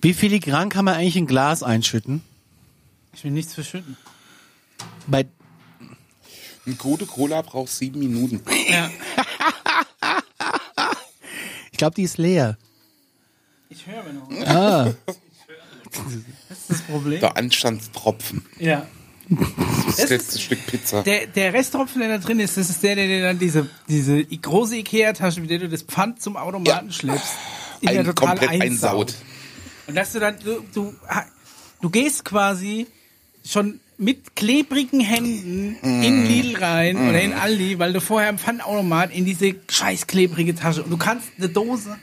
Wie filigran kann man eigentlich ein Glas einschütten? Ich will nichts verschütten. Bei Eine gute Cola braucht sieben Minuten. Ja. ich glaube, die ist leer. Ich höre aber noch. Das ist das Problem. Der Anstandstropfen. Ja. Das, ist das letzte Stück Pizza. Der, der Resttropfen, der da drin ist, das ist der, der dir dann diese, diese große Ikea-Tasche, mit der du das Pfand zum Automaten schleppst, in der Ein, total komplett einsaut. einsaut. Und dass du dann, du, du, du gehst quasi schon mit klebrigen Händen Mm. in Lidl rein oder in Aldi, weil du vorher im Pfandautomat in diese scheiß klebrige Tasche und du kannst eine Dose,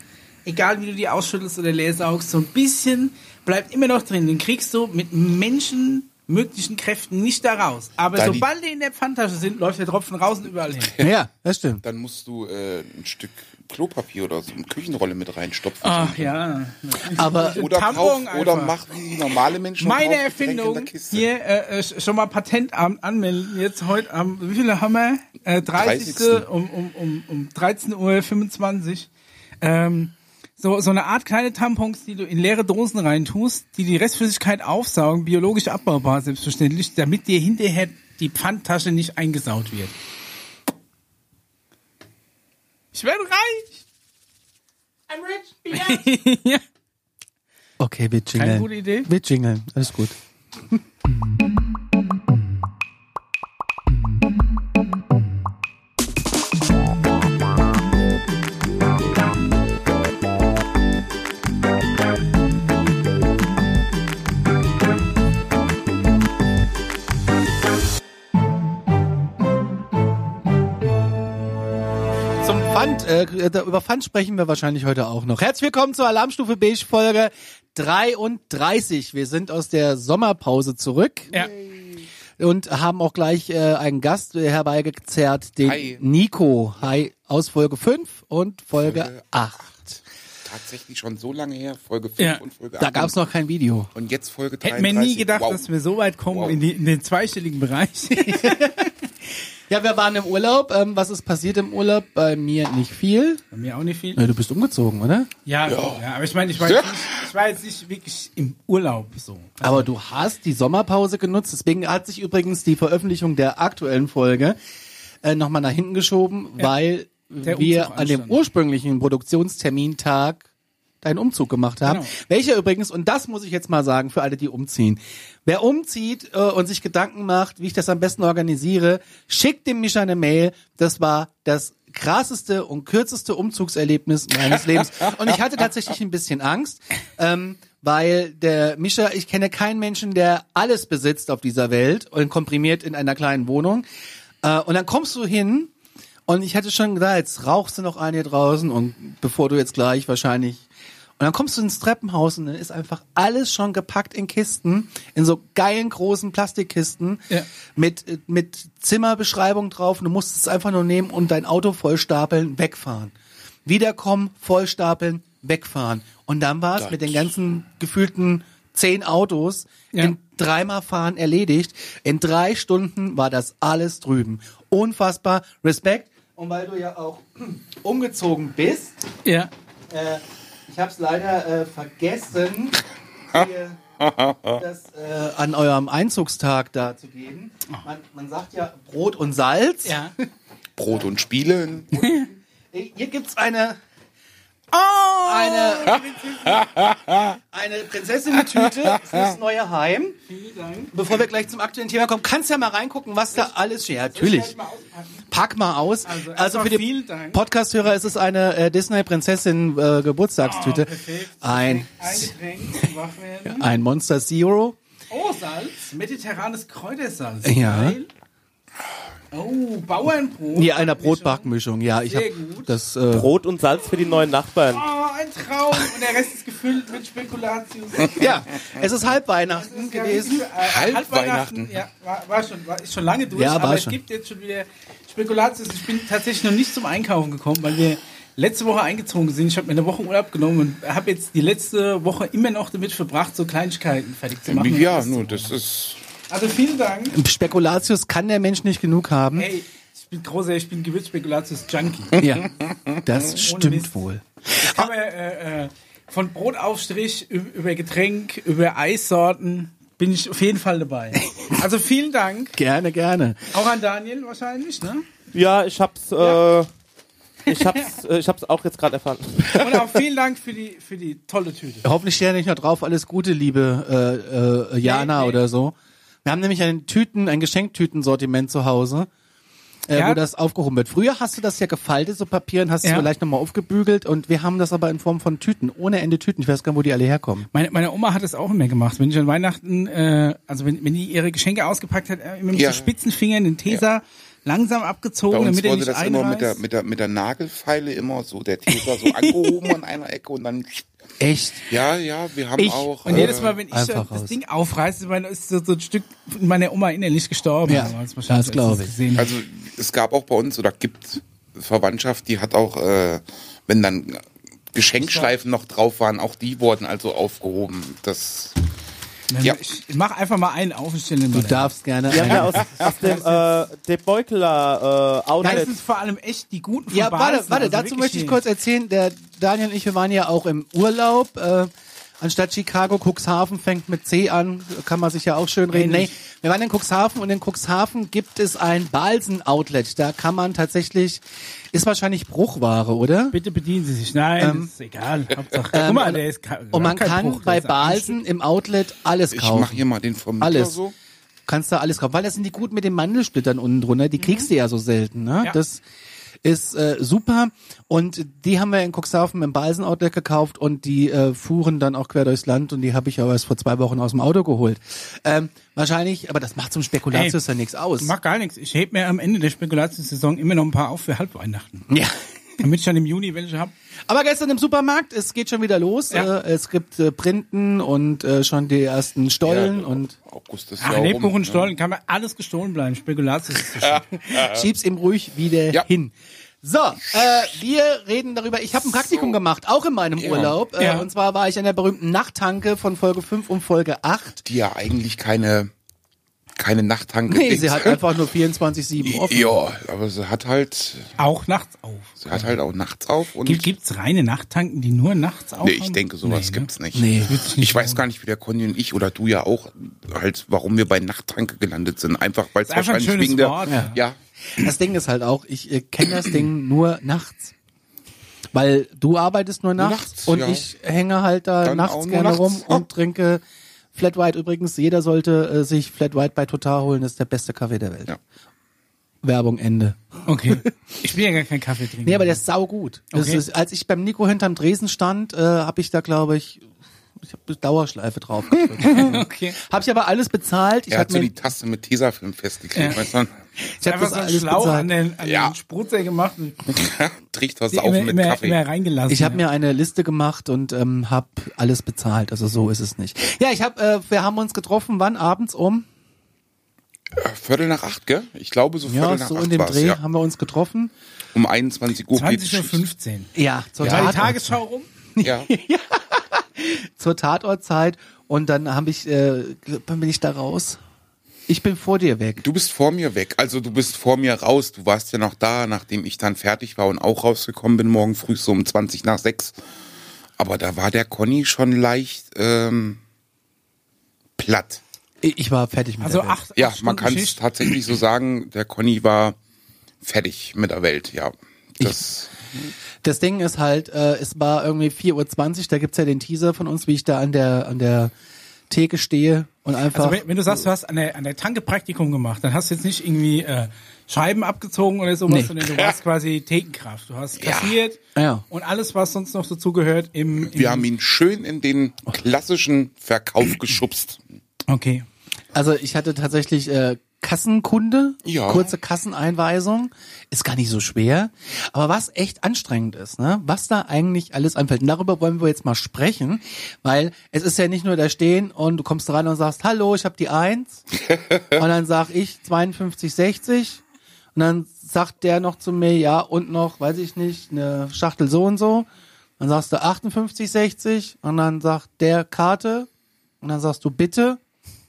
egal wie du die ausschüttelst oder leer saugst, so ein bisschen bleibt immer noch drin. Den kriegst du mit menschenmöglichen Kräften nicht da raus. Aber Da die- sobald die in der Pfandtasche sind, läuft der Tropfen raus und überall hin. Ja, das stimmt. Dann musst du äh, ein Stück Klopapier oder so eine Küchenrolle mit reinstopfen. Ach ja. Aber oder Ah, Tampon kauf, oder einfach. mach wie normale Menschen. und Meine kauf Getränke Erfindung In der Kiste. hier äh, äh, sch- schon mal Patentamt anmelden. Jetzt heute am wie viele haben wir? Äh, 30. 30.. Um, um, um, um 13.25 Uhr. Ähm, so, so eine Art kleine Tampons, die du in leere Dosen reintust, die die Restflüssigkeit aufsaugen, biologisch abbaubar selbstverständlich, damit dir hinterher die Pfandtasche nicht eingesaut wird. Ich werde reich! I'm rich, ja. Okay, wir jingeln. Keine gute Idee. Wir jingeln, alles gut. Zum Pfand, äh, da- über Pfand sprechen wir wahrscheinlich heute auch noch. Herzlich willkommen zur Alarmstufe Beige Folge 33. Wir sind aus der Sommerpause zurück ja. und haben auch gleich äh, einen Gast herbeigezerrt, den Hi. Nico. Hi, aus Folge 5 und Folge, Folge 8. Tatsächlich schon so lange her, Folge 5 Ja. und Folge 8. Da gab's noch kein Video. Und jetzt Folge 33. Hätten wir nie gedacht, wow. dass wir so weit kommen Wow. in, die, in den zweistelligen Bereich. Ja, wir waren im Urlaub. Ähm, was ist passiert im Urlaub? Bei mir nicht viel. Bei mir auch nicht viel. Ja, du bist umgezogen, oder? Ja, ja. aber ich meine, ich, war jetzt nicht- ich war jetzt nicht wirklich im Urlaub so. Aber du hast die Sommerpause genutzt. Deswegen hat sich übrigens die Veröffentlichung der aktuellen Folge äh, nochmal nach hinten geschoben, weil Der wir Umzug an dem anstand. ursprünglichen Produktionstermintag deinen Umzug gemacht haben. Genau. Welcher übrigens, und das muss ich jetzt mal sagen für alle, die umziehen. Wer umzieht äh, und sich Gedanken macht, wie ich das am besten organisiere, schickt dem Mischa eine Mail. Das war das krasseste und kürzeste Umzugserlebnis meines Lebens. Und ich hatte tatsächlich ein bisschen Angst, ähm, weil der Mischa, ich kenne keinen Menschen, der alles besitzt auf dieser Welt und komprimiert in einer kleinen Wohnung. Äh, und dann kommst du hin und ich hatte schon gedacht, jetzt rauchst du noch einen hier draußen und bevor du jetzt gleich wahrscheinlich. Und dann kommst du ins Treppenhaus und dann ist einfach alles schon gepackt in Kisten, in so geilen großen Plastikkisten Ja. mit, mit Zimmerbeschreibung drauf. Du musst es einfach nur nehmen und dein Auto vollstapeln, wegfahren. Wiederkommen, vollstapeln, wegfahren. Und dann war es mit den ganzen gefühlten zehn Autos Ja. in dreimal fahren erledigt. In drei Stunden war das alles drüben. Unfassbar. Respekt. Und weil du ja auch umgezogen bist, Ja. äh, ich habe es leider äh, vergessen, dir das äh, an eurem Einzugstag da zu geben. Man, man sagt ja Brot und Salz. Ja. Brot und Spielen. Hier gibt's eine Oh! eine, eine Prinzessin-Tüte fürs neue Heim. Vielen Dank. Bevor wir gleich zum aktuellen Thema kommen, kannst ja mal reingucken, was da alles steht. Ja, natürlich. Pack mal aus. Also, Also, erstmal für die vielen Dank. Podcast-Hörer ist es eine äh, Disney-Prinzessin-Geburtstagstüte. Oh, perfekt. ein, Ein Getränk zum Wachwerden. ein Monster Zero. Oh, Salz. Mediterranes Kräutersalz. Ja. Geil. Oh, Bauernbrot. Nee, einer Brotbackmischung. Ja, ich habe Sehr gut. das. Äh, Brot und Salz für die neuen Nachbarn. Oh, ein Traum. Und der Rest ist gefüllt mit Spekulatius. ja, es ist halb Weihnachten Das gab gewesen. es, äh, Halbweihnachten. Halbweihnachten. Ja, war, war schon, war, ist schon lange durch, Ja, war aber schon. es gibt jetzt schon wieder Spekulatius. Ich bin tatsächlich noch nicht zum Einkaufen gekommen, weil wir letzte Woche eingezogen sind. Ich habe mir eine Woche Urlaub genommen und habe jetzt die letzte Woche immer noch damit verbracht, so Kleinigkeiten fertig zu machen. Ja, nur das ist. Also vielen Dank. Spekulatius kann der Mensch nicht genug haben. Hey, ich bin großer, ich bin gewürzt Spekulatius Junkie. Ja, das stimmt Mist. wohl. Kann man, äh, äh, Von Brotaufstrich ü- über Getränk, über Eissorten bin ich auf jeden Fall dabei. Also vielen Dank. Gerne, gerne. Auch an Daniel wahrscheinlich, ne? Ja, ich hab's, äh, ich hab's, äh, ich hab's auch jetzt gerade erfahren. Und auch vielen Dank für die, für die tolle Tüte. Hoffentlich steht er nicht noch drauf, alles Gute, liebe äh, äh, Jana Nee, nee. oder so. Wir haben nämlich ein Tüten, ein Geschenktütensortiment zu Hause, äh, Ja. wo das aufgehoben wird. Früher hast du das ja gefaltet, so Papier, und hast es Ja. vielleicht nochmal aufgebügelt und wir haben das aber in Form von Tüten, ohne Ende Tüten. Ich weiß gar nicht, wo die alle herkommen. Meine, meine Oma hat es auch immer gemacht. Wenn ich an Weihnachten, äh, also wenn, wenn die ihre Geschenke ausgepackt hat, äh, immer mit Ja. den spitzen Fingern den Teser langsam Bei abgezogen, uns damit er wurde nicht das immer mit der, einreißt. mit, der, mit der Nagelfeile immer so, der Teser so angehoben an einer Ecke und dann, Echt? ja, ja, wir haben Ich- auch. Und jedes Mal, wenn ich äh, Einfach das raus. Ding aufreiße, ich meine, ist so, so ein Stück von meiner Oma innerlich gestorben. Ja, damals das wahrscheinlich, als glaub sie es ich. gesehen hat. Also es gab auch bei uns oder gibt Verwandtschaft, die hat auch, äh, wenn dann Geschenkschleifen noch drauf waren, auch die wurden also aufgehoben. Das ja. Ich, ich mach einfach mal einen auf und stelle den Du mal. darfst gerne. Wir haben ja einen- aus, aus dem, äh, dem Beukler, äh, Outlet. Das sind vor allem echt die guten von Ja, warte, Barnes, warte, also dazu wirklich möchte ich die- kurz erzählen, der Daniel und ich, wir waren ja auch im Urlaub, äh, anstatt Chicago, Cuxhaven fängt mit C an, kann man sich ja auch schön reden. Nee, Ähnlich. wir waren in Cuxhaven und in Cuxhaven gibt es ein Balsen-Outlet, da kann man tatsächlich, ist wahrscheinlich Bruchware, oder? Bitte bedienen Sie sich. Nein, das ist egal. Hauptsache. Guck mal, der ist ka- Ähm, Und man kein kann Bruch, der bei ist ein Balsen im Outlet alles ich kaufen. mache hier mal den Vermittler Alles. so. kannst du alles kaufen, weil das sind die gut mit den Mandelsplittern unten drunter, die kriegst du ja so selten, ne? Mhm. Ja. Das ist äh, super und die haben wir in Cuxhaven im Balsen Outlet gekauft und die äh, fuhren dann auch quer durchs Land und die habe ich aber erst vor zwei Wochen aus dem Auto geholt. Ähm, wahrscheinlich, aber das macht zum Spekulatius Ey, ja nichts aus. Macht gar nichts. Ich heb mir am Ende der Spekulationssaison immer noch ein paar auf für Halbweihnachten. Ja. Damit ich dann im Juni welche hab. Aber gestern im Supermarkt, es geht schon wieder los. Ja. Äh, es gibt äh, Printen und äh, schon die ersten Stollen Ja, und August ist ja Ach, auch Lebkuchen, rum, ne? Stollen, kann mir alles gestohlen bleiben. Spekulatius ist so schön. Schieb's ihm ruhig wieder Ja. hin. So, äh, wir reden darüber. Ich habe ein Praktikum gemacht, auch in meinem Urlaub. Äh, Ja. Und zwar war ich an der berühmten Nachttanke von Folge 5 und Folge 8. Die ja eigentlich keine, keine Nachttanke Nee, ist. sie hat einfach nur 24-7 offen. Ja, aber sie hat halt, Auch nachts auf. sie hat halt auch nachts auf und Gibt, gibt's reine Nachttanken, die nur nachts auf nee, ich haben? denke, sowas ne? gibt's nicht. Nee. Ich weiß gar nicht, wie der Conny und ich oder du ja auch halt, warum wir bei Nachttanke gelandet sind. Einfach, weil es Ist einfach ein wahrscheinlich schönes wegen der, Wort. ja. ja, Das Ding ist halt auch, ich äh, kenne das Ding nur nachts. Weil du arbeitest nur nachts, nachts, und ja. ich hänge halt da Dann auch nachts nur gerne nachts. Ah. rum Ja. und trinke Flat White. Übrigens, jeder sollte äh, sich Flat White bei Total holen, das ist der beste Kaffee der Welt. Ja. Werbung Ende. ne? Okay. Ich bin ja gar kein Kaffee trinken. Nee, aber der ist saugut. Das Okay. ist, als ich beim Nico hinterm Dresen stand, äh, habe ich da, glaube ich, ich habe eine Dauerschleife drauf. okay. habe ich aber alles bezahlt. Ich er hat habe so mir, die Taste mit Tesafilm festgeklebt, weißt du? ich hab Einfach das so einen alles Schlauch an bezahlt. den, an Ja. den Sprutzer gemacht und Tricht was die auf immer, mit immer, Kaffee. immer reingelassen. Ich habe mir eine Liste gemacht und ähm, habe alles bezahlt. Also so ist es nicht. Ja, ich habe, äh, wir haben uns getroffen. Wann abends um? Äh, Viertel nach acht, gell? Ich glaube, so Ja, Viertel nach so in acht dem war's, Dreh ja. haben wir uns getroffen. Um 21 Uhr geht's 20.15 Uhr. Ja, zur, War die Tatort- Tagesschau rum? Ja. zur Tatortzeit. Und dann habe ich, äh, wann bin ich da raus? Ich bin vor dir weg. Du bist vor mir weg. Also du bist vor mir raus. Du warst ja noch da, nachdem ich dann fertig war und auch rausgekommen bin, morgen früh so um 20 nach 6. Aber da war der Conny schon leicht ähm, platt. Ich ich war fertig mit Also der Welt. acht, Ja, acht Stunden man kann es Schicht. tatsächlich so sagen, der Conny war fertig mit der Welt, ja. Das, Das Ding ist halt, äh, es war irgendwie 4.20 Uhr, da gibt's ja den Teaser von uns, wie ich da an der, an der Theke stehe und einfach. Also wenn, wenn du sagst, du hast an der, an der Tanke Praktikum gemacht, dann hast du jetzt nicht irgendwie äh, Scheiben abgezogen oder sowas, Nee. sondern du warst quasi Thekenkraft. Du hast kassiert Ja. und alles, was sonst noch dazugehört im, im wir haben ihn schön in den Oh. klassischen Verkauf geschubst. Okay. also ich hatte tatsächlich äh, Kassenkunde, Ja. kurze Kasseneinweisung, ist gar nicht so schwer. Aber was echt anstrengend ist, ne? was da eigentlich alles anfällt. Und darüber wollen wir jetzt mal sprechen, weil es ist ja nicht nur da stehen und du kommst rein und sagst, hallo, ich habe die Eins. und dann sag ich 52,60. Und dann sagt der noch zu mir, ja, und noch, weiß ich nicht, eine Schachtel so und so. Dann sagst du 58,60 und dann sagt der Karte und dann sagst du bitte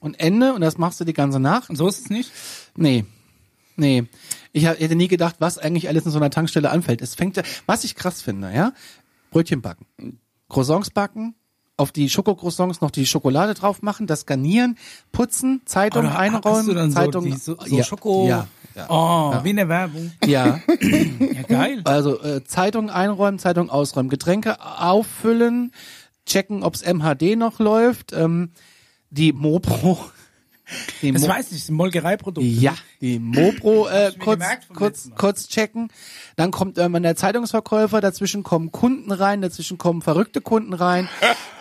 und Ende und das machst du die ganze Nacht. Und so ist es nicht. Nee. Nee. Ich hab- hätte nie gedacht, was eigentlich alles in so einer Tankstelle anfällt. Es fängt ja, was ich krass finde, ja? Brötchen backen. Croissants backen, auf die Schokocroissants noch die Schokolade drauf machen, das garnieren, putzen, Zeitung Oder hast du einräumen, dann Zeitung so, die, so, so ja, Schoko. Ja, Oh, wie in der Werbung. ja. Ja, geil. Also äh, Zeitung einräumen, Zeitung ausräumen, Getränke auffüllen, checken, ob's MHD noch läuft, ähm, die Mopro. Die Das Mo- weiß ich, das ist ein Molkereiprodukt. ja, die Mopro äh, du mir kurz, gemerkt vom kurz, letzten Mal. kurz checken. Dann kommt irgendwann der Zeitungsverkäufer, dazwischen kommen Kunden rein, dazwischen kommen verrückte Kunden rein.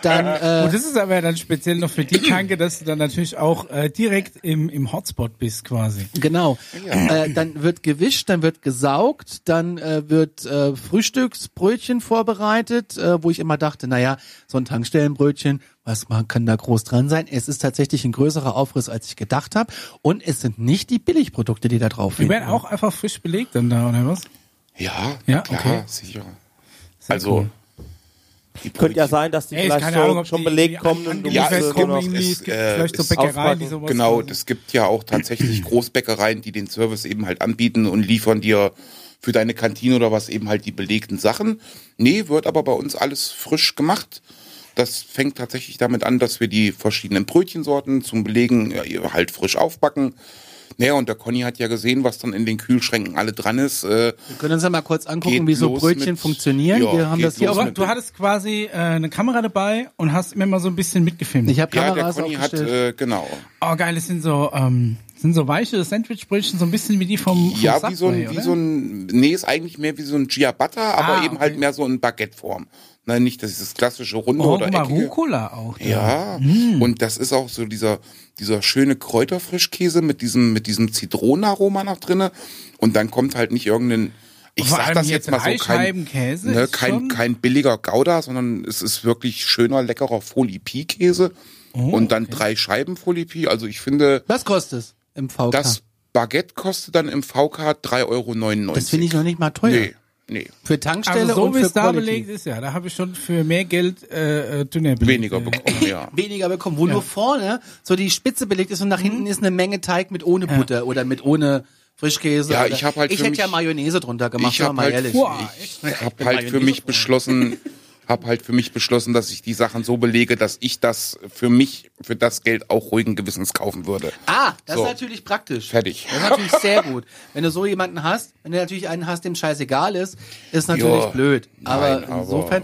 Dann äh, Und das ist aber dann speziell noch für die Kranke, dass du dann natürlich auch äh, direkt im, im Hotspot bist quasi. Genau. Äh, dann wird gewischt, dann wird gesaugt, dann äh, wird äh, Frühstücksbrötchen vorbereitet, äh, wo ich immer dachte, naja, so ein Tankstellenbrötchen, was man kann da groß dran sein? Es ist tatsächlich ein größerer Aufriss, als ich gedacht habe. Und es sind nicht die Billigprodukte, die da drauf Die werden liegen. auch einfach frisch belegt dann da, oder was? Ja, Ja, ja klar, okay. sicher. Also, cool. die Könnte ja Politik- sein, dass die Ey, ist vielleicht keine so Ahnung, ob schon die- belegt die kommen. an- und du Ja, musst es sie angefangen kommt- noch- kommen irgendwie, es, es gibt äh, vielleicht so es- Bäckereien, die Aufpacken. sowas Genau, machen. es gibt ja auch tatsächlich Großbäckereien, die den Service eben halt anbieten und liefern dir für deine Kantine oder was eben halt die belegten Sachen. Nee, wird aber bei uns alles frisch gemacht. Das fängt tatsächlich damit an, dass wir die verschiedenen Brötchensorten zum Belegen ja, eben halt frisch aufbacken. Naja, und der Conny hat ja gesehen, was dann in den Kühlschränken alle dran ist. Äh, Wir können uns ja mal kurz angucken, Geht wie so los Brötchen mit- funktionieren. Ja, Wir haben geht das hier los auch. Aber du hattest quasi äh, eine Kamera dabei und hast immer mal so ein bisschen mitgefilmt. Ich habe ja, der Kameras Conny hat, aufgestellt. äh, genau. Oh geil, das sind so, ähm, das sind so weiche Sandwichbrötchen, so ein bisschen wie die vom, vom Ja, Subway, wie so, ein, wie oder? so ein, nee, ist eigentlich mehr wie so ein Ciabatta, aber Ah, eben halt okay. mehr so in Baguette-Form. Nein, nicht das ist das klassische Runde oh, oder guck mal, Hm. Eckige. Rucola auch. da. Ja, und das ist auch so dieser, dieser schöne Kräuterfrischkäse mit diesem, mit diesem Zitronenaroma noch drinne. Und dann kommt halt nicht irgendein, ich Vor sag allem das hier jetzt mal so, drei Scheiben kein, Käse ne, ist schon- kein, kein billiger Gouda, sondern es ist wirklich schöner, leckerer Folie-Pie-Käse. Oh, und dann drei Scheiben Folie-Pie. Also ich finde, Was kostet es im VK? das Baguette kostet dann im VK 3,99 Euro. das finde ich noch nicht mal teuer. Nee, nee. Für Tankstelle Also so und wie für es da Quality. belegt ist, ja, da habe ich schon für mehr Geld äh, äh, dünner belegt. Weniger Äh, Mhm. bekommen, ja. Mhm. weniger bekommen, wo nur vorne so die Spitze belegt ist und nach hinten ist eine Menge Teig mit ohne Butter oder mit ohne Frischkäse. Ja, oder- ich hab halt Ich für hätte mich- ja Mayonnaise drunter gemacht, ich sagen wir hab mal halt ehrlich. Boah, Ich echt? habe halt für mich beschlossen, habe halt für mich beschlossen, dass ich die Sachen so belege, dass ich das für mich, für das Geld auch ruhigen Gewissens kaufen würde. Ah, das So. ist natürlich praktisch. Fertig. Das ist natürlich sehr gut. Wenn du so jemanden hast, wenn du natürlich einen hast, dem scheißegal ist, ist natürlich Ja, blöd. Aber nein, aber- insofern.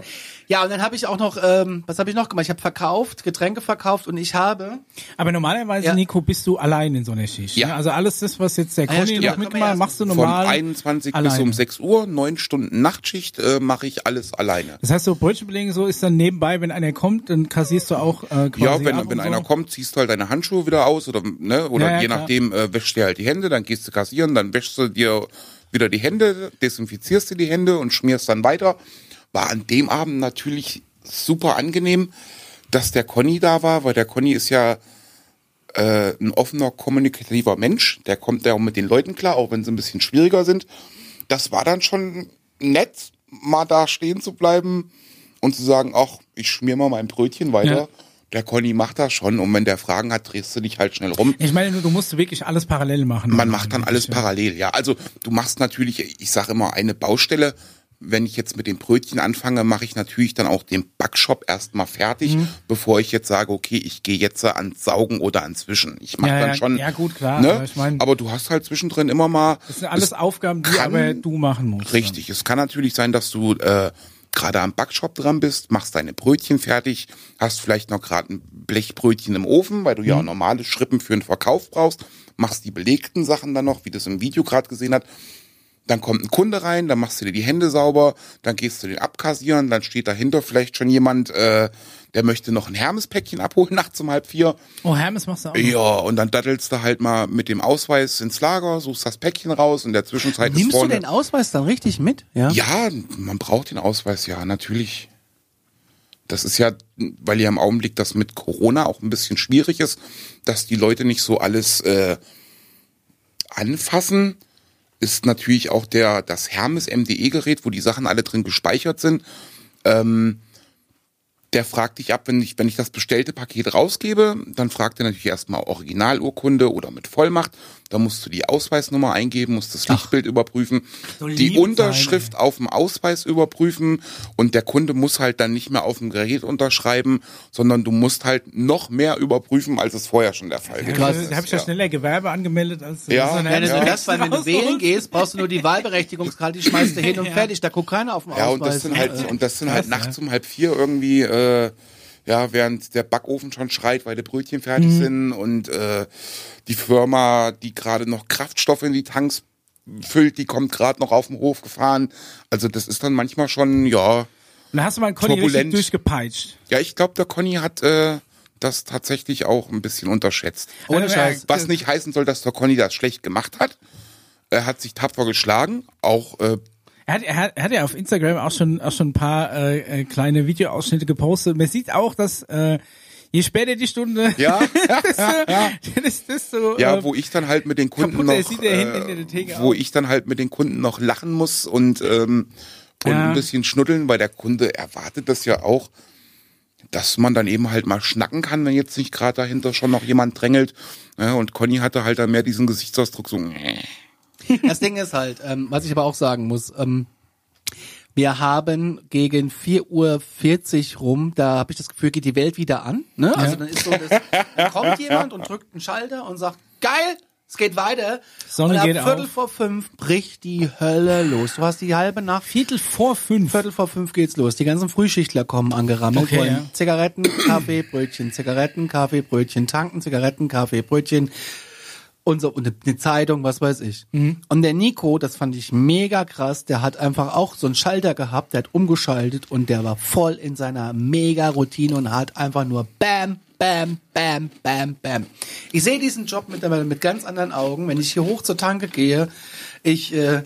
Ja, und dann habe ich auch noch, ähm, was habe ich noch gemacht? Ich habe verkauft, Getränke verkauft und ich habe. Aber normalerweise, Ja. Ah Nico, bist du allein in so einer Schicht. Ja. Ne? Also alles das, was jetzt der ja, Conny stimmt, noch da können wir mitmacht, ja machst du Von normal. 21 bis alleine. um 6 Uhr, neun Stunden Nachtschicht, äh, mache ich alles alleine. Das heißt, so Brötchen belegen so ist dann nebenbei, wenn einer kommt, dann kassierst du auch äh, quasi Ja, wenn, ab und wenn einer so. kommt, ziehst du halt deine Handschuhe wieder aus oder ne, oder Ja, ja, je klar. nachdem äh, wäschst dir halt die Hände, dann gehst du kassieren, dann wäschst du dir wieder die Hände, desinfizierst dir die Hände und schmierst dann weiter. War an dem Abend natürlich super angenehm, dass der Conny da war, weil der Conny ist ja äh, ein offener, kommunikativer Mensch. Der kommt ja auch mit den Leuten klar, auch wenn sie ein bisschen schwieriger sind. Das war dann schon nett, mal da stehen zu bleiben und zu sagen, ach, ich schmier mal mein Brötchen weiter. Ja. Der Conny macht das schon und wenn der Fragen hat, drehst du dich halt schnell rum. Ich meine, du, du musst wirklich alles parallel machen. Man macht dann alles parallel, ja. Also du machst natürlich, ich sage immer, eine Baustelle. Wenn ich jetzt mit den Brötchen anfange, mache ich natürlich dann auch den Backshop erstmal fertig, Mhm. bevor ich jetzt sage, okay, ich gehe jetzt ans Saugen oder ans Wischen. Ich mache Ja, dann ja, schon. ja, gut, klar, Ne? aber Aber, ich mein- du hast halt zwischendrin immer mal. Das sind alles Aufgaben, die kann- aber du machen musst. Richtig. Es kann natürlich sein, dass du äh, gerade am Backshop dran bist, machst deine Brötchen fertig, hast vielleicht noch gerade ein Blechbrötchen im Ofen, weil du Mhm. ja auch normale Schrippen für den Verkauf brauchst, machst die belegten Sachen dann noch, wie das im Video gerade gesehen hat. Dann kommt ein Kunde rein, dann machst du dir die Hände sauber, dann gehst du den abkassieren, dann steht dahinter vielleicht schon jemand, äh, der möchte noch ein Hermes-Päckchen abholen nachts um halb vier. Oh, Hermes machst du Mhm. auch. noch. Ja, und dann dattelst du halt mal mit dem Ausweis ins Lager, suchst das Päckchen raus, in der Zwischenzeit ist Nimmst du vorne... den Ausweis dann richtig mit? Ja. Ja, man braucht den Ausweis, ja, natürlich. Das ist ja, weil ja im Augenblick das mit Corona auch ein bisschen schwierig ist, dass die Leute nicht so alles äh, anfassen, ist natürlich auch der, E das Hermes MDE-Gerät, wo die Sachen alle drin gespeichert sind. Ähm, Der fragt dich ab, wenn ich, wenn ich das bestellte Paket rausgebe, dann fragt er natürlich erstmal Originalurkunde oder mit Vollmacht. Da musst du die Ausweisnummer eingeben, musst das Lichtbild überprüfen, So lieb die sein, Unterschrift auf dem Ausweis überprüfen und der Kunde muss halt dann nicht mehr auf dem Gerät unterschreiben, sondern du musst halt noch mehr überprüfen, als es vorher schon der Fall Da gewesen habe ist. ich ja, schneller Gewerbe angemeldet als Ja, als- ja, Wenn du Ja. das, weil wenn du wählen gehst, brauchst du nur die Wahlberechtigungskarte, die schmeißt du hin und Ja. fertig. Da guckt keiner auf den Ja, Ausweis. und das sind halt, und das sind halt Krass, nachts um halb vier irgendwie, äh, ja, während der Backofen schon schreit, weil die Brötchen fertig Mhm. sind und äh, die Firma, die gerade noch Kraftstoffe in die Tanks füllt, die kommt gerade noch auf den Hof gefahren. Also das ist dann manchmal schon, ja, Und da hast du mal einen Conny richtig Turbulent. durchgepeitscht. ja, ich glaube, der Conny hat äh, das tatsächlich auch ein bisschen unterschätzt. Ohne Also, Scheiß. Was nicht heißen soll, dass der Conny das schlecht gemacht hat. Er hat sich tapfer geschlagen, auch äh, Er hat, er hat, er hat ja auf Instagram auch schon, auch schon ein paar äh, äh, kleine Videoausschnitte gepostet. Man sieht auch, dass äh, je später die Stunde, ja, desto, desto Ja, äh, wo ich dann halt mit den Kunden kaputt, der noch, sieht ja hinten in der Theke äh, wo aus. ich dann halt mit den Kunden noch lachen muss und, ähm, und Ja. ein bisschen schnuddeln, weil der Kunde erwartet das ja auch, dass man dann eben halt mal schnacken kann, wenn jetzt nicht gerade dahinter schon noch jemand drängelt. Ja, und Conny hatte halt dann mehr diesen Gesichtsausdruck so. äh. Das Ding ist halt, ähm, was ich aber auch sagen muss, ähm, wir haben gegen 4.40 Uhr rum, da habe ich das Gefühl, geht die Welt wieder an. Ne? Also dann ist so, das, dann kommt jemand und drückt einen Schalter und sagt, geil, es geht weiter. Sonne und ab geht Viertel auf. vor fünf bricht die Hölle los. Du hast die halbe Nacht Viertel vor fünf. Viertel vor fünf geht's los. Die ganzen Frühschichtler kommen angerammelt, Okay, wollen ja. Zigaretten, Kaffee, Brötchen, Zigaretten, Kaffee, Brötchen, tanken, Zigaretten, Kaffee, Brötchen und so und eine Zeitung, was weiß ich. Und der Nico, das fand ich mega krass, der hat einfach auch so einen Schalter gehabt, der hat umgeschaltet und der war voll in seiner mega Routine und hat einfach nur bam bam bam bam bam. Ich sehe diesen Job mittlerweile mit ganz anderen Augen, wenn ich hier hoch zur Tanke gehe, ich äh,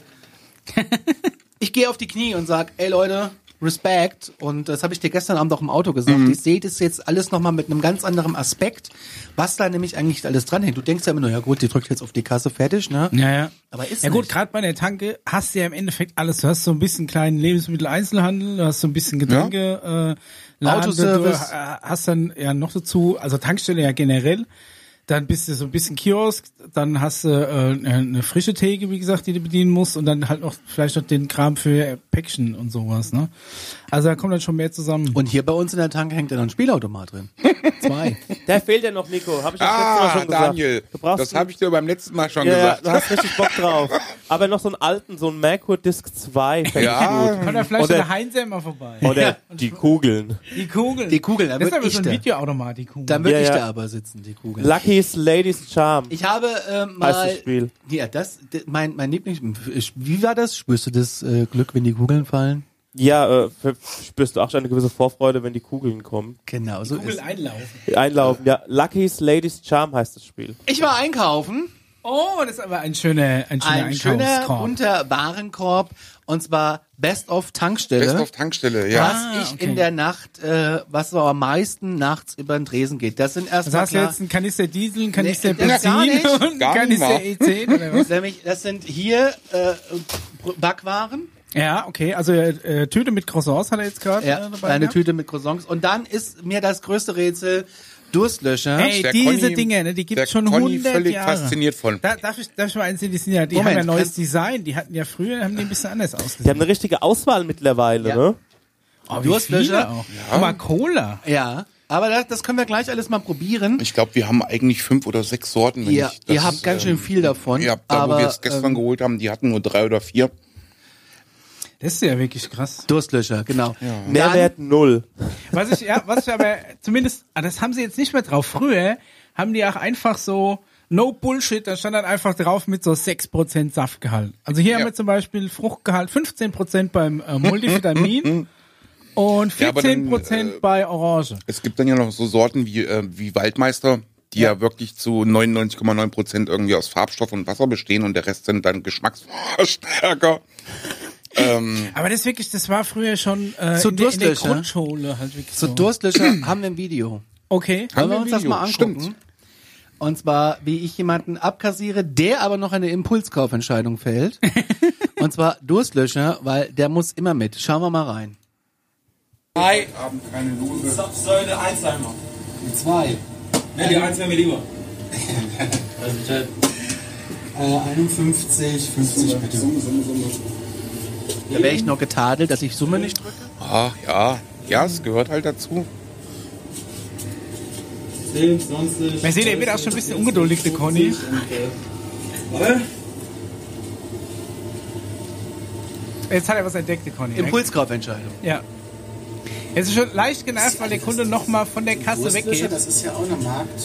ich gehe auf die Knie und sag, ey Leute, Respekt. Und das habe ich dir gestern Abend auch im Auto gesagt. Mhm. Ich sehe das jetzt alles nochmal mit einem ganz anderen Aspekt, was da nämlich eigentlich alles dran hängt. Du denkst ja immer nur, ja gut, die drückt jetzt auf die Kasse fertig, ne? Ja, ja. Aber ist ja gut, nicht. gerade bei der Tanke hast du ja im Endeffekt alles. Du hast so ein bisschen kleinen Lebensmitteleinzelhandel, du hast so ein bisschen Getränke, äh, Laden, Autoservice. Du ha- hast dann ja noch dazu, also Tankstelle ja generell. Dann bist du so ein bisschen Kiosk, dann hast du äh, eine frische Theke, wie gesagt, die du bedienen musst und dann halt noch vielleicht noch den Kram für Päckchen und sowas. Ne? Also da kommt dann schon mehr zusammen. Und hier bei uns in der Tanke hängt ja noch ein Spielautomat drin. Zwei. Der fehlt ja noch, Nico. Hab ich das letzte Mal Ah, schon gesagt. Daniel, Du brauchst das habe ich dir beim letzten Mal schon ja, ja, gesagt. du hast richtig Bock drauf. Aber noch so einen alten, so einen Merkur Disc 2 fände Ja. ich Kommt da vielleicht Oder- der Heinzer mal vorbei. gut. Oder die Kugeln. Die Kugel. Die Kugel, da Das ist würd aber ich so ein da. Videoautomat, die Kugel. Dann würde Ja, ich ja. da aber sitzen, die Kugel. Lucky's Ladies Charm. ich habe ähm, mal. Heißt das Spiel. Ja, das, d- mein, mein Lieblings. Wie war das? Spürst du das äh, Glück, wenn die Kugeln fallen? Ja, äh, f- spürst du auch schon eine gewisse Vorfreude, wenn die Kugeln kommen. Genau, so Kugel ist einlaufen. Einlaufen, ja. Lucky's Ladies Charm heißt das Spiel. Ich war einkaufen. Oh, das ist aber ein schöner, ein schöner ein schöner Einkaufskorb. Unterwarenkorb und zwar Best of Tankstelle. Best auf Tankstelle, ja. was Ah, ich okay. in der Nacht, äh, was so am meisten nachts über den Dresen geht. Das sind also erstmal hast du klar, jetzt einen Kanister Diesel, einen Kanister Nee, das Benzin gar nicht. und einen Gar nicht Kanister E10 oder was? nämlich, das sind hier äh, Backwaren, Ja, okay, also äh, Tüte mit Croissants hat er jetzt gerade ja, äh, dabei. eine gehabt. Tüte mit Croissants und dann ist mir das größte Rätsel Durstlöscher. Ey, Der diese Conny- Dinge, ne, die gibt der es schon Conny 100 völlig Jahre. fasziniert von. Da, darf, ich, darf ich mal eins sehen, die sind ja, die Moment, haben ja neues kannst- Design, die hatten ja früher, haben die ein bisschen anders Die ausgesehen. haben eine richtige Auswahl mittlerweile, Ja. ne? Oh, Du wie hast viele Löcher? auch. Guck mal, Cola. Ja, aber das, das können wir gleich alles mal probieren. Ich glaube, wir haben eigentlich fünf oder sechs Sorten. Wenn Ihr, ich das, ihr habt ganz schön ähm, viel davon, Ja, da wo aber wir es gestern ähm, geholt haben, die hatten nur drei oder vier. Das ist ja wirklich krass. Durstlöscher, genau. Dann, Mehrwert null. Was ich, ja, was ich aber zumindest, ah, das haben sie jetzt nicht mehr drauf. Früher haben die auch einfach so No Bullshit, da stand dann einfach drauf mit so 6% Saftgehalt. Also hier Ja. haben wir zum Beispiel Fruchtgehalt 15% beim äh, Multivitamin und Ja, aber dann, äh, 14% bei Orange. Es gibt dann ja noch so Sorten wie, äh, wie Waldmeister, die ja, wirklich zu 99,9 Prozent irgendwie aus Farbstoff und Wasser bestehen und der Rest sind dann Geschmacksverstärker. Aber das wirklich, das war früher schon äh, Zu in, der, in der durstlösch, ne? Grundschule halt wirklich zu so. Durstlöscher haben wir ein Video. okay. Wollen Haben wir wir uns ein das Video? mal angucken? Stimmt. Und zwar, wie ich jemanden abkassiere, der aber noch eine Impulskaufentscheidung fällt. Und zwar Durstlöscher, weil der muss immer mit. Schauen wir mal rein. Hi. Abend keine Lose. Zapfsäule Alzheimer. Die zwei. Ne, die eins wäre mir lieber. Äh, 51, 50 bitte. Da wäre ich noch getadelt, dass ich Summe nicht drücke. Ach ja. Ja, es gehört halt dazu. 10, 20. Man sieht, er wird auch schon ein bisschen ungeduldig, der Conny. Warte. Jetzt hat er was entdeckt, der Conny. ne? Impulskaufentscheidung. Ja. Es ist schon leicht genervt, weil der Kunde nochmal von der Kasse weggeht. Das ist ja auch ein Markt.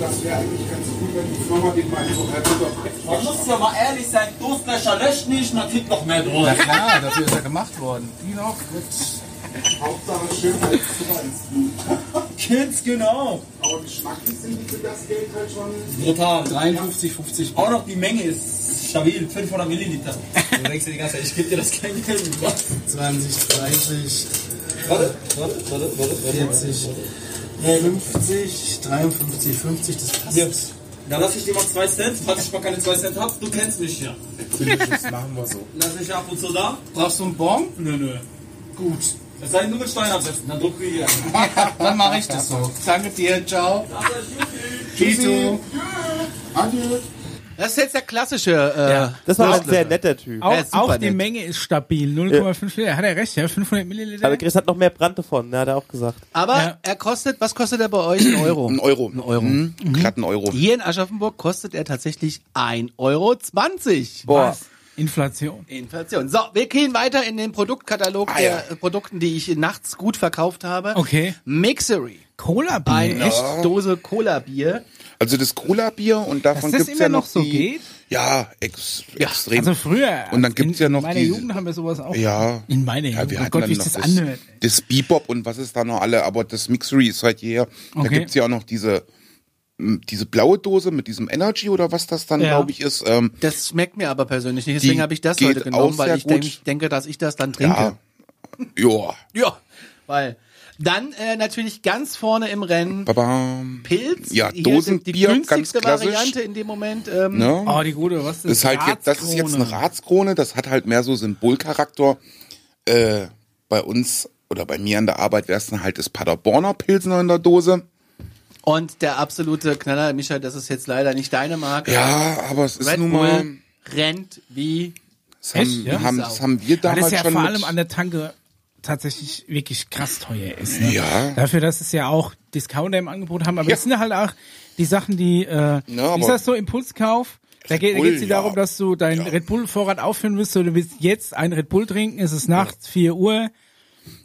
Das wäre eigentlich ganz gut, wenn die Firma den mal so Man muss ja mal ehrlich sein, Durstlöcher löscht nicht, man kriegt noch mehr Na Durst. klar, dafür ist er gemacht worden. Genau. Gut. Hauptsache Schönheitszucker Kids, genau. Aber geschmacklich sind die für das Geld halt schon. Brutal. 53, 50. Auch noch die Menge ist stabil, 500 Milliliter. Du denkst dir die ganze Zeit, ich gebe dir das kein Geld. Warte, 20, 30, warte, warte, warte, warte. 40, 50, 53, 50. Das passt. Ja. Da lass ich dir mal 2 Cent, falls ich mal keine 2 Cent hab, du kennst mich ja. Das machen wir so. Lass mich ab und zu da. Brauchst du einen Bon? Nö, nö. Gut. Es sei denn, du willst Stein absetzen, dann druck ich hier. Dann mache ich das so. Danke dir. Ciao. Tito. Adieu. Das ist jetzt der klassische. Äh, Das war ein Durstlöscher. sehr netter Typ. Ja, Auch, ist super auch die nett. Menge ist stabil. 0,5 Milliliter. Hat er recht, ja? 500 Milliliter? Aber Chris hat noch mehr Brand davon, ne, hat er auch gesagt. Aber Ja. er kostet, was kostet er bei euch? Ein Euro. Ein Euro. Ein Euro. Mhm. Glatten Euro. Hier in Aschaffenburg kostet er tatsächlich 1,20 Euro. Boah. Inflation. Inflation. So, wir gehen weiter in den Produktkatalog Ah, der ja. äh, Produkten, die ich nachts gut verkauft habe. Okay. Mixery. Cola Eine Bier. echt Dose Cola-Bier. Also das Cola-Bier und davon das gibt's immer ja noch noch so die, geht? Ja, ex, extrem. Also früher. Und dann gibt's in- ja noch In meiner die- Jugend haben wir sowas auch. ja. In meiner ja, Jugend. wir oh hatten Gott, dann wie ich noch das das, anhört. das Bebop und was ist da noch alle, aber das Mixery ist halt hier. Da Okay. gibt's ja auch noch diese m, diese blaue Dose mit diesem Energy oder was das dann, Ja. glaube ich, ist. Ähm, Das schmeckt mir aber persönlich nicht. Deswegen Die habe ich das geht heute auch genommen, sehr weil ich gut. denk, denke, dass ich das dann trinke. ja. Ja. Ja. Weil. Dann äh, natürlich ganz vorne im Rennen Babam. Pilz. Ja, Hier die Dosenbier, günstigste ganz klassisch. Variante in dem Moment. Ähm, Ne? Oh, die gute, was ist Das ist halt jetzt, das ist jetzt eine Ratskrone. Ratskrone, das hat halt mehr so Symbolcharakter. Äh, bei uns oder bei mir an der Arbeit wäre es dann halt das Paderborner Pilsner in der Dose. Und der absolute Knaller, Michael, das ist jetzt leider nicht deine Marke. Ja, aber es ist Red nun mal. Bull rennt wie Das haben, Echt, ja? haben, das haben wir Weil damals das ja schon. vor mit- allem an der Tanke tatsächlich wirklich krass teuer ist. Ne? Ja. Dafür, dass es ja auch Discounter im Angebot haben. Aber Ja. es sind halt auch die Sachen, die, äh, wie aber- ist das so, Impulskauf? Da geht Bull, es dir ja. darum, dass du deinen Red Bull-Vorrat auffüllen musst. Du willst jetzt einen Red Bull trinken, es ist nachts, 4 Uhr.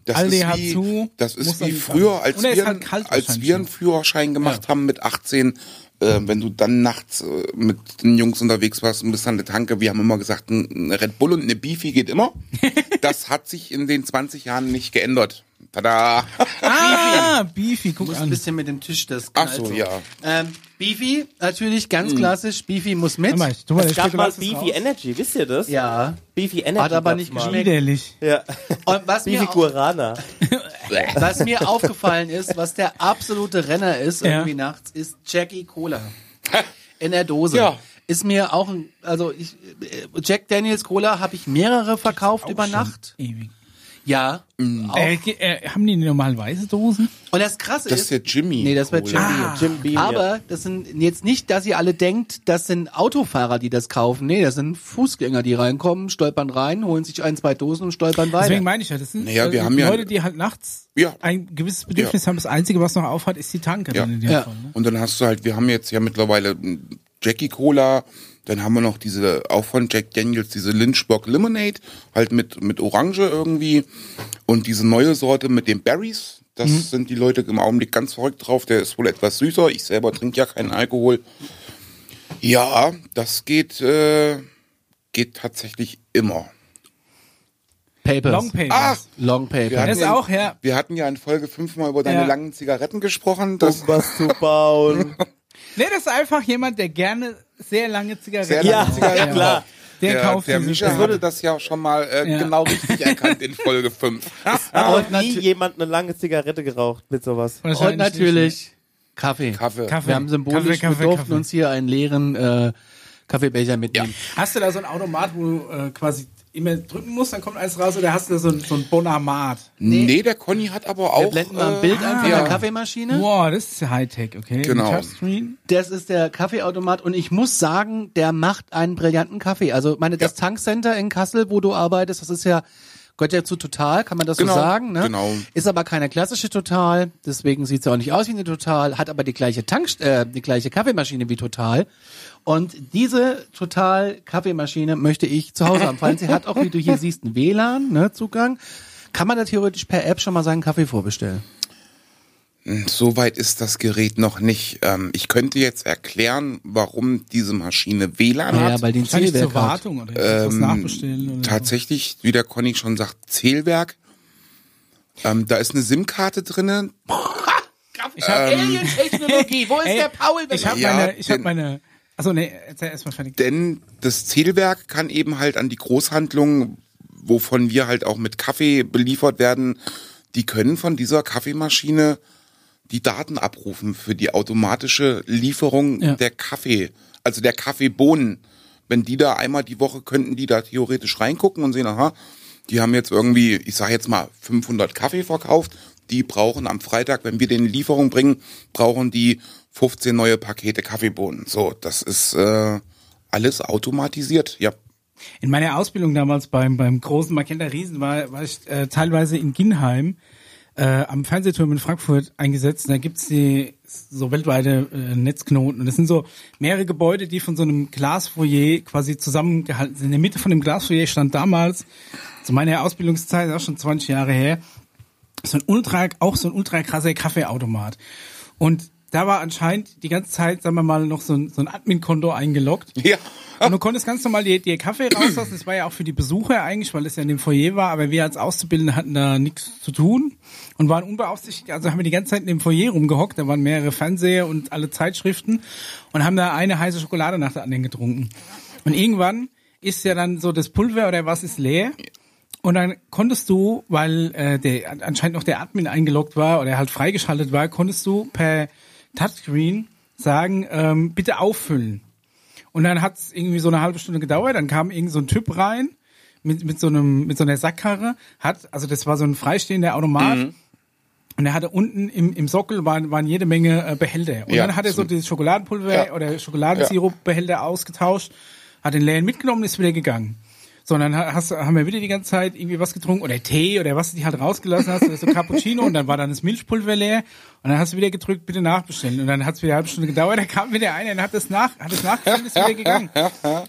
das Aldi ist hat wie, zu, Das ist muss wie dann- früher, als Und er ist wir, halt kalt als wahrscheinlich wir einen noch. Führerschein gemacht haben mit 18. Äh, wenn du dann nachts äh, mit den Jungs unterwegs warst und bist an der Tanke, wir haben immer gesagt, ein ein Red Bull und eine Beefy geht immer. das hat sich in den 20 Jahren nicht geändert. Tada! Ah, Beefy, guck muss ein an. bisschen mit dem Tisch das Ach knallt so, ja. Mhm. Ähm, Beefy, natürlich ganz klassisch. Beefy muss mit. Warte mal, ich tu mal Es den gab mal Stück Beefy Energy, wisst ihr das? Ja. Beefy Energy. Hat aber gab's nicht mal. geschmeckt. Widerlich. Ja. Und was Beefy mir, au- Guarana. was mir aufgefallen ist, was der absolute Renner ist, Ja. irgendwie nachts, ist Jackie Cola. In der Dose. Ja. Ist mir auch ein, also ich, äh, Jack Daniels Cola habe ich mehrere verkauft über Nacht. Ewig. Ja. Mhm. Äh, ge- äh, haben die normal weiße Dosen? Und das krasse Das ist. ist der Jimmy. Nee, das war Cola. Ah, Jimmy. Jim Beam. Aber das sind jetzt nicht, dass ihr alle denkt, das sind Autofahrer, die das kaufen. Nee, das sind Fußgänger, die reinkommen, stolpern rein, holen sich ein, zwei Dosen und stolpern weiter. Deswegen meine ich ja, das sind Naja, wir äh, haben ja- Leute, die halt nachts Ja. ein gewisses Bedürfnis haben. Das Einzige, was noch aufhat, ist die Tanke. Ja. Dann in dem Ja. Fall, ne? Und dann hast du halt, wir haben jetzt ja mittlerweile mm, Jackie Cola, dann haben wir noch diese, auch von Jack Daniels, diese Lynchburg Lemonade, halt mit, mit Orange irgendwie. Und diese neue Sorte mit den Berries, das Mhm. sind die Leute im Augenblick ganz verrückt drauf. Der ist wohl etwas süßer. Ich selber trinke ja keinen Alkohol. Ja, das geht, äh, geht tatsächlich immer. Papers. Long Ach, Papers. Long wir Papers. hatten Das auch, ja. Wir hatten ja in Folge 5 mal über deine Ja. Oh langen Zigaretten gesprochen. Das, Um was zu bauen. Nee, das ist einfach jemand, der gerne sehr lange Zigaretten Sehr ja, lange Zigaretten. klar. Der, Der, kauft der diese Mischa Zigaretten. hatte das ja schon mal äh, Ja. genau richtig erkannt in Folge 5. Hat noch nie jemand eine lange Zigarette geraucht mit sowas. Und Wahrscheinlich nicht, natürlich Kaffee. Kaffee. Kaffee. Wir haben symbolisch, Kaffee, Kaffee, wir durften Kaffee. uns hier einen leeren äh, Kaffeebecher mitnehmen. ne? Hast du da so einen Automat, wo du äh, quasi immer drücken musst, dann kommt alles raus oder hast du so, ein- so ein Bonamat? Nee. der Conny hat aber auch. äh, Wir blenden mal ein Bild an von ja. der Kaffeemaschine. Boah, das ist Hightech, okay? Genau. Touchscreen. Das ist der Kaffeeautomat und ich muss sagen, der macht einen brillanten Kaffee. Also meine das Ja. Tankcenter in Kassel, wo du arbeitest, das ist ja gehört ja zu Total, kann man das Genau, so sagen, ne? genau. Ist aber keine klassische Total, deswegen sieht's ja auch nicht aus wie eine Total, hat aber die gleiche Tank äh, die gleiche Kaffeemaschine wie Total. Und diese Total Kaffeemaschine möchte ich zu Hause haben. Vor allem, sie hat auch, wie du hier siehst, einen WLAN, ne, Zugang. Kann man da theoretisch per App schon mal seinen Kaffee vorbestellen? So weit ist das Gerät noch nicht. Ähm, ich könnte jetzt erklären, warum diese Maschine WLAN Ja, hat. weil den Wahrscheinlich zur Zielwerk hat. Wartung oder ähm, was nachbestellen. Oder so. Tatsächlich, wie der Conny schon sagt, Zählwerk. Ähm, da ist eine SIM-Karte drinne. Ich hab, Alien-Technologie, wo ist Ey, der Paul? ich hab Ja, meine, ich hab denn- meine, achso, nee, erzähl erstmal fertig. denn das Zählwerk kann eben halt an die Großhandlungen, wovon wir halt auch mit Kaffee beliefert werden, die können von dieser Kaffeemaschine die Daten abrufen für die automatische Lieferung Ja. der Kaffee, also der Kaffeebohnen. Wenn die da einmal die Woche könnten, die da theoretisch reingucken und sehen, aha, die haben jetzt irgendwie, ich sage jetzt mal 500 Kaffee verkauft, die brauchen am Freitag, wenn wir den Lieferung bringen, brauchen die 15 neue Pakete Kaffeebohnen. So, das ist äh, alles automatisiert. Ja, In meiner Ausbildung damals beim, beim großen Magenta Riesen war, war ich äh, teilweise in Ginheim äh, am Fernsehturm in Frankfurt eingesetzt. Und da gibt's die so weltweite äh, Netzknoten. Und das sind so mehrere Gebäude, die von so einem Glasfoyer quasi zusammengehalten sind. In der Mitte von dem Glasfoyer stand damals, zu meiner Ausbildungszeit, auch schon 20 Jahre her, so ein ultra, auch so ein ultra krasser Kaffeeautomat. Und da war anscheinend die ganze Zeit, sagen wir mal, noch so ein, so ein Admin-Konto eingeloggt. ja. Und du konntest ganz normal dir, dir Kaffee rauslassen. Das war ja auch für die Besucher eigentlich, weil es ja in dem Foyer war. Aber wir als Auszubildende hatten da nichts zu tun und waren unbeaufsichtigt. Also haben wir die ganze Zeit in dem Foyer rumgehockt. Da waren mehrere Fernseher und alle Zeitschriften und haben da eine heiße Schokolade nach der anderen getrunken. Und irgendwann ist ja dann so das Pulver oder was ist leer. Und dann konntest du, weil äh, der, an- anscheinend noch der Admin eingeloggt war oder halt freigeschaltet war, konntest du per Touchscreen sagen, ähm, bitte auffüllen. Und dann hat's irgendwie so eine halbe Stunde gedauert, dann kam irgend so ein Typ rein mit, mit so einem, mit so einer Sackkarre, hat, also das war so ein freistehender Automat. Und er hatte unten im, im Sockel waren, waren jede Menge äh, Behälter. Und Ja, dann hat er so stimmt. dieses Schokoladenpulver Ja. oder Schokoladensirupbehälter ausgetauscht, hat den leeren mitgenommen und ist wieder gegangen. So, und dann ha- hast, haben wir wieder die ganze Zeit irgendwie was getrunken oder Tee oder was du dich halt rausgelassen hast, oder so Cappuccino und dann war dann das Milchpulver leer und dann hast du wieder gedrückt, bitte nachbestellen. Und dann hat es wieder eine halbe Stunde gedauert, da kam wieder einer und hat das nach, hat das nachgestellt, ist wieder gegangen.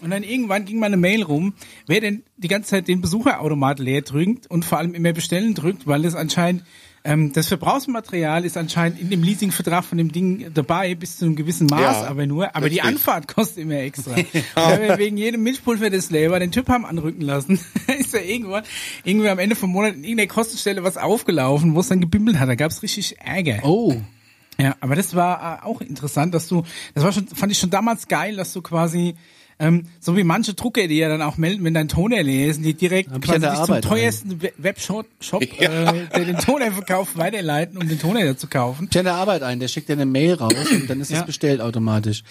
Und dann irgendwann ging mal eine Mail rum, wer denn die ganze Zeit den Besucherautomat leer drückt und vor allem immer bestellen drückt, weil das anscheinend ähm, das Verbrauchsmaterial ist anscheinend in dem Leasingvertrag von dem Ding dabei, bis zu einem gewissen Maß, Ja, aber nur, aber die richtig. Anfahrt kostet immer extra. Weil wir wegen jedem Milchpulver des Labor den Typ haben anrücken lassen. ist ja irgendwann, irgendwie am Ende vom Monat in irgendeiner Kostenstelle was aufgelaufen, wo es dann gebimmelt hat. Da gab's richtig Ärger. Oh. Ja, aber das war äh, auch interessant, dass du, das war schon, fand ich schon damals geil, dass du quasi, ähm, so wie manche Drucker, die ja dann auch melden, wenn dein Toner leer ist, und die direkt Hab ich quasi an der dich Arbeit zum teuersten We- Webshop, Shop, äh, der den Toner verkauft, weiterleiten, um den Toner da zu kaufen. Ich kenne Arbeit ein, der schickt dir eine Mail raus und dann ist Ja. es bestellt automatisch.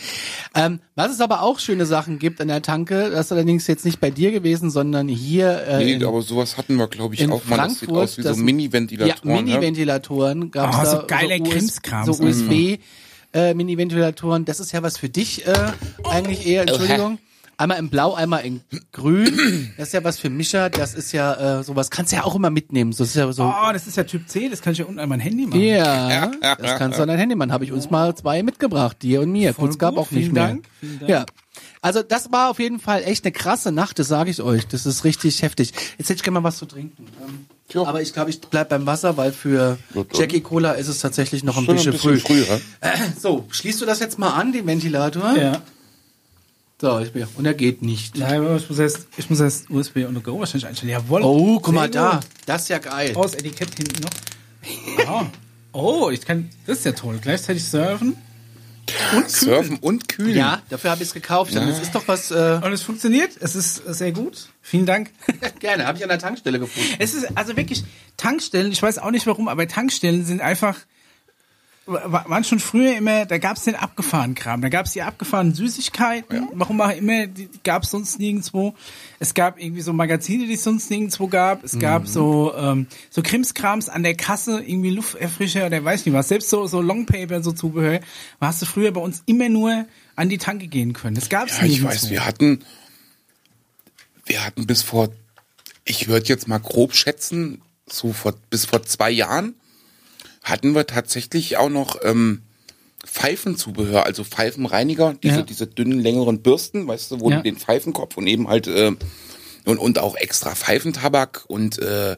Ähm, was es aber auch schöne Sachen gibt an der Tanke, das ist allerdings jetzt nicht bei dir gewesen, sondern hier äh, Nee, in, aber sowas hatten wir, glaube ich, in auch mal. Das sieht Frankfurt. aus wie so Mini-Ventilatoren. Ja, ne? Mini-Ventilatoren gab's Oh, so da. geiler US Krimskrams. Mhm. So USB äh, Mini-Ventilatoren. Das ist ja was für dich äh, eigentlich Äh, eher, Entschuldigung. Einmal in blau, einmal in grün. Das ist ja was für Mischa. Das ist ja äh, sowas. Kannst du ja auch immer mitnehmen. Das ist ja so. Oh, das ist ja Typ C, das kann ich ja unten an mein Handy machen. Ja, das kannst du an dein Handy machen. Habe ich uns mal zwei mitgebracht, dir und mir. Voll Kurz gab gut, auch nicht vielen mehr. Dank, vielen Dank. Ja. Also das war auf jeden Fall echt eine krasse Nacht, das sage ich euch. Das ist richtig heftig. Jetzt hätte ich gerne mal was zu trinken. Ähm, Aber ich glaube, ich bleib beim Wasser, weil für Jackie Cola ist es tatsächlich noch ein Schon ein bisschen, bisschen früh. früher. So, schließt du das jetzt mal an, den Ventilator? Ja. So, ich bin, und er geht nicht. Nein, aber ich muss erst, ich muss erst USB und Go wahrscheinlich einstellen. Jawohl. Oh, guck mal 10 da. Uhr. Das ist ja geil. Aus Etikett hinten noch. Ah. Oh, ich kann, das ist ja toll. Gleichzeitig surfen. Surfen und kühlen. Ja, dafür habe ich es gekauft. Und es ist doch was, äh, Und es funktioniert. Es ist sehr gut. Vielen Dank. gerne, habe ich an der Tankstelle gefunden. Es ist also wirklich Tankstellen. Ich weiß auch nicht warum, aber Tankstellen sind einfach wa- waren schon früher immer, da gab's den abgefahrenen Kram, da gab's die abgefahrenen Süßigkeiten, warum auch immer, die gab's sonst nirgendwo. Es gab irgendwie so Magazine, die es sonst nirgendwo gab. Es Mhm. gab so ähm, so Krimskrams an der Kasse, irgendwie Lufterfrischer oder weiß nicht was. Selbst so so Longpaper, so Zubehör, hast du früher bei uns immer nur an die Tanke gehen können. Das gab's Ja, ich nirgendwo. weiß, wir hatten, wir hatten bis vor, ich würde jetzt mal grob schätzen, so vor, bis vor zwei Jahren hatten wir tatsächlich auch noch ähm, Pfeifenzubehör, also Pfeifenreiniger, diese, Ja. diese dünnen, längeren Bürsten, weißt du, wo Ja. du den Pfeifenkopf und eben halt äh, und, und auch extra Pfeifentabak und äh,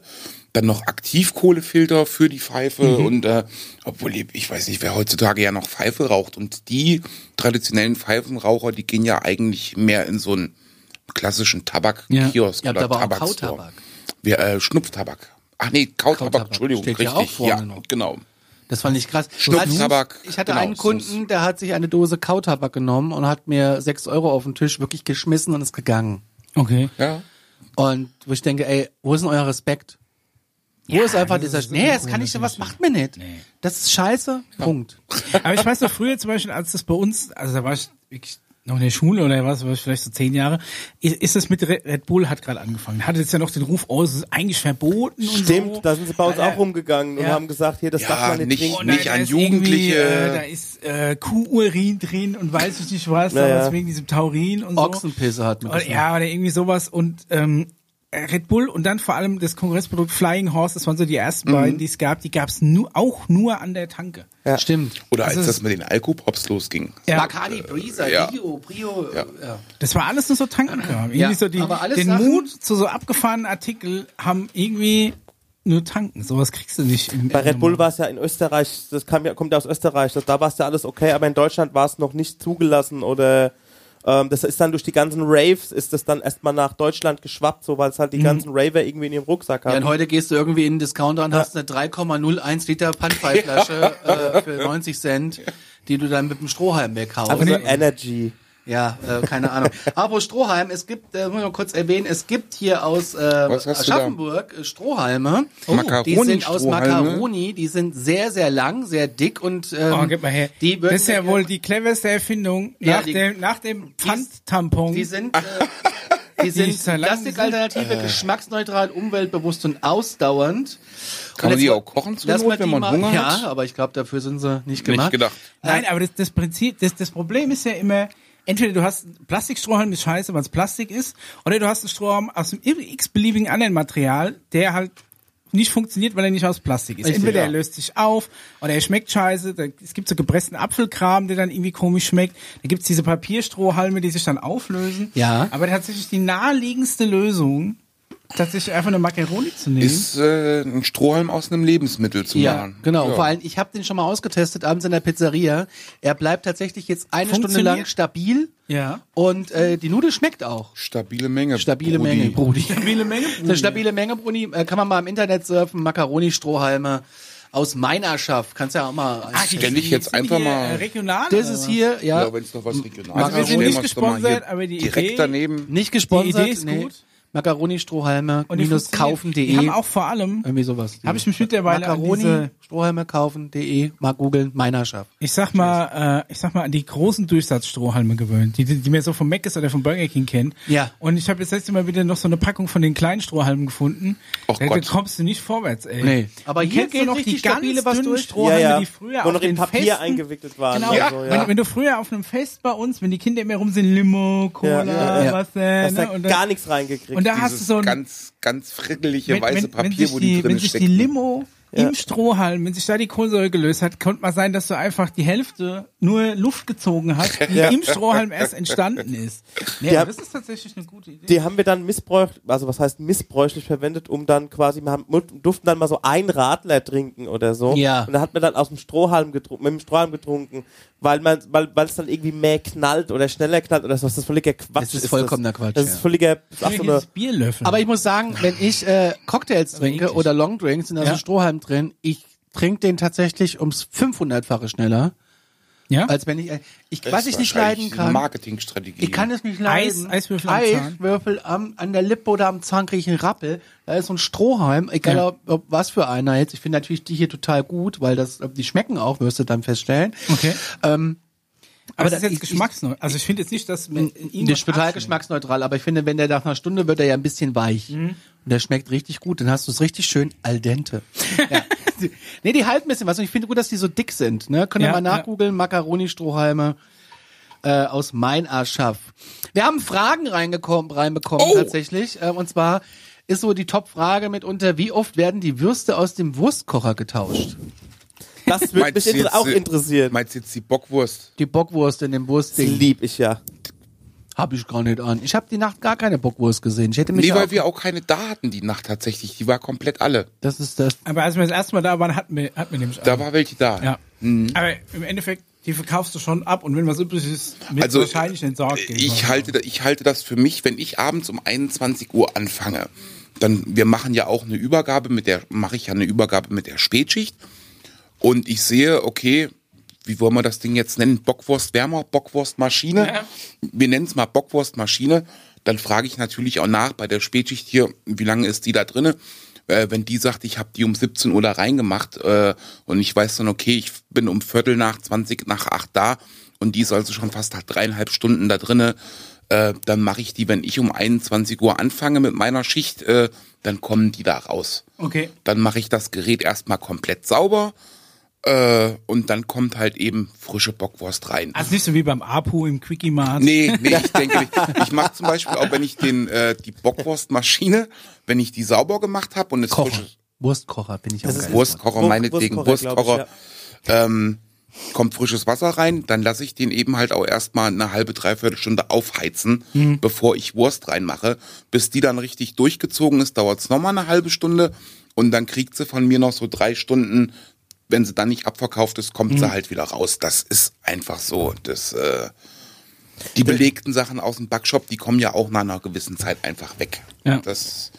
dann noch Aktivkohlefilter für die Pfeife Mhm. und äh, obwohl ich- ich weiß nicht, wer heutzutage ja noch Pfeife raucht und die traditionellen Pfeifenraucher, die gehen ja eigentlich mehr in so einen klassischen Ja. Tabakkiosk Ihr habt oder aber auch Tabakstore. Kautabak. Wir, äh, Schnupftabak. Ach nee, Kautabak, Kautabak Entschuldigung, steht ja richtig. auch vorne noch. genau. Das fand ich krass. Schnupf, Also, Tabak, Ich hatte genau, einen Kunden, sonst- der hat sich eine Dose Kautabak genommen und hat mir sechs Euro auf den Tisch wirklich geschmissen und ist gegangen. Okay. Ja. Und wo ich denke, ey, wo ist denn euer Respekt? Wo ist einfach dieser, nee, das kann ich, was macht mir nicht. Das ist scheiße, Punkt. Aber ich weiß noch früher zum Beispiel, als das bei uns, also da war ich wirklich noch in der Schule oder was, war ich vielleicht so zehn Jahre, ist, ist es mit Red Red Bull hat gerade angefangen. Hatte jetzt ja noch den Ruf, oh, es ist eigentlich verboten und Stimmt, so. da sind sie bei uns Alter. auch rumgegangen und Ja. haben gesagt, hier, das Ja, darf man nicht, nicht- trinken. Oh nicht da an ist irgendwie, Jugendliche. Äh, da ist äh, Kuhurin drin und weiß ich nicht was, Naja. aber wegen diesem Taurin und so. Ochsenpisse hat man Oder- gesagt. Oh, Ja, oder irgendwie sowas und ähm, Red Bull und dann vor allem das Kongressprodukt Flying Horse, das waren so die Mhm. ersten beiden, die es gab, die gab es nu auch nur an der Tanke. Stimmt. Oder als ist- das mit den Alkopops losging. Ja. Bacardi, Breezer, ja. Bio, Brio. Ja. Das war alles nur so Tankenkram. Irgendwie Ja, so die, aber alles den Sachen- Mut zu so abgefahrenen Artikel haben irgendwie nur tanken. Sowas kriegst du nicht. Im, Bei Red im- Bull war es ja in Österreich, das kam ja, kommt ja aus Österreich, das, da war es ja alles okay, aber in Deutschland war es noch nicht zugelassen oder ähm, das ist dann durch die ganzen Raves, ist das dann erstmal nach Deutschland geschwappt, so weil es Mhm. halt die ganzen Raver irgendwie in ihrem Rucksack Ja, haben. und heute gehst du irgendwie in den Discounter und hast eine 3,01 Liter Pfandpfeiflasche äh, für 90 Cent, die du dann mit dem Strohhalm weghaust. also Energy. Ja, äh, keine Ahnung. Apropos Strohhalm, es gibt, äh, muss ich noch kurz erwähnen, es gibt hier aus äh, hast du Oh, Aschaffenburg äh, Strohhalme. Oh, Die sind aus Macaroni-Strohhalme. Makaroni, die sind sehr, sehr lang, sehr dick und ähm, Oh, gib mal her. die würden das ist ja wohl die cleverste Erfindung Ja, nach, die- dem, nach dem Pfandtampon. Die sind, äh, die sind ist ja lang- Plastikalternative, geschmacksneutral, umweltbewusst und ausdauernd. Äh. Und Kann man jetzt die mal- auch kochen zu lass Not, mal wenn die man mal- Hunger ja, hat? aber ich glaube, dafür sind sie nicht gemacht. Nicht gedacht. Nein, aber das, das Prinzip, das, das Problem ist ja immer, entweder du hast einen Plastikstrohhalm, ist scheiße, weil es Plastik ist, oder du hast einen Strohhalm aus einem x-beliebigen anderen Material, der halt nicht funktioniert, weil er nicht aus Plastik ist. Richtig, Entweder ja. er löst sich auf oder er schmeckt scheiße. Da, es gibt so gepressten Apfelkram, der dann irgendwie komisch schmeckt. Da gibt's diese Papierstrohhalme, die sich dann auflösen. Ja. Aber tatsächlich die naheliegendste Lösung, tatsächlich einfach eine Macaroni zu nehmen. Ist äh, ein Strohhalm aus einem Lebensmittel zu Ja, machen. genau. Ja. Vor allem, ich habe den schon mal ausgetestet abends in der Pizzeria. Er bleibt tatsächlich jetzt eine Stunde Funktioniert. lang stabil. Ja. Und äh, die Nudel schmeckt auch. Stabile Menge. Stabile Brudi. Menge, Brudi. Stabile Menge. Eine stabile Menge, Bruni, äh, kann man mal im Internet surfen. Macaroni-Strohhalme aus Meinerschaft. Kannst ja auch mal. Stelle ich jetzt einfach Äh, mal. regional. das Ah, oder ist was? hier, ja, Ja, wenn es noch was regional Also wir sind stellen nicht wir's doch mal hier gesponsert, aber die Direkt Idee- daneben. nicht gesponsert. Die Idee ist nee. gut. Macaroni-Strohhalme die minus funktionieren. kaufen.de. Ähm, Die haben auch vor allem, E. irgendwie sowas. habe ich mich mittlerweile an diese, Strohhalme kaufen.de, E. mal googeln, Meinerschaft. ich sag mal, äh, ich sag mal an die großen Durchsatzstrohhalme gewöhnt, die, die die man so vom Mc's oder vom Burger King kennt. Ja. Und ich habe jetzt letztes Mal wieder noch so eine Packung von den kleinen Strohhalmen gefunden. Och da, da Oh Gott. kommst du nicht vorwärts, ey. Nee. Aber Und hier kennst du geht noch richtig die ganz stabile was dünnen durch. Strohhalme, Ja, ja. die früher Wo auf noch in den Papier festen, eingewickelt waren. Genau. Also, ja. Wenn, wenn du früher auf einem Fest bei uns, wenn die Kinder immer rum sind, Limo, Cola, Ja, ja. Wasser, Hast da ne? Und dann- gar nichts reingekriegt. Und da hast du Dieses so ein ganz, ganz frickelige weiße Papier, sich wo die drin Wenn sich die stecken. Limo im Strohhalm, wenn sich da die Kohlensäure gelöst hat, konnte mal sein, dass du einfach die Hälfte nur Luft gezogen hast, die Ja. im Strohhalm erst entstanden ist. Nee, Ja. aber das ist tatsächlich eine gute Idee. die haben wir dann missbräuchlich, also was heißt missbräuchlich verwendet, um dann quasi, wir haben, durften dann mal so einen Radler trinken oder so. Ja. Und da hat man dann aus dem Strohhalm getrunken, mit dem Strohhalm getrunken, weil man, weil, weil es dann irgendwie mehr knallt oder schneller knallt oder so, was das völliger Quatsch Das ist vollkommener das. Quatsch, Das ja. ist völliger, ach so Hier eine, dieses Bierlöffel. Aber ich muss sagen, wenn ich äh, Cocktails trinke oder Longdrinks, sind da so Ja. Strohhalm drin, ich trinke den tatsächlich ums 500-fache schneller. Ja? Also, Als wenn ich, äh, ich Das was ist ich nicht wahrscheinlich leiden eine kann. Marketingstrategie. Ich kann es nicht Eis- leiden. Eiswürfel am Zahn. Eiswürfel am, an der Lippe oder am Zahn kriege ich einen Rappel. Da ist so ein Strohhalm, egal Ja. ob, ob was für einer jetzt. Ich finde natürlich die hier total gut, weil das, die schmecken auch, wirst du dann feststellen. Okay. Ähm, Aber da- das ist jetzt ich- geschmacksneu. Also ich finde jetzt nicht, dass man in ihm Äh, der was ist total abschmeckt. geschmacksneutral, aber ich finde, wenn der nach einer Stunde wird er ja ein bisschen weich. Mhm. Und der schmeckt richtig gut, dann hast du es richtig schön al dente. ja. Nee, die halten ein bisschen was. Und ich finde gut, dass die so dick sind. Ne? Könnt ihr Ja, mal ja. nachgoogeln, Macaroni-Strohhalme äh, aus Meinarschaff. Wir haben Fragen reingekommen, reinbekommen Oh! tatsächlich. Äh, und zwar ist so die Top-Frage mitunter, wie oft werden die Würste aus dem Wurstkocher getauscht? Das würde mich Meinst du inter jetzt, auch äh, interessieren. Meinst du jetzt die Bockwurst? Die Bockwurst in dem Das Hm. Wurstding lieb ich ja. habe ich gar nicht an. Ich habe die Nacht gar keine Bockwurst gesehen. Ich hätte mich Nee, ja weil auch- wir auch keine da hatten die Nacht tatsächlich. Die war komplett alle. das ist das Aber als wir das erste Mal da waren, hatten wir, hatten wir nämlich Da alle. war Mhm. welche da. Ja. Aber im Endeffekt, die verkaufst du schon ab und wenn was übrig ist, wird Also, wahrscheinlich entsorgt. gehen. Ich halte, da- ich halte das für mich, wenn ich abends um 21 Uhr anfange, dann, wir machen ja auch eine Übergabe mit der, mache ich ja eine Übergabe mit der Spätschicht und ich sehe, okay, wie wollen wir das Ding jetzt nennen? Bockwurstwärmer, Bockwurstmaschine. Wir nennen es mal Bockwurstmaschine. Dann frage ich natürlich auch nach bei der Spätschicht hier, wie lange ist die da drinne? Äh, wenn die sagt, ich habe die um 17 Uhr da reingemacht äh, und ich weiß dann, okay, ich bin um Viertel nach 20 nach 8 da und die ist also schon fast nach dreieinhalb Stunden da drinne, äh, dann mache ich die, wenn ich um 21 Uhr anfange mit meiner Schicht, äh, dann kommen die da raus. Okay. Dann mache ich das Gerät erstmal komplett sauber äh, und dann kommt halt eben frische Bockwurst rein. Also nicht so wie beim Apu im Quickie Mart. Nee, nee, ich denke nicht. Ich mache zum Beispiel auch, wenn ich den, äh, die Bockwurstmaschine, wenn ich die sauber gemacht habe und es Kocher. frische Wurstkocher bin ich auch geil. Wurstkocher, Wurst- meinetwegen Wurstkocher, glaub ich, Wurstkocher, ähm, kommt frisches Wasser rein, dann lasse ich den eben halt auch erstmal eine halbe, dreiviertel Stunde aufheizen, bevor ich Wurst reinmache. Bis die dann richtig durchgezogen ist, dauert's nochmal eine halbe Stunde und dann kriegt sie von mir noch so drei Stunden. Wenn sie dann nicht abverkauft ist, kommt sie halt wieder raus. Das ist einfach so. Das, äh, die belegten Sachen aus dem Backshop, die kommen ja auch nach einer gewissen Zeit einfach weg. Ja. Das,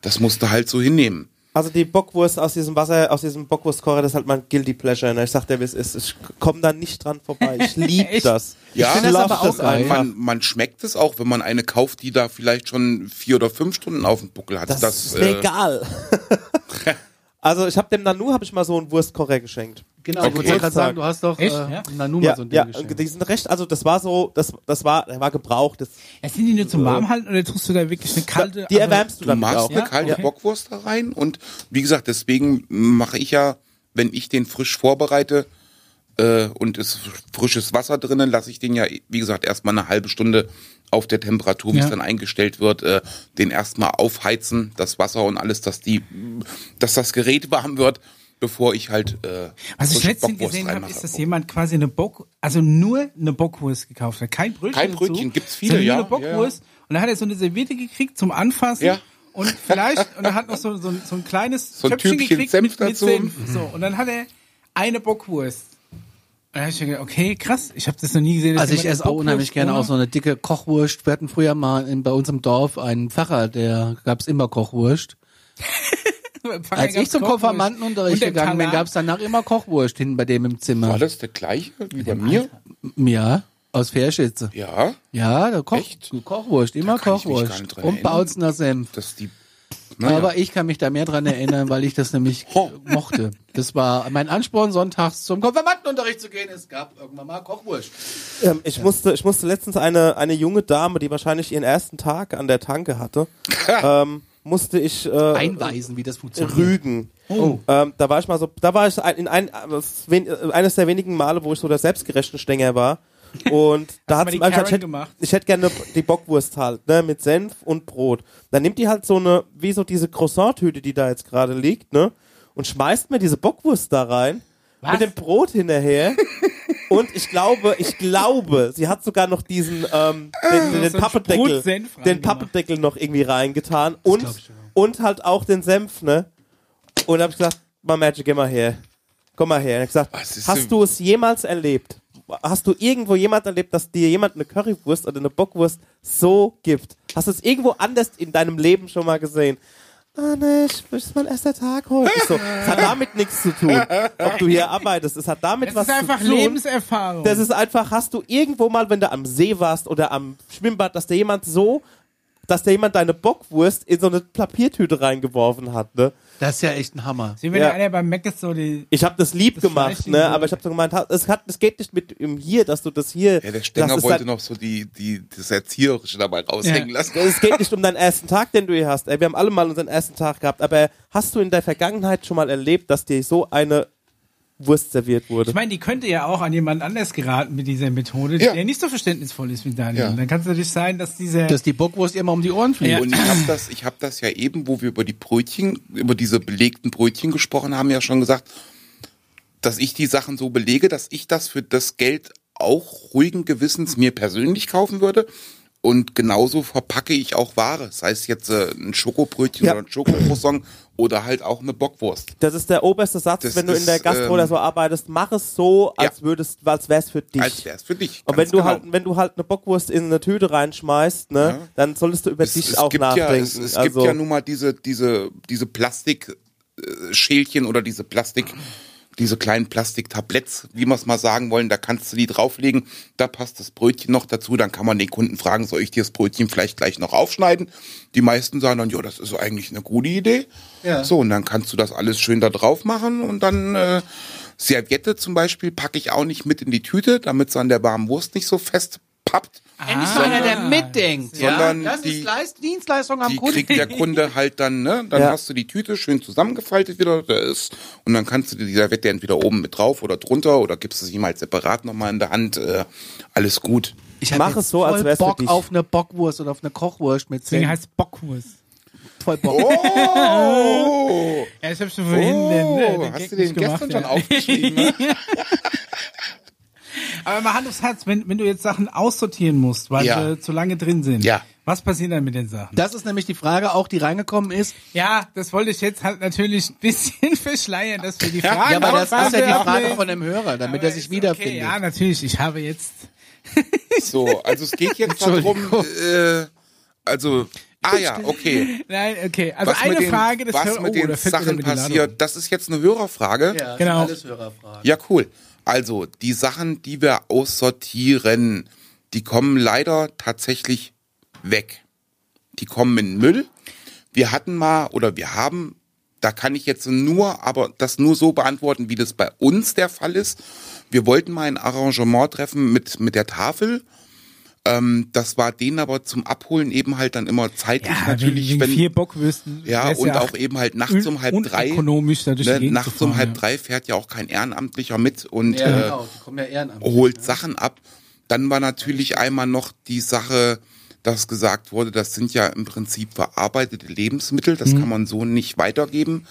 das musst du halt so hinnehmen. Also die Bockwurst aus diesem Wasser, aus diesem Bockwurstkocher, das ist halt mein Guilty Pleasure. Ne? Ich sag dir, wie es ist. Ich komme da nicht dran vorbei. Ich lieb Echt? das. Ja, ich das love aber auch geil. einfach. Man, man schmeckt es auch, wenn man eine kauft, die da vielleicht schon vier oder fünf Stunden auf dem Buckel hat. Das, Das, ist mir äh, egal. also ich habe dem Nanu habe ich mal so einen Wurstkocher geschenkt. Genau, Okay. ich wollte gerade sagen, du hast doch äh, Echt? Ja. Nanu mal Ja, so ein Ding ja, und geschenkt. die sind recht, also das war so, das, das war, der war gebraucht. Das, Ja, sind die nur zum Warmhalten oder tust du da wirklich eine kalte? Also die aber- erwärmst du du dann machst auch. eine kalte okay. Bockwurst da rein und wie gesagt, deswegen mache ich ja, wenn ich den frisch vorbereite äh, und es ist frisches Wasser drinnen, lasse ich den ja, wie gesagt, erstmal eine halbe Stunde auf der Temperatur, wie Ja. es dann eingestellt wird, äh, den erstmal aufheizen, das Wasser und alles, dass die, dass das Gerät warm wird, bevor ich halt äh, Was Also ich frische letztens Bockwurst gesehen habe, reinmache. ist, dass jemand quasi eine Bock, also nur eine Bockwurst gekauft hat. Kein Brötchen. Kein dazu, Brötchen, gibt's viele, sondern ja, Nur eine Bockwurst. Und dann hat er so eine Serviette gekriegt zum Anfassen. Ja. Und vielleicht, und er hat noch so, so, ein- so ein kleines So ein Töpfchen Tübchen gekriegt Senf dazu. So, und dann hat er eine Bockwurst. Und dann hab ich mir gedacht, okay, krass, ich habe das noch nie gesehen. dass Also ich jemand eine esse auch unheimlich Bockwurst gerne ohne- auch so eine dicke Kochwurst. Wir hatten früher mal in, bei uns im Dorf einen Pfarrer, der gab's immer Kochwurst. Pfanne Als ich gab's zum Kochwurst. Konfirmandenunterricht Und der gegangen bin, Kalas. gab's danach immer Kochwurst hinten bei dem im War Zimmer. das der gleiche wie bei mir? Ja, aus Fährschütze. Ja, Ja, da Koch, Echt? Kochwurst, immer kann ich mich gar nicht Kochwurst. dran Und erinnern. Bautzner Senf. dass die. Naja. Aber ich kann mich da mehr dran erinnern, weil ich das nämlich Ho. mochte. Das war mein Ansporn, sonntags zum Konfirmandenunterricht zu gehen. Es gab irgendwann mal Kochwurst. Ähm, ich, musste, ich musste letztens eine, eine junge Dame, die wahrscheinlich ihren ersten Tag an der Tanke hatte, ähm, musste ich äh, Einweisen, wie das funktioniert. rügen. Oh. Ähm, da war ich mal so, da war ich ein, in ein, das wen- eines der wenigen Male, wo ich so der selbstgerechten Stänger war. Und mal da hat die sie mal gesagt, Karen ich hätte, gemacht? ich hätte gerne die Bockwurst halt, ne, mit Senf und Brot. Dann nimmt die halt so eine, wie so diese Croissant-Tüte, die da jetzt gerade liegt, ne, und schmeißt mir diese Bockwurst da rein, mit dem Brot hinterher. und ich glaube, ich glaube, sie hat sogar noch diesen, ähm, den, den, den So einen Pappedeckel, Sprutsenf den reingemacht. Pappedeckel noch irgendwie reingetan und, und halt auch den Senf, ne, und hab ich gesagt, mal Magic, geh mal her. Komm mal her. Und ich gesagt, Was ist hast denn- du es jemals erlebt? Hast du irgendwo jemand erlebt, dass dir jemand eine Currywurst oder eine Bockwurst so gibt? Hast du es irgendwo anders in deinem Leben schon mal gesehen? Ah, ne, ich- das ist mein erster Tag heute. Ich So, es hat damit nichts zu tun, ob du hier arbeitest. Es hat damit Das was ist einfach zu tun. Lebenserfahrung. Das ist einfach, hast du irgendwo mal, wenn du am See warst oder am Schwimmbad, dass da jemand so, dass da jemand deine Bockwurst in so eine Papiertüte reingeworfen hat, ne? Das ist ja echt ein Hammer. Sehen wir Ja. ja. einer beim Mac ist so die. Ich habe das lieb Das gemacht, Fleisch, ne? diese- Aber ich habe so gemeint, ha- es, hat, es geht nicht mit ihm hier, dass du das hier. Ja, der äh, das Stenger ist halt wollte dein- noch so die, die, das Erzieherische dabei raushängen Ja. lassen. Es geht nicht um deinen ersten Tag, den du hier hast. Ey, wir haben alle mal unseren ersten Tag gehabt, aber hast du in der Vergangenheit schon mal erlebt, dass dir so eine Wurst serviert wurde? Ich meine, die könnte ja auch an jemand anders geraten mit dieser Methode, Ja. der nicht so verständnisvoll ist wie Daniel. Ja. Dann kann es natürlich sein, dass dieser. Dass die Bockwurst immer um die Ohren fliegt. Und ich habe das, ich hab das ja eben, wo wir über die Brötchen, über diese belegten Brötchen gesprochen haben, ja schon gesagt, dass ich die Sachen so belege, dass ich das für das Geld auch ruhigen Gewissens mir persönlich kaufen würde. Und genauso verpacke ich auch Ware. Sei es jetzt äh, ein Schokobrötchen Ja. oder ein Schokocroissant oder halt auch eine Bockwurst. Das ist der oberste Satz, Das wenn du in der ist, Gastro oder ähm, so arbeitest. Mach es so, als Ja. würdest, als wär's für dich. Als wär's für dich. Und wenn ganz du genau. halt, wenn du halt eine Bockwurst in eine Tüte reinschmeißt, ne, Ja. dann solltest du über Es- dich es auch gibt nachdenken. Ja, es es also, gibt ja nun mal diese, diese, diese Plastikschälchen oder diese Plastik, diese kleinen Plastiktabletts, wie wir es mal sagen wollen, da kannst du die drauflegen, da passt das Brötchen noch dazu, dann kann man den Kunden fragen, soll ich dir das Brötchen vielleicht gleich noch aufschneiden? Die meisten sagen dann, ja, das ist eigentlich eine gute Idee. Ja. So, und dann kannst du das alles schön da drauf machen und dann äh, Serviette zum Beispiel packe ich auch nicht mit in die Tüte, damit es an der warmen Wurst nicht so fest pappt. Ah. Endlich mal einer, der mitdenkt. Sondern ja? Das die- ist Leist Dienstleistung am die Kunden. kriegt der Kunde halt dann, ne? Dann Ja. hast du die Tüte schön zusammengefaltet wieder, da ist. Und dann kannst du die Serviette entweder oben mit drauf oder drunter oder gibst es ihm halt separat nochmal in der Hand. Äh, alles gut. Ich hab Mach jetzt es so, als voll wär's für Bock dich. auf eine Bockwurst oder auf eine Kochwurst mit Deswegen Zähnen. heißt es Bockwurst. Voll Bock. Oh! Oh! Ja, ich habe schon vorhin den, äh, den Gag hast du nicht den gemacht, gestern ja. schon aufgeschrieben? ne? Aber mal Hand aufs Herz, wenn, wenn du jetzt Sachen aussortieren musst, weil Ja. sie zu lange drin sind, Ja. was passiert dann mit den Sachen? Das ist nämlich die Frage auch, die reingekommen ist. Ja, das wollte ich jetzt halt natürlich ein bisschen verschleiern, dass wir die Frage Ja, aber das aufwarten. ist ja die Frage Aber- von dem Hörer, damit aber er sich ist wiederfindet. Okay, ja, natürlich. Ich habe jetzt So, also es geht jetzt darum, äh, also, ah ja, okay. Nein, okay. Also was eine mit den, Frage, das was Hör- mit oh, den da fällt mir Sachen wieder die Ladung. passiert, das ist jetzt eine Hörerfrage. Ja, das Genau. sind alles Hörerfragen. Ja, cool. Also, die Sachen, die wir aussortieren, die kommen leider tatsächlich weg. Die kommen in den Müll. Wir hatten mal oder wir haben, da kann ich jetzt nur, aber das nur so beantworten, wie das bei uns der Fall ist. Wir wollten mal ein Arrangement treffen mit, mit der Tafel. Ähm, das war denen aber zum Abholen eben halt dann immer zeitlich Ja, natürlich, wegen wenn, vier Bockwürsten. ja, wär's und auch eben halt nachts um halb un- drei. Ökonomisch dadurch ne, nachts um halb drei fährt ja auch kein Ehrenamtlicher mit und Ja, äh, genau. Die kommen ja ehrenamtlich. holt Sachen ab. Dann war natürlich einmal noch die Sache, dass gesagt wurde, das sind ja im Prinzip verarbeitete Lebensmittel, das Mhm. kann man so nicht weitergeben,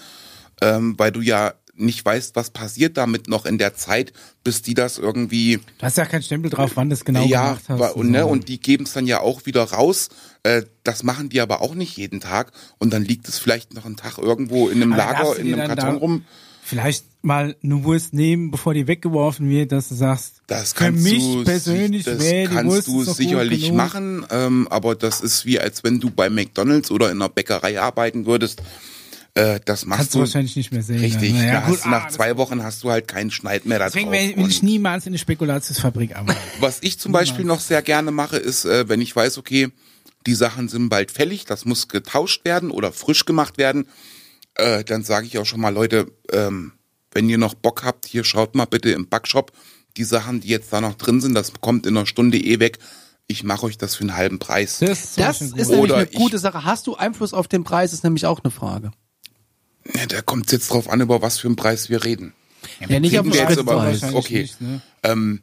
ähm, weil du ja nicht weißt, was passiert damit noch in der Zeit, bis die das irgendwie Du hast ja keinen Stempel drauf, wann das genau ja, gemacht hast. wa- und, ne, so. und die geben es dann ja auch wieder raus. Äh, das machen die aber auch nicht jeden Tag. Und dann liegt es vielleicht noch einen Tag irgendwo in einem Aber darfst Lager, du in die einem dann Karton da- rum. Vielleicht mal eine Wurst nehmen, bevor die weggeworfen wird, dass du sagst, Das für kannst mich du, persönlich das wäre die kannst Wurst du ist doch gut sicherlich genug. machen, ähm, aber das ist wie als wenn du bei McDonalds oder in einer Bäckerei arbeiten würdest. Äh, das machst Kannst du wahrscheinlich nicht mehr sehen. richtig. also, ja, da gut, hast du nach ah, zwei Wochen hast du halt keinen Schneid mehr da Deswegen drauf. will will ich Und- niemals in eine Spekulatiusfabrik arbeiten. Was ich zum Beispiel noch sehr gerne mache, ist, äh, wenn ich weiß, okay, die Sachen sind bald fällig, das muss getauscht werden oder frisch gemacht werden, äh, dann sage ich auch schon mal, Leute, ähm, wenn ihr noch Bock habt, hier schaut mal bitte im Backshop, die Sachen, die jetzt da noch drin sind, das kommt in einer Stunde eh weg. Ich mache euch das für einen halben Preis. Das, Das zum ist Beispiel nämlich gut. Oder eine ich- gute Sache. Hast du Einfluss auf den Preis, ist nämlich auch eine Frage. Ja, da kommt es jetzt drauf an, über was für einen Preis wir reden. Ja, nicht auf den kriegen wir jetzt aber- Spritpreis. Wahrscheinlich okay. Ähm, nicht, ne?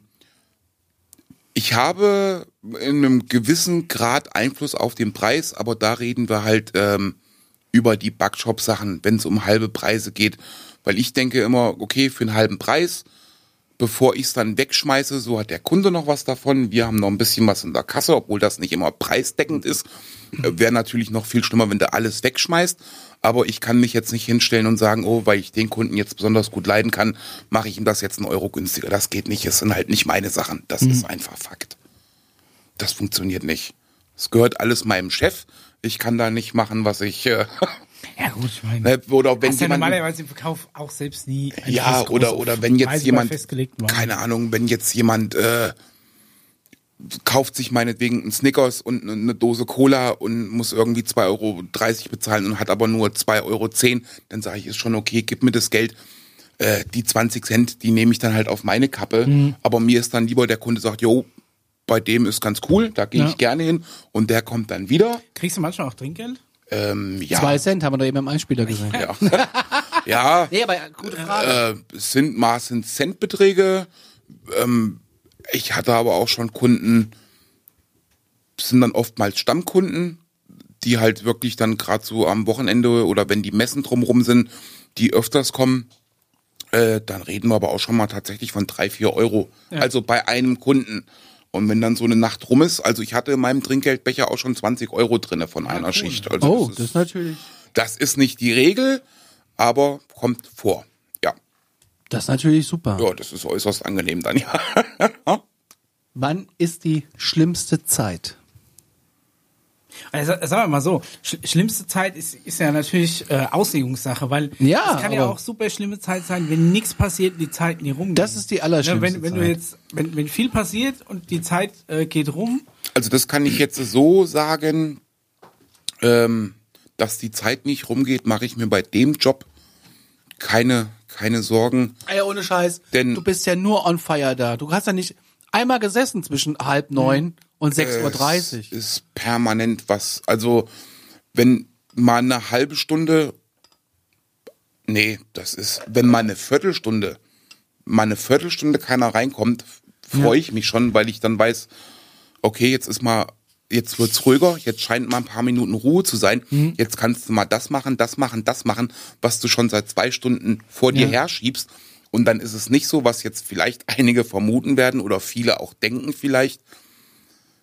Ich habe in einem gewissen Grad Einfluss auf den Preis, aber da reden wir halt ähm, über die Backshop-Sachen, wenn es um halbe Preise geht. Weil ich denke immer, okay, für einen halben Preis, bevor ich es dann wegschmeiße, so hat der Kunde noch was davon. Wir haben noch ein bisschen was in der Kasse, obwohl das nicht immer preisdeckend ist. Äh, Wäre natürlich noch viel schlimmer, wenn du alles wegschmeißt. Aber ich kann mich jetzt nicht hinstellen und sagen, oh, weil ich den Kunden jetzt besonders gut leiden kann, mache ich ihm das jetzt einen Euro günstiger. Das geht nicht. Es sind halt nicht meine Sachen. Das Mhm. ist einfach Fakt. Das funktioniert nicht. Es gehört alles meinem Chef. Ich kann da nicht machen, was ich. Äh, Ja, gut, ich meine. Ne, Oder wenn Hast ja jemand, normalerweise im Verkauf auch selbst nie. ein ja, groß- oder, groß oder wenn jetzt Preis jemand, Festgelegt war. keine Ahnung, wenn jetzt jemand äh, kauft sich meinetwegen einen Snickers und eine- eine Dose Cola und muss irgendwie 2,30 Euro bezahlen und hat aber nur 2,10 Euro, dann sage ich, ist schon okay, gib mir das Geld. Äh, die 20 Cent, die nehme ich dann halt auf meine Kappe. Mhm. Aber mir ist dann lieber, der Kunde sagt, jo, bei dem ist ganz cool, da gehe Ja. ich gerne hin. Und der kommt dann wieder. Kriegst du manchmal auch Trinkgeld? Ähm, ja, Zwei Cent haben wir da eben im Einspieler gesagt. ja. ja, Nee, aber gute Frage. äh, es sind maßen Centbeträge. Ähm, ich hatte aber auch schon Kunden, es sind dann oftmals Stammkunden, die halt wirklich dann gerade so am Wochenende oder wenn die Messen drumrum sind, die öfters kommen. Äh, dann reden wir aber auch schon mal tatsächlich von drei, vier Euro. Also bei einem Kunden. Und wenn dann so eine Nacht rum ist, also ich hatte in meinem Trinkgeldbecher auch schon 20 Euro drinne von einer Schicht. Also oh, das ist natürlich, das ist nicht die Regel, aber kommt vor. Ja, das ist natürlich super. ja, das ist äußerst angenehm dann, ja. Wann ist die schlimmste Zeit? Also, sagen wir mal so, sch schlimmste Zeit ist, ist ja natürlich äh, Auslegungssache, weil Ja, es kann ja aber- auch super schlimme Zeit sein, wenn nichts passiert und die Zeit nie rumgeht. Das ist die allerschlimmste Ne, wenn, wenn Zeit. du jetzt, wenn, wenn viel passiert und die Zeit äh, geht rum, Also das kann ich jetzt so sagen, ähm, dass die Zeit nicht rumgeht, mache ich mir bei dem Job keine, keine Sorgen. Ey, ohne Scheiß. Denn- du bist ja nur on fire da. Du hast ja nicht einmal gesessen zwischen halb neun und 6.30 Es Uhr. ist permanent was. Also, wenn mal eine halbe Stunde, nee, das ist, wenn mal eine Viertelstunde, mal eine Viertelstunde keiner reinkommt, freue ich mich schon, weil ich dann weiß, okay, jetzt ist mal, jetzt wird's ruhiger, jetzt scheint mal ein paar Minuten Ruhe zu sein, jetzt kannst du mal das machen, das machen, das machen, was du schon seit zwei Stunden vor dir herschiebst. Und dann ist es nicht so, was jetzt vielleicht einige vermuten werden oder viele auch denken vielleicht,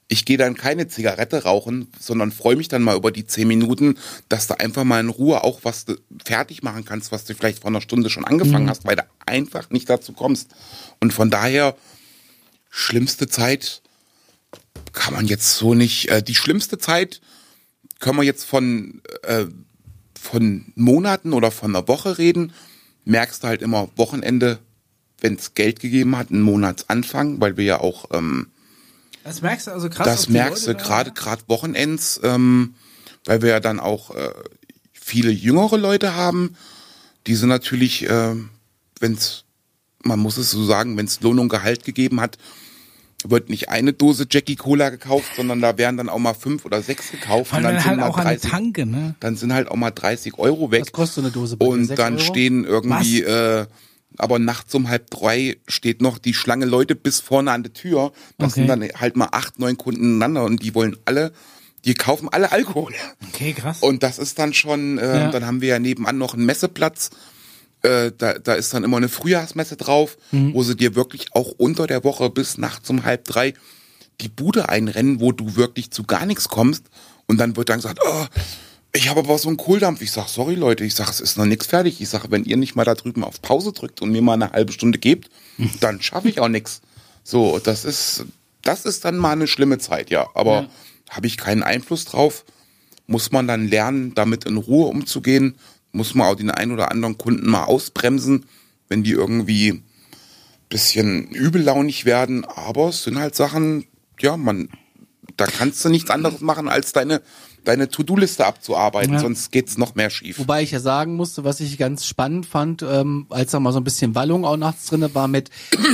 ich gehe dann keine Zigarette rauchen, sondern freue mich dann mal über die zehn Minuten, dass du einfach mal in Ruhe auch was du fertig machen kannst, was du vielleicht vor einer Stunde schon angefangen hast, weil du einfach nicht dazu kommst. Und von daher, schlimmste Zeit kann man jetzt so nicht, äh, die schlimmste Zeit können wir jetzt von, äh, von Monaten oder von einer Woche reden, merkst du halt immer Wochenende, wenn es Geld gegeben hat, einen Monatsanfang, weil wir ja auch... Ähm, das merkst du also krass. ob das die merkst du Leute da- gerade gerade Wochenends, ähm, weil wir ja dann auch äh, viele jüngere Leute haben, die sind natürlich, äh, wenn's, man muss es so sagen, wenn's Lohn und Gehalt gegeben hat, wird nicht eine Dose Jackie Cola gekauft, sondern da werden dann auch mal fünf oder sechs gekauft Vor allem dann halt mal auch an die Tanke, ne? dann sind halt auch mal 30 Euro weg. Was kostet so eine Dose bei dir? Und Sechs dann Euro? stehen irgendwie, äh, aber nachts um halb drei steht noch die Schlange Leute bis vorne an der Tür. Das Okay. sind dann halt mal acht, neun Kunden ineinander und die wollen alle, die kaufen alle Alkohol. Okay, krass. Und das ist dann schon, äh, Ja. dann haben wir ja nebenan noch einen Messeplatz. Äh, da, da ist dann immer eine Frühjahrsmesse drauf, Mhm. wo sie dir wirklich auch unter der Woche bis nachts um halb drei die Bude einrennen, wo du wirklich zu gar nichts kommst. Und dann wird dann gesagt, oh, ich habe aber so einen Kohldampf. Ich sag, sorry Leute, ich sag, es ist noch nichts fertig. Ich sag, wenn ihr nicht mal da drüben auf Pause drückt und mir mal eine halbe Stunde gebt, dann schaffe ich auch nichts. So, das ist, das ist dann mal eine schlimme Zeit, ja. Aber habe ich keinen Einfluss drauf muss man dann lernen, damit in Ruhe umzugehen, muss man auch den einen oder anderen Kunden mal ausbremsen, wenn die irgendwie ein bisschen übellaunig werden, aber es sind halt Sachen, ja, man da kannst du nichts anderes machen, als deine deine To-Do-Liste abzuarbeiten, sonst geht's noch mehr schief. Wobei ich ja sagen musste, was ich ganz spannend fand, ähm, als da mal so ein bisschen Wallung auch nachts drinne war mit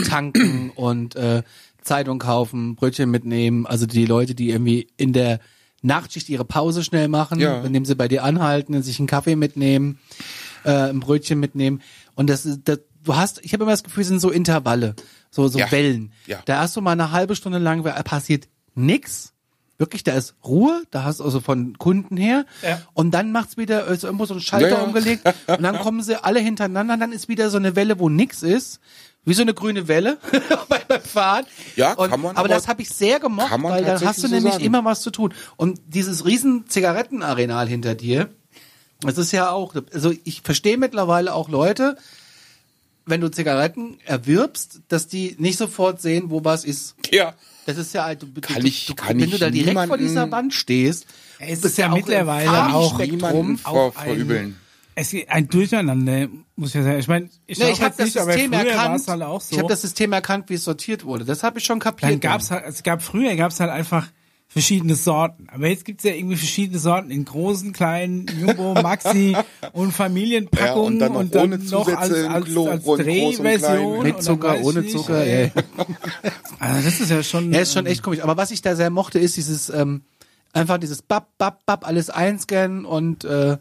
Tanken und äh, Zeitung kaufen, Brötchen mitnehmen. Also die Leute, die irgendwie in der Nachtschicht ihre Pause schnell machen, Ja. dann nehmen sie bei dir anhalten, sich einen Kaffee mitnehmen, äh, ein Brötchen mitnehmen. Und das, ist- das du hast, ich habe immer das Gefühl, es sind so Intervalle, so so Ja. Wellen. Ja. Da hast du mal eine halbe Stunde lang äh, passiert nix. Wirklich, da ist Ruhe, da hast du also von Kunden her. Ja. Und dann macht's wieder ist irgendwo so ein Schalter Ja, ja. umgelegt und dann kommen sie alle hintereinander, dann ist wieder so eine Welle, wo nix ist. Wie so eine grüne Welle bei beim Fahren. Ja, und, kann man, aber aber das habe ich sehr gemocht, kann man weil dann hast du tatsächlich so nämlich sagen. immer was zu tun. Und dieses riesen Zigarettenarenal hinter dir, das ist ja auch, also ich verstehe mittlerweile auch Leute, wenn du Zigaretten erwirbst, dass die nicht sofort sehen, wo was ist. Ja. Das ist ja halt, du, Kann du, ich- du, kann wenn ich du da direkt vor niemanden- dieser Wand stehst, Es du ist ja auch im mittlerweile auch Farbenspektrum. Niemanden vor, auch ein- verübeln. Es ist ein Durcheinander, muss ich ja sagen. Ich meine, ich, Nee, rauche ich habe jetzt das nicht, aber System früher war erkannt. es Halt auch so. Ich habe das System erkannt, wie es sortiert wurde. Das habe ich schon kapiert. Dann gab's halt, es gab früher gab's halt einfach verschiedene Sorten. Aber jetzt gibt's ja irgendwie verschiedene Sorten in großen, kleinen, Jumbo, Maxi und Familienpackungen Ja, und dann noch und dann ohne noch Zusätze als, im als, Klo, als rund, groß und klein. Drehversion. mit Zucker, ohne Zucker. ey. Also das ist ja schon. Ja, ist schon echt komisch. Aber was ich da sehr mochte, ist dieses ähm, einfach dieses Bap, Bap, Bap, alles einscannen und äh,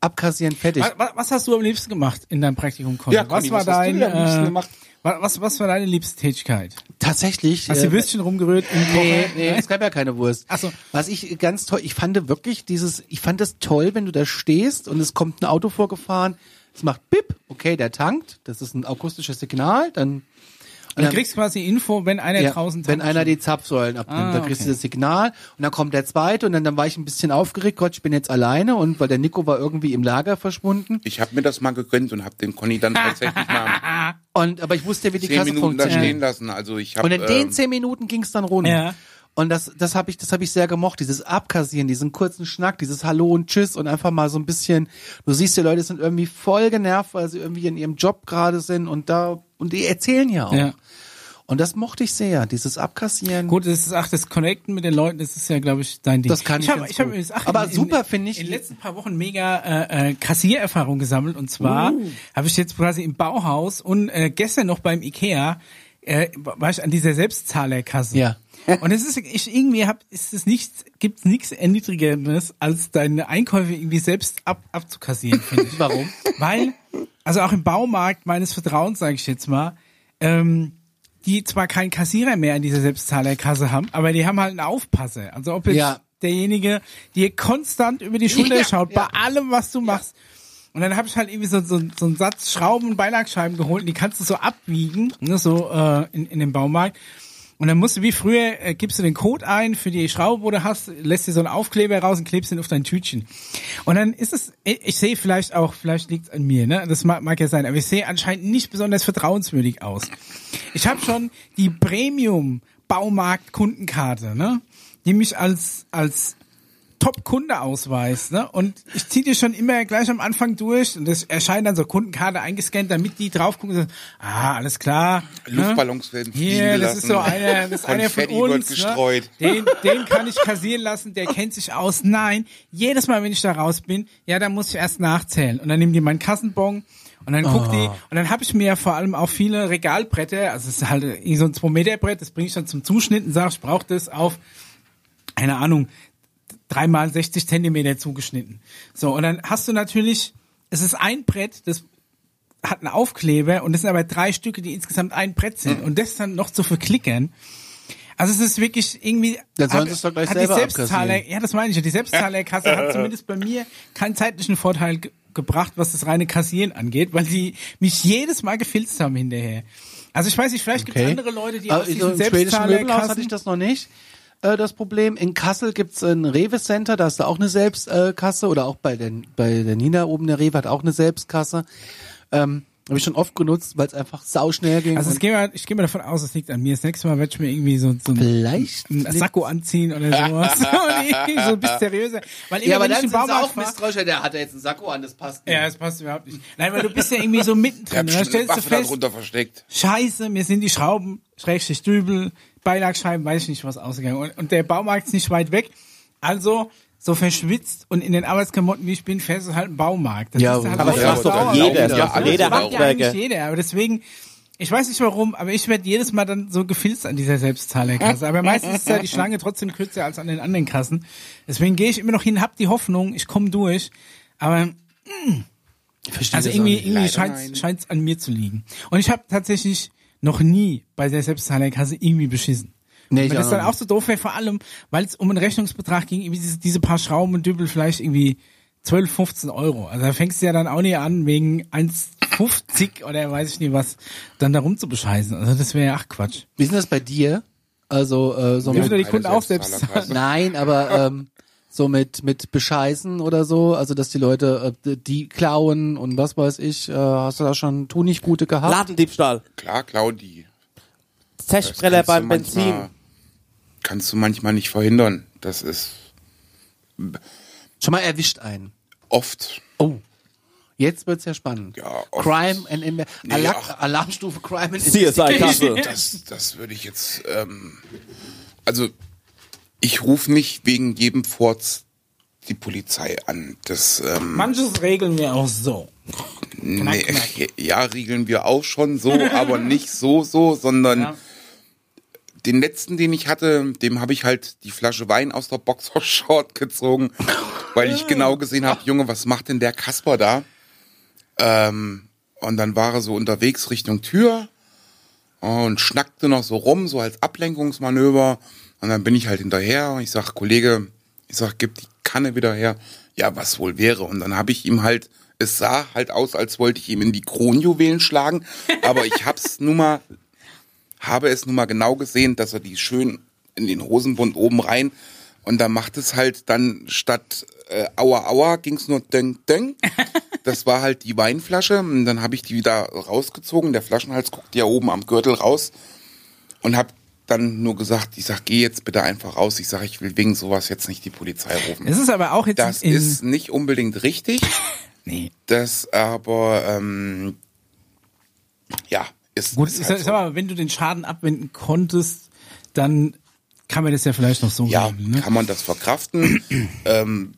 abkassieren, fertig. Wa- wa- was hast du am liebsten gemacht in deinem Praktikum, Conny? Ja, Conny, was war was hast du dein, denn am liebsten äh, gemacht? wa- was, was war deine liebste Tätigkeit? Tatsächlich. Äh, äh, Hast du Würstchen rumgerührt im Kocher? Nee, nee, es gab ja keine Wurst. ne? Ach so. Was ich ganz toll, ich fand wirklich dieses, ich fand das toll, wenn du da stehst und es kommt ein Auto vorgefahren, es macht Bip, okay, der tankt, das ist ein akustisches Signal, dann Du kriegst quasi Info, wenn einer Ja, draußen wenn tankt. einer die Zapfsäulen abnimmt, Ah, dann kriegst okay. du das Signal und dann kommt der zweite und dann, dann war ich ein bisschen aufgeregt, Gott, ich bin jetzt alleine und weil der Nico war irgendwie im Lager verschwunden Ich habe mir das mal gegönnt und habe den Conny dann tatsächlich mal und aber ich wusste, wie die zehn Kasse Minuten da funktioniert. stehen lassen. Also ich habe Und in den ähm, zehn Minuten ging's dann rund. Ja. Und das, das habe ich, das habe ich sehr gemocht. Dieses Abkassieren, diesen kurzen Schnack, dieses Hallo und Tschüss und einfach mal so ein bisschen. Du siehst, die Leute sind irgendwie voll genervt, weil sie irgendwie in ihrem Job gerade sind und da und die erzählen ja auch. Ja. Und das mochte ich sehr, dieses Abkassieren. Gut, das ist ach, das Connecten mit den Leuten, das ist ja, glaube ich, dein Ding. Das kann ich ich. Hab, ganz ich hab, gut. übrigens, ach, Aber in, super in- finde ich- In den letzten paar Wochen mega äh, äh, Kassiererfahrung gesammelt. Und zwar Uh. habe ich jetzt quasi im Bauhaus und äh, gestern noch beim Ikea äh, war ich an dieser Selbstzahlerkasse. Ja. Und es ist, ich irgendwie hab, ist es nichts, gibt's nichts erniedrigendes, als deine Einkäufe irgendwie selbst ab, abzukassieren, finde ich. Warum? Weil, also auch im Baumarkt meines Vertrauens, sage ich jetzt mal, ähm, die zwar keinen Kassierer mehr in dieser Selbstzahlerkasse haben, aber die haben halt einen Aufpasser. Also ob jetzt Ja. derjenige dir konstant über die Schulter Ja, schaut, ja. bei allem, was du machst. Und dann habe ich halt irgendwie so, so, so einen Satz Schrauben und Beilagescheiben geholt und die kannst du so abwiegen, ne, so äh, in, in dem Baumarkt. Und dann musst du wie früher, äh, gibst du den Code ein für die Schraube, wo du hast, lässt dir so einen Aufkleber raus und klebst ihn auf dein Tütchen. Und dann ist es, ich, ich sehe vielleicht auch, vielleicht liegt's an mir, ne? Das mag, mag ja sein, aber ich sehe anscheinend nicht besonders vertrauenswürdig aus. Ich habe schon die Premium Baumarkt Kundenkarte, ne? Die mich als als Top-Kunde ausweist, ne? Und ich ziehe die schon immer gleich am Anfang durch und es erscheint dann so Kundenkarte eingescannt, damit die drauf gucken und sagen, ah, alles klar. Luftballons werden fliegen Ne? Hier, das gelassen. ist so einer, das ist einer von Konfetti wird uns. gestreut. Ne? Den, den kann ich kassieren lassen, der kennt sich aus. Nein, jedes Mal, wenn ich da raus bin, ja, dann muss ich erst nachzählen. Und dann nehmen die meinen Kassenbon und dann guckt die. Ah. Und dann habe ich mir ja vor allem auch viele Regalbretter, also es ist halt irgendwie so ein 2-Meter-Brett, das bringe ich dann zum Zuschnitt und sage, ich brauche das auf, keine Ahnung, dreimal 60 Zentimeter zugeschnitten. So, und dann hast du natürlich, es ist ein Brett, das hat einen Aufkleber und das sind aber drei Stücke, die insgesamt ein Brett Mhm. sind. Und das dann noch zu verklickern, also es ist wirklich irgendwie. Dann sollen hat- sie es doch gleich hat selber die Selbstzahler, abkassieren. Ja, das meine ich. ja. Die Selbstzahlerkasse hat zumindest bei mir keinen zeitlichen Vorteil ge gebracht, was das reine Kassieren angeht, weil sie mich jedes Mal gefilzt haben hinterher. Also ich weiß nicht, vielleicht gibt es andere Leute, die Aber aus Ah, so diesen Im schwedischen Möbelhaus hatte ich Selbstzahlerkassen... das noch nicht. äh, Das Problem. In Kassel gibt's ein Rewe-Center, da ist da auch eine Selbstkasse oder auch bei, den, bei der Nina oben der Rewe hat auch eine Selbstkasse. Ähm, habe ich schon oft genutzt, weil es einfach sauschnell ging. Also und- es gehe mal, ich gehe mal davon aus, es liegt an mir. Das nächste Mal werde ich mir irgendwie so, so ein Vielleicht. einen Sakko anziehen oder sowas. Und irgendwie so ein bisschen seriöser. Weil immer, Ja, aber wenn ich dann sind im sie Baumarkt auch war- misstrauischer. Der hat ja jetzt einen Sakko an, das passt nicht. Ja, das passt überhaupt nicht. Nein, weil du bist ja irgendwie so Der mittendrin. hat Dann bestimmt eine stellst du Waffe da fest, drunter versteckt. Scheiße, mir sind die Schrauben, Schrägstrich Dübel, Beilagscheiben, weiß ich nicht was ausgegangen. Und, und der Baumarkt ist nicht weit weg. Also, so verschwitzt und in den Arbeitsklamotten, wie ich bin, fährst du halt einen Baumarkt. Das Ja, ist halt aber so das macht auf doch Dauer. jeder. Das Ja, macht alle ja Handwerker. eigentlich jeder. Aber deswegen, ich weiß nicht warum, aber ich werde jedes Mal dann so gefilzt an dieser Selbstzahlerkasse. Aber meistens ist ja die Schlange trotzdem kürzer als an den anderen Kassen. Deswegen gehe ich immer noch hin, hab die Hoffnung, ich komme durch. Aber mm, also irgendwie, irgendwie scheint's scheint's an mir zu liegen. Und ich habe tatsächlich noch nie bei der Selbstzahlerkasse irgendwie beschissen. Nee, Weil ich das auch dann nicht. auch so doof wäre, vor allem, weil es um einen Rechnungsbetrag ging, irgendwie diese, diese paar Schrauben und Dübel vielleicht irgendwie 12, 15 Euro. Also da fängst du ja dann auch nicht an, wegen 1,50 oder weiß ich nicht was, dann da rum zu bescheißen. Also das wäre ja ach Quatsch. Wie ist denn das bei dir? Also, äh, so Dürfen mit, die Kunden auch selbst Selbstzahlerkasse. zahlen? Nein, aber ähm, so mit mit bescheißen oder so, also dass die Leute äh, die- die klauen und was weiß ich, äh, hast du da schon tu nicht gute gehabt? Ladendiebstahl. Klar, Claudi. Das Zechbreller kannst beim du Benzin. manchmal- Kannst du manchmal nicht verhindern. Das ist schon mal erwischt einen. oft. Oh. Jetzt wird's ja spannend. Ja, oft. Crime and in Alarm, ach. Alarmstufe Crime and CSI Kassel. Das, das würde ich jetzt. Ähm, also, ich rufe nicht wegen jedem Furz die Polizei an. Das, ähm, Manches regeln wir auch so. nee, knack. ja, regeln wir auch schon so, aber nicht so, so, sondern Ja. den letzten, den ich hatte, dem habe ich halt die Flasche Wein aus der Boxershort gezogen, weil ich genau gesehen habe, Junge, was macht denn der Kasper da? Ähm, und dann war er so unterwegs Richtung Tür und schnackte noch so rum, so als Ablenkungsmanöver. Und dann bin ich halt hinterher und ich sag, Kollege, ich sag, gib die Kanne wieder her. Ja, was wohl wäre. Und dann habe ich ihm halt, es sah halt aus, als wollte ich ihm in die Kronjuwelen schlagen, aber ich hab's nun mal habe es nun mal genau gesehen, dass er die schön in den Hosenbund oben rein und da macht es halt dann statt äh, Aua Aua ging's nur Döng Döng. Das war halt die Weinflasche und dann habe ich die wieder rausgezogen. Der Flaschenhals guckt ja oben am Gürtel raus und habe dann nur gesagt, ich sag, geh jetzt bitte einfach raus. Ich sag, ich will wegen sowas jetzt nicht die Polizei rufen. Es ist aber auch jetzt Das in, ist nicht unbedingt richtig. nee. Das aber, ähm, ja, ist, Gut, ist ich halt sag, so. sag mal, wenn du den Schaden abwenden konntest, dann kann man das ja vielleicht noch so ja, regeln, ne? kann man das verkraften. ähm,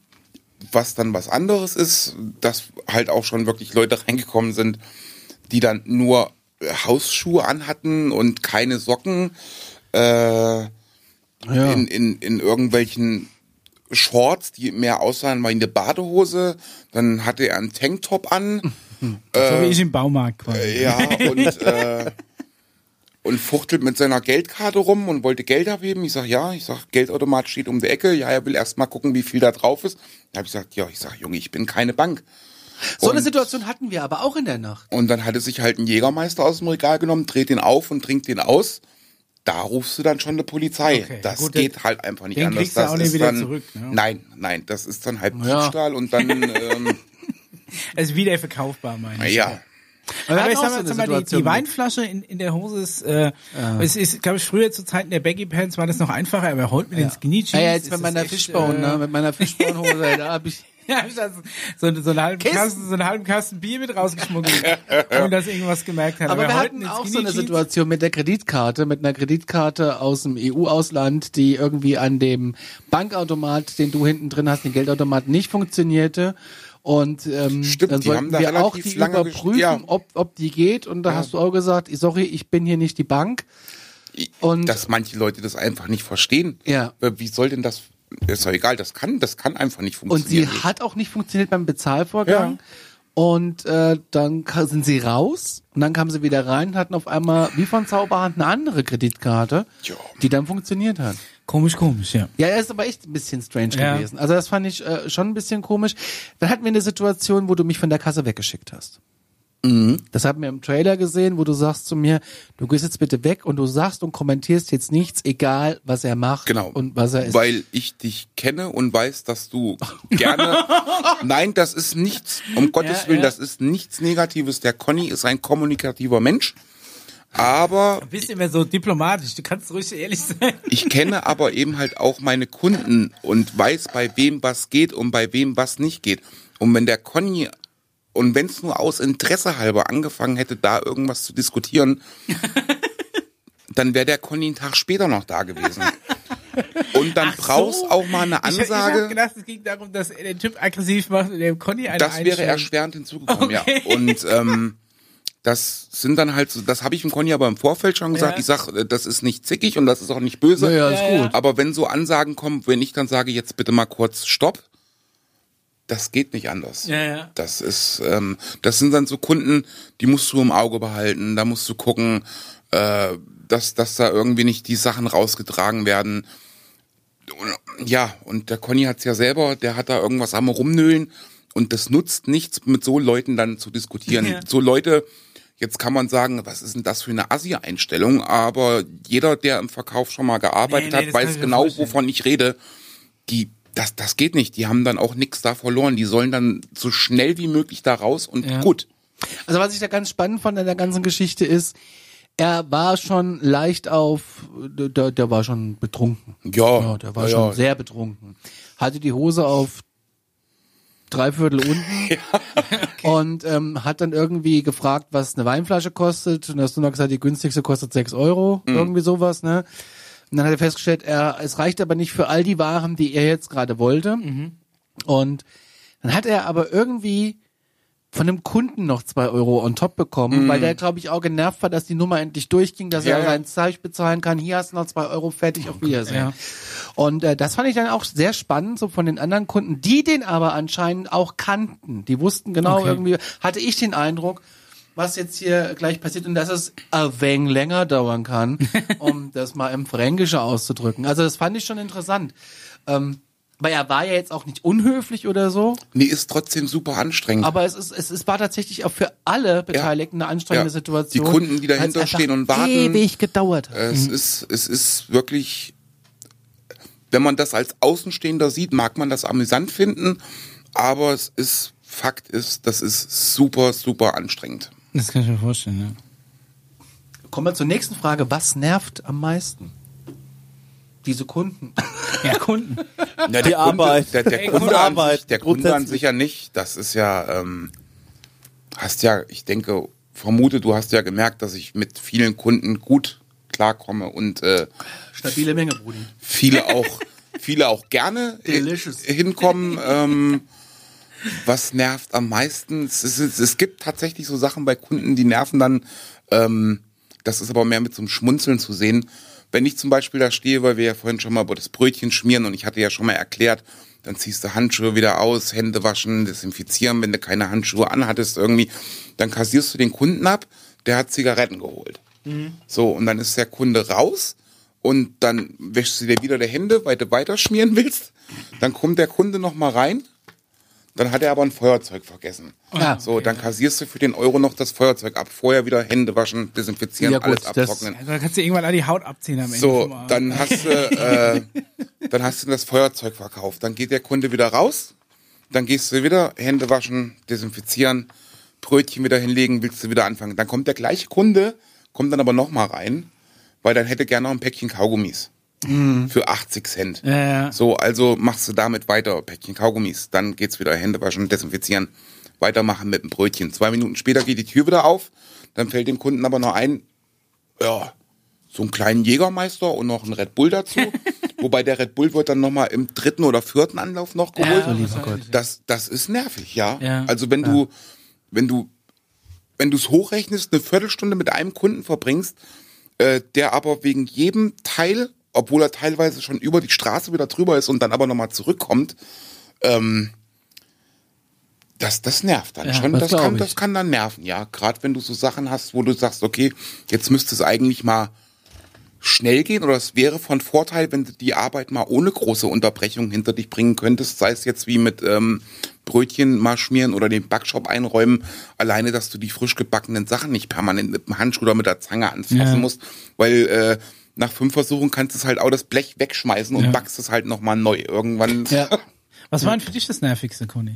was dann was anderes ist, dass halt auch schon wirklich Leute reingekommen sind, die dann nur äh, Hausschuhe anhatten und keine Socken äh, Ja. in, in, in irgendwelchen Shorts, die mehr aussahen wie eine Badehose. Dann hatte er einen Tanktop an. so wie ich im Baumarkt quasi. Ja, und, äh, und fuchtelt mit seiner Geldkarte rum und wollte Geld abheben. Ich sag ja, ich sag Geldautomat steht um die Ecke. Ja, er will erst mal gucken, wie viel da drauf ist. Da hab ich gesagt, ja, ich sag Junge, ich bin keine Bank. So eine Und- Situation hatten wir aber auch in der Nacht. Und dann hatte sich halt ein Jägermeister aus dem Regal genommen, dreht den auf und trinkt den aus. Da rufst du dann schon eine Polizei. Okay, das gut, geht halt einfach nicht den anders. kriegst du Das auch nicht ist wieder dann, zurück, ne? Nein, nein, das ist dann halt Ja. Diebstahl und dann, ähm, Also wieder verkaufbar, meine ich. ja. wir Aber hatten ich auch sag so mal, eine sag mal die, Situation Ah. die Weinflasche in, in der Hose ist, äh, es ist, glaube ich, früher zu Zeiten der Baggy Pants war das noch einfacher, aber heute mit den Skinny Jeans. Ja, ja, jetzt ist mit das meiner echt, Fishbone, äh, ne? Mit meiner Fishbone-Hose, da hab ich. Ja, ich hab so, so, so, einen halben Kissen. Kasten, so einen halben Kasten Bier mit rausgeschmuggelt, ohne dass irgendwas gemerkt hat. Aber wir heute hatten mit auch Skinny so eine Jeans- Situation mit der Kreditkarte, mit einer Kreditkarte aus dem EU-Ausland, die irgendwie an dem Bankautomat, den du hinten drin hast, den Geldautomat nicht funktionierte. Und ähm, Stimmt, dann die haben sollten da wir auch relativ die lange gesch- überprüfen, ja. ob, ob die geht. Und da hast du auch gesagt, sorry, ich bin hier nicht die Bank. Und- dass manche Leute das einfach nicht verstehen. Ja. Äh, Wie soll denn das? Ist doch egal, das kann, das kann einfach nicht Und sie funktionieren. hat auch nicht funktioniert beim Bezahlvorgang. Und äh, dann ka- sind sie raus und dann kamen sie wieder rein und hatten auf einmal wie von Zauberhand eine andere Kreditkarte, Ja. die dann funktioniert hat. Komisch, komisch, ja. Ja, er ist aber echt ein bisschen strange Ja. gewesen. Also das fand ich äh, schon ein bisschen komisch. Dann hatten wir eine Situation, wo du mich von der Kasse weggeschickt hast. Mhm. Das haben wir im Trailer gesehen, wo du sagst zu mir, du gehst jetzt bitte weg und du sagst und kommentierst jetzt nichts, egal was er macht Genau. und was er ist. Weil ich dich kenne und weiß, dass du gerne. Nein, das ist nichts. Um Gottes Willen, das ist nichts Negatives. Der Conny ist ein kommunikativer Mensch. Aber Du bist immer so diplomatisch, du kannst ruhig ehrlich sein. ich kenne aber eben halt auch meine Kunden und weiß, bei wem was geht und bei wem was nicht geht. Und wenn der Conny und wenn es nur aus Interesse halber angefangen hätte, da irgendwas zu diskutieren, dann wäre der Conny einen Tag später noch da gewesen. Und dann brauchst auch mal eine Ich, ich Ansage. hab gedacht, es ging darum, dass er den Typ aggressiv macht und dem Conny einen das wäre einschenkt. erschwerend hinzugekommen, Okay. ja. Und ähm, das sind dann halt so, das habe ich dem Conny aber im Vorfeld schon gesagt. Ja. Ich sag, äh, das ist nicht zickig und das ist auch nicht böse. Naja, ist Ja, ja. gut. Aber wenn so Ansagen kommen, wenn ich dann sage, jetzt bitte mal kurz Stopp, das geht nicht anders. Ja, ja. Das ist, ähm, das sind dann so Kunden, die musst du im Auge behalten, da musst du gucken, äh, dass, dass da irgendwie nicht die Sachen rausgetragen werden. Und, ja, und der Conny hat's ja selber, der hat da irgendwas am Rumnölen und das nutzt nichts, mit so Leuten dann zu diskutieren. Ja. So Leute, jetzt kann man sagen, was ist denn das für eine Assi-Einstellung, aber jeder, der im Verkauf schon mal gearbeitet Nee, nee, hat, das kann ich weiß mir genau, vorstellen. wovon ich rede. Die, das, das geht nicht. Die haben dann auch nichts da verloren. Die sollen dann so schnell wie möglich da raus und gut. Also was ich da ganz spannend fand an der ganzen Geschichte ist, er war schon leicht auf, der, der war schon betrunken. Ja, Ja, der war ja, schon ja. sehr betrunken. Hatte die Hose auf drei Viertel unten und ähm, hat dann irgendwie gefragt, was eine Weinflasche kostet. Und da hast du noch gesagt, die günstigste kostet sechs Euro, Mhm. irgendwie sowas, ne? Und dann hat er festgestellt, er, es reicht aber nicht für all die Waren, die er jetzt gerade wollte. Mhm. Und dann hat er aber irgendwie von einem Kunden noch zwei Euro on top bekommen, weil der, glaube ich, auch genervt war, dass die Nummer endlich durchging, dass Mhm. Ja, Oh er ja. sein Zeug bezahlen kann. Hier hast du noch zwei Euro fertig, auf Wiedersehen. Ja. Und äh, das fand ich dann auch sehr spannend, so von den anderen Kunden, die den aber anscheinend auch kannten. Die wussten genau Okay. irgendwie, hatte ich den Eindruck, was jetzt hier gleich passiert und dass es ein wenig länger dauern kann, um das mal im Fränkische auszudrücken. Also das fand ich schon interessant. Ähm, weil er war ja jetzt auch nicht unhöflich oder so, Nee, ist trotzdem super anstrengend. aber es ist es, es war tatsächlich auch für alle Beteiligten eine anstrengende Ja. Situation. Die Kunden, die weil's dahinter einfach stehen und warten. Ewig gedauert. hat. Es ist, es ist wirklich, wenn man das als Außenstehender sieht, mag man das amüsant finden, aber es ist, Fakt ist, das ist super, super anstrengend. Das kann ich mir vorstellen, ja. Kommen wir zur nächsten Frage: Was nervt am meisten? Diese Kunden. Ja, Kunden. Ja, Die Arbeit. Der, der, Ey, Kunde, gute an sich, Arbeit, der Kunde an grundsätzlich. sich ja nicht. Das ist ja, ähm, hast ja, ich denke, vermute, du hast ja gemerkt, dass ich mit vielen Kunden gut klarkomme und äh, Stabile Menge, Brudi. viele auch, viele auch gerne hi- Delicious. hinkommen. Ähm, was nervt am meisten? Es, ist- es, es gibt tatsächlich so Sachen bei Kunden, die nerven dann. Ähm, das ist aber mehr mit so einem Schmunzeln zu sehen. Wenn ich zum Beispiel da stehe, weil wir ja vorhin schon mal über das Brötchen schmieren und ich hatte ja schon mal erklärt, dann ziehst du Handschuhe wieder aus, Hände waschen, desinfizieren, wenn du keine Handschuhe anhattest irgendwie, dann kassierst du den Kunden ab, der hat Zigaretten geholt. So, und dann ist der Kunde raus und dann wäschst du dir wieder die Hände, weil du weiterschmieren willst. Dann kommt der Kunde nochmal rein, dann hat er aber ein Feuerzeug vergessen. Ah, Ja. so, dann kassierst du für den Euro noch das Feuerzeug ab. Vorher wieder Hände waschen, desinfizieren, Ja, gut, alles das- abtrocknen. Also da kannst du irgendwann all die Haut abziehen am Ende. So, vom Abend. dann hast du, äh, dann hast du das Feuerzeug verkauft. Dann geht der Kunde wieder raus. Dann gehst du wieder Hände waschen, desinfizieren, Brötchen wieder hinlegen, willst du wieder anfangen. Dann kommt der gleiche Kunde, kommt dann aber nochmal rein, weil dann hätte gerne noch ein Päckchen Kaugummis. Für 80 Cent. Mhm. ja. So, also machst du damit weiter, Päckchen Kaugummis. Dann geht's wieder Hände waschen, desinfizieren, weitermachen mit dem Brötchen. Zwei Minuten später geht die Tür wieder auf. Dann fällt dem Kunden aber noch ein, ja, so einen kleinen Jägermeister und noch einen Red Bull dazu. Wobei der Red Bull wird dann nochmal im dritten oder vierten Anlauf noch geholt. Ja, lieber Gott. Das, das ist nervig, ja. Ja. Also wenn du, wenn du, wenn du es hochrechnest, eine Viertelstunde mit einem Kunden verbringst, äh, der aber wegen jedem Teil, obwohl er teilweise schon über die Straße wieder drüber ist und dann aber nochmal zurückkommt, ähm, das, das nervt dann Ja, schon. das Das glaub kann, ich. das kann dann nerven, ja. Gerade wenn du so Sachen hast, wo du sagst, okay, jetzt müsste es eigentlich mal schnell gehen oder es wäre von Vorteil, wenn du die Arbeit mal ohne große Unterbrechung hinter dich bringen könntest, sei es jetzt wie mit ähm, Brötchen mal schmieren oder den Backshop einräumen, alleine, dass du die frisch gebackenen Sachen nicht permanent mit dem Handschuh oder mit der Zange anfassen Ja. musst, weil äh, nach fünf Versuchen kannst du es halt auch das Blech wegschmeißen und backst es halt nochmal neu. Irgendwann Ja, Was war denn für dich das nervigste, Conny?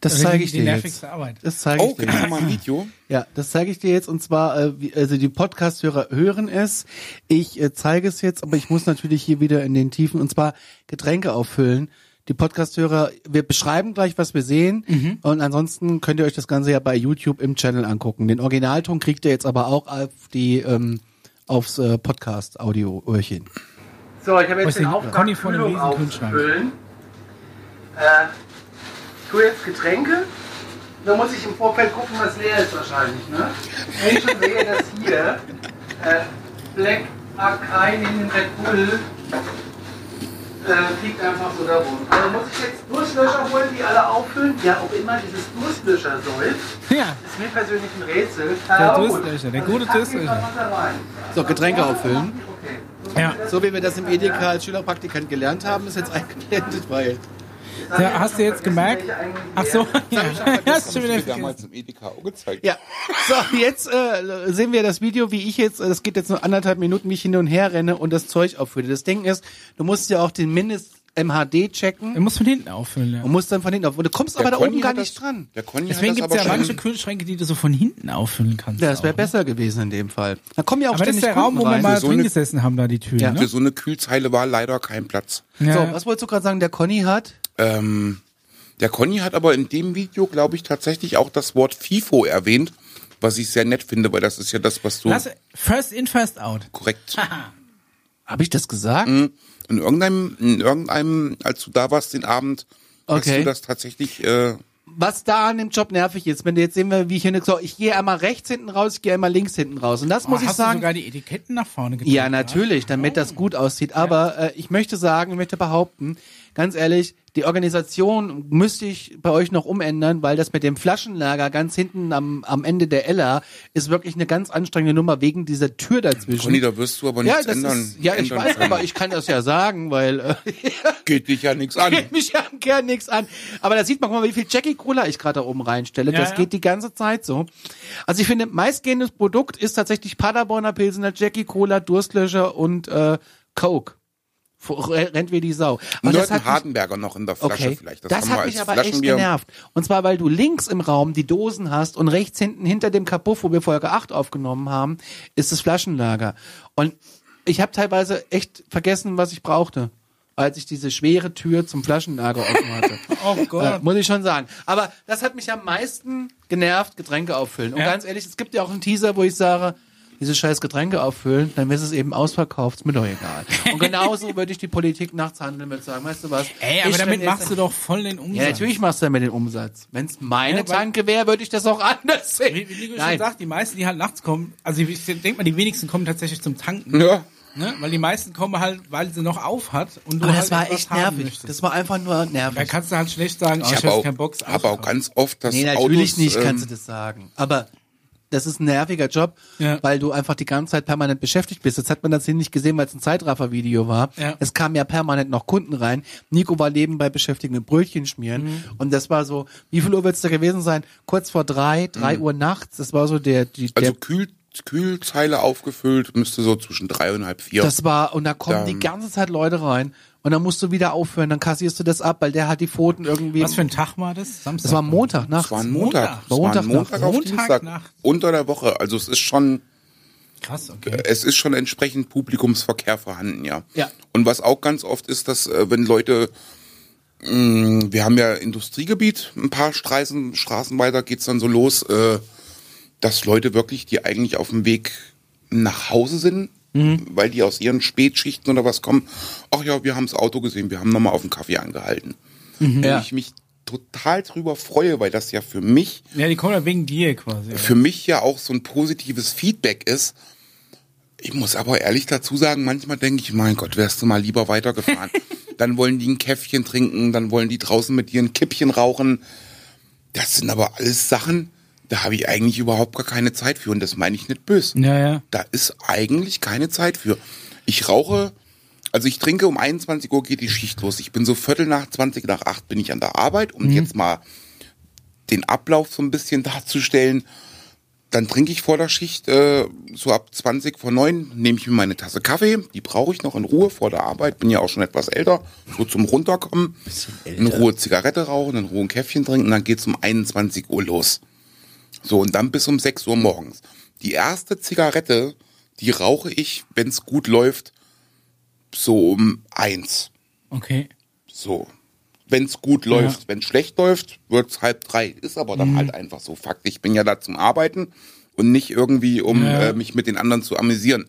das Also die- zeige ich die dir jetzt. nervigste Arbeit. Das zeige ich Oh, dir. gibt's noch mal ein Video? Ja, das zeige ich dir jetzt und zwar, äh, wie, also die Podcast-Hörer hören es. Ich äh, zeige es jetzt, aber ich muss natürlich hier wieder in den Tiefen und zwar Getränke auffüllen. Die Podcast-Hörer, wir beschreiben gleich, was wir sehen und ansonsten könnt ihr euch das Ganze ja bei YouTube im Channel angucken. Den Originalton kriegt ihr jetzt aber auch auf die ähm, aufs äh, Podcast-Audio-Öhrchen. So, ich habe jetzt den Auftrag, Conny von einem Kühlung riesen Kühlschrank. auszufüllen. Äh, ich tue jetzt Getränke. Da muss ich im Vorfeld gucken, was leer ist wahrscheinlich. Ne? Wenn ich schon sehe, dass hier äh, Black Akain in den Red Bull äh, fliegt einfach so da rum. Also muss ich jetzt Durstlöscher holen, die alle auffüllen? Ja, ob immer dieses Durstlöscher soll, Ja, ist mir persönlich ein Rätsel. Also der Durstlöcher, der gute Durstlöcher. So, Getränke auffüllen. Ja. So wie wir das im Edeka als Schülerpraktikant gelernt haben, ist jetzt eingeblendet, weil ja, hast du jetzt gemerkt? Ach so, ja. hast du schon wieder mir vergessen. damals im EDK auch gezeigt. Ja, so, jetzt äh, sehen wir das Video, wie ich jetzt, äh, das geht jetzt nur anderthalb Minuten, wie ich hin und her renne und das Zeug auffülle. Das Ding ist, du musst ja auch den Mindest, MHD checken Er muss von hinten auffüllen. Ja. und musst dann von hinten auf. Und du kommst aber da Conny oben gar hat das- nicht dran. Der Conny Deswegen hat gibt das es ja aber schon- manche Kühlschränke, die du so von hinten auffüllen kannst. Ja, das wäre auch. ne? besser gewesen in dem Fall. Da kommen ja auch Aber das ist ständig der Raum, wo Kunden wir rein. mal So drin eine- gesessen haben, da die Tür. Ja. Ne? Für so eine Kühlzeile war leider kein Platz. Ja. So, was wolltest du gerade sagen? Der Conny hat Ähm, der Conny hat aber in dem Video, glaube ich, tatsächlich auch das Wort FIFO erwähnt, was ich sehr nett finde, weil das ist ja das, was du Lass, first in, first out. Hm. korrekt Habe ich das gesagt? in irgendeinem, in irgendeinem, als du da warst den Abend, hast Okay. du das tatsächlich. Äh, Was da an dem Job nervig ist, wenn du jetzt sehen wir, wie ich hier so, ich gehe einmal rechts hinten raus, ich gehe einmal links hinten raus. Und das muss Oh, ich hast du sagen. sogar die Etiketten nach vorne getragen? Ja, natürlich, damit das gut aussieht. Aber äh, ich möchte sagen, ich möchte behaupten, ganz ehrlich, die Organisation müsste ich bei euch noch umändern, weil das mit dem Flaschenlager ganz hinten am, am Ende der Ella ist wirklich eine ganz anstrengende Nummer wegen dieser Tür dazwischen. Conny, da wirst du aber ja, nichts das ändern. ist, ja, ich ändern weiß, können. aber ich kann das ja sagen, weil äh, Geht dich ja nichts an. geht mich ja im Kern nichts an. Aber da sieht man, guck mal, wie viel Jackie Cola ich gerade da oben reinstelle. Ja, das ja. geht die ganze Zeit so. Also ich finde, meistgehendes Produkt ist tatsächlich Paderborner Pilsener, Jackie Cola, Durstlöscher und äh, Coke. Vor- Rennt wie die Sau. Aber das Leuten hat mich- Hardenberger noch in der Flasche Okay, vielleicht. das, haben wir hat mich als aber echt Flaschenbier. genervt. Und zwar, weil du links im Raum die Dosen hast und rechts hinten hinter dem Kapuff, wo wir Folge 8 aufgenommen haben, ist das Flaschenlager. Und ich habe teilweise echt vergessen, was ich brauchte, als ich diese schwere Tür zum Flaschenlager offen hatte. Oh Äh, Gott. muss ich schon sagen. Aber das hat mich am meisten genervt, Getränke auffüllen. Und Ja. ganz ehrlich, es gibt ja auch einen Teaser, wo ich sage, diese scheiß Getränke auffüllen, dann ist es eben ausverkauft, ist mir doch egal. Und genauso würde ich die Politik nachts handeln, würde sagen, weißt du was? Ey, aber ich damit bin machst jetzt- du doch voll den Umsatz. ja, natürlich machst du damit den Umsatz. Wenn es meine Ja, weil- Tanke wäre, würde ich das auch anders sehen. Wie, wie Nico schon Nein. sagt, die meisten, die halt nachts kommen, also ich denke mal, die wenigsten kommen tatsächlich zum Tanken, Ja, ne? weil die meisten kommen halt, weil sie noch auf hat und du Aber halt das war etwas echt haben nervig. möchtest. Das war einfach nur Da nervig. kannst du halt schlecht sagen, oh, ich ich hab habe auch, keinen Bock. ist hab auch ausverkauft. ganz oft das Nee, natürlich Autos, nicht ähm, kannst du das sagen. Aber das ist ein nerviger Job, Ja. weil du einfach die ganze Zeit permanent beschäftigt bist. Jetzt hat man das hier nicht gesehen, weil es ein Zeitraffer-Video war. Ja. Es kamen ja permanent noch Kunden rein. Nico war nebenbei beschäftigt mit Brötchen schmieren. Und das war so, wie viel Uhr wird es da gewesen sein? Kurz vor drei, drei Uhr nachts. Das war so der, die, Also der Kühl, Kühlzeile aufgefüllt, müsste so zwischen drei und halb vier. Das war, und da kommen die ganze Zeit Leute rein und dann musst du wieder aufhören, dann kassierst du das ab, weil der hat die Pfoten irgendwie. Was für ein Tag war das? Samstag. das war Montag nachts. Es war ein Montag. Es war Montag. ein Montag auf Montagnacht. Dienstag. Unter der Woche. Also es ist schon, Krass, okay. äh, es ist schon entsprechend Publikumsverkehr vorhanden, ja. Ja. Und was auch ganz oft ist, dass äh, wenn Leute, mh, wir haben ja Industriegebiet, ein paar Straßen, Straßen weiter geht's dann so los, äh, dass Leute wirklich, die eigentlich auf dem Weg nach Hause sind, Mhm. weil die aus ihren Spätschichten oder was kommen, ach ja, wir haben das Auto gesehen, wir haben nochmal auf den Kaffee angehalten. Wo Mhm. Ja. ich mich total drüber freue, weil das ja für mich Ja, die kommen ja wegen dir quasi. für mich ja auch so ein positives Feedback ist. Ich muss aber ehrlich dazu sagen, manchmal denke ich, mein Gott, wärst du mal lieber weitergefahren. dann wollen die ein Käffchen trinken, dann wollen die draußen mit dir ein Kippchen rauchen. Das sind aber alles Sachen, da habe ich eigentlich überhaupt gar keine Zeit für und das meine ich nicht böse. Ja, ja. Da ist eigentlich keine Zeit für. Ich rauche, also ich trinke um 21 Uhr geht die Schicht los. Ich bin so viertel nach 20 nach 8 bin ich an der Arbeit, um jetzt mal den Ablauf so ein bisschen darzustellen. Dann trinke ich vor der Schicht, äh, so ab 20 vor 9, nehme ich mir meine Tasse Kaffee. Die brauche ich noch in Ruhe vor der Arbeit. Bin ja auch schon etwas älter. So zum Runterkommen. In Ruhe Zigarette rauchen, in Ruhe ein Käffchen trinken. Dann geht's um 21 Uhr los. So, und dann bis um 6 Uhr morgens. Die erste Zigarette, die rauche ich, wenn's gut läuft, so um 1. Okay. So. Wenn's gut läuft. Wenn's schlecht läuft, wird's halb drei. Ist aber dann halt einfach so. Fakt, ich bin ja da zum Arbeiten und nicht irgendwie, um äh, mich mit den anderen zu amüsieren.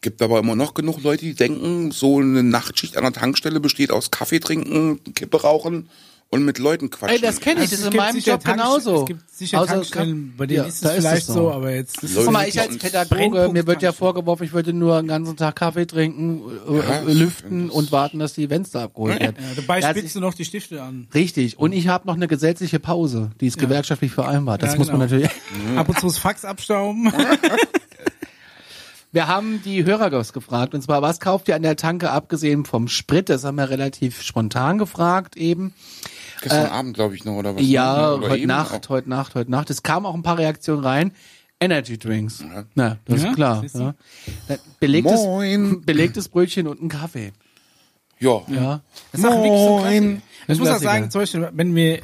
Gibt aber immer noch genug Leute, die denken, so eine Nachtschicht an der Tankstelle besteht aus Kaffee trinken, Kippe rauchen und mit Leuten quatschen. Ey, das kenne ich, das Also, ist es in gibt meinem sicher Job Tankst- genauso. Also Es gibt sicher Tankstellen, bei denen ja, ist da es vielleicht so. so. aber jetzt Guck ist Leute, mal, die ich als uns- Pädagoge, Brennpunkt mir wird ja Tankstelle. vorgeworfen, ich würde nur den ganzen Tag Kaffee trinken, äh, Ja, äh, lüften das- und warten, dass die Events da abgeholt werden. ja, dabei Das spitzt du noch die Stifte an. Richtig. Und ich habe noch eine gesetzliche Pause, die ist gewerkschaftlich vereinbart. Das Ja, muss man genau. natürlich. Mhm. Ab und zu das Fax abstauben. Wir haben die Hörergos gefragt, und zwar, was kauft ihr an der Tanke, abgesehen vom Sprit? Das haben wir relativ spontan gefragt eben. Gestern Abend, glaube ich, noch, oder was? Äh, Ja, Oder heute eben Nacht, heute Nacht, heute Nacht. Es kamen auch ein paar Reaktionen rein. Energy Drinks. Na, das Ja, ist klar. siehst du. Ja. Belegtes, Moin. belegtes Brötchen und ein Kaffee. Ja. Ja. Das ist auch wirklich so krass. Moin. Ich muss auch Klassiker. sagen, zum Beispiel, wenn wir,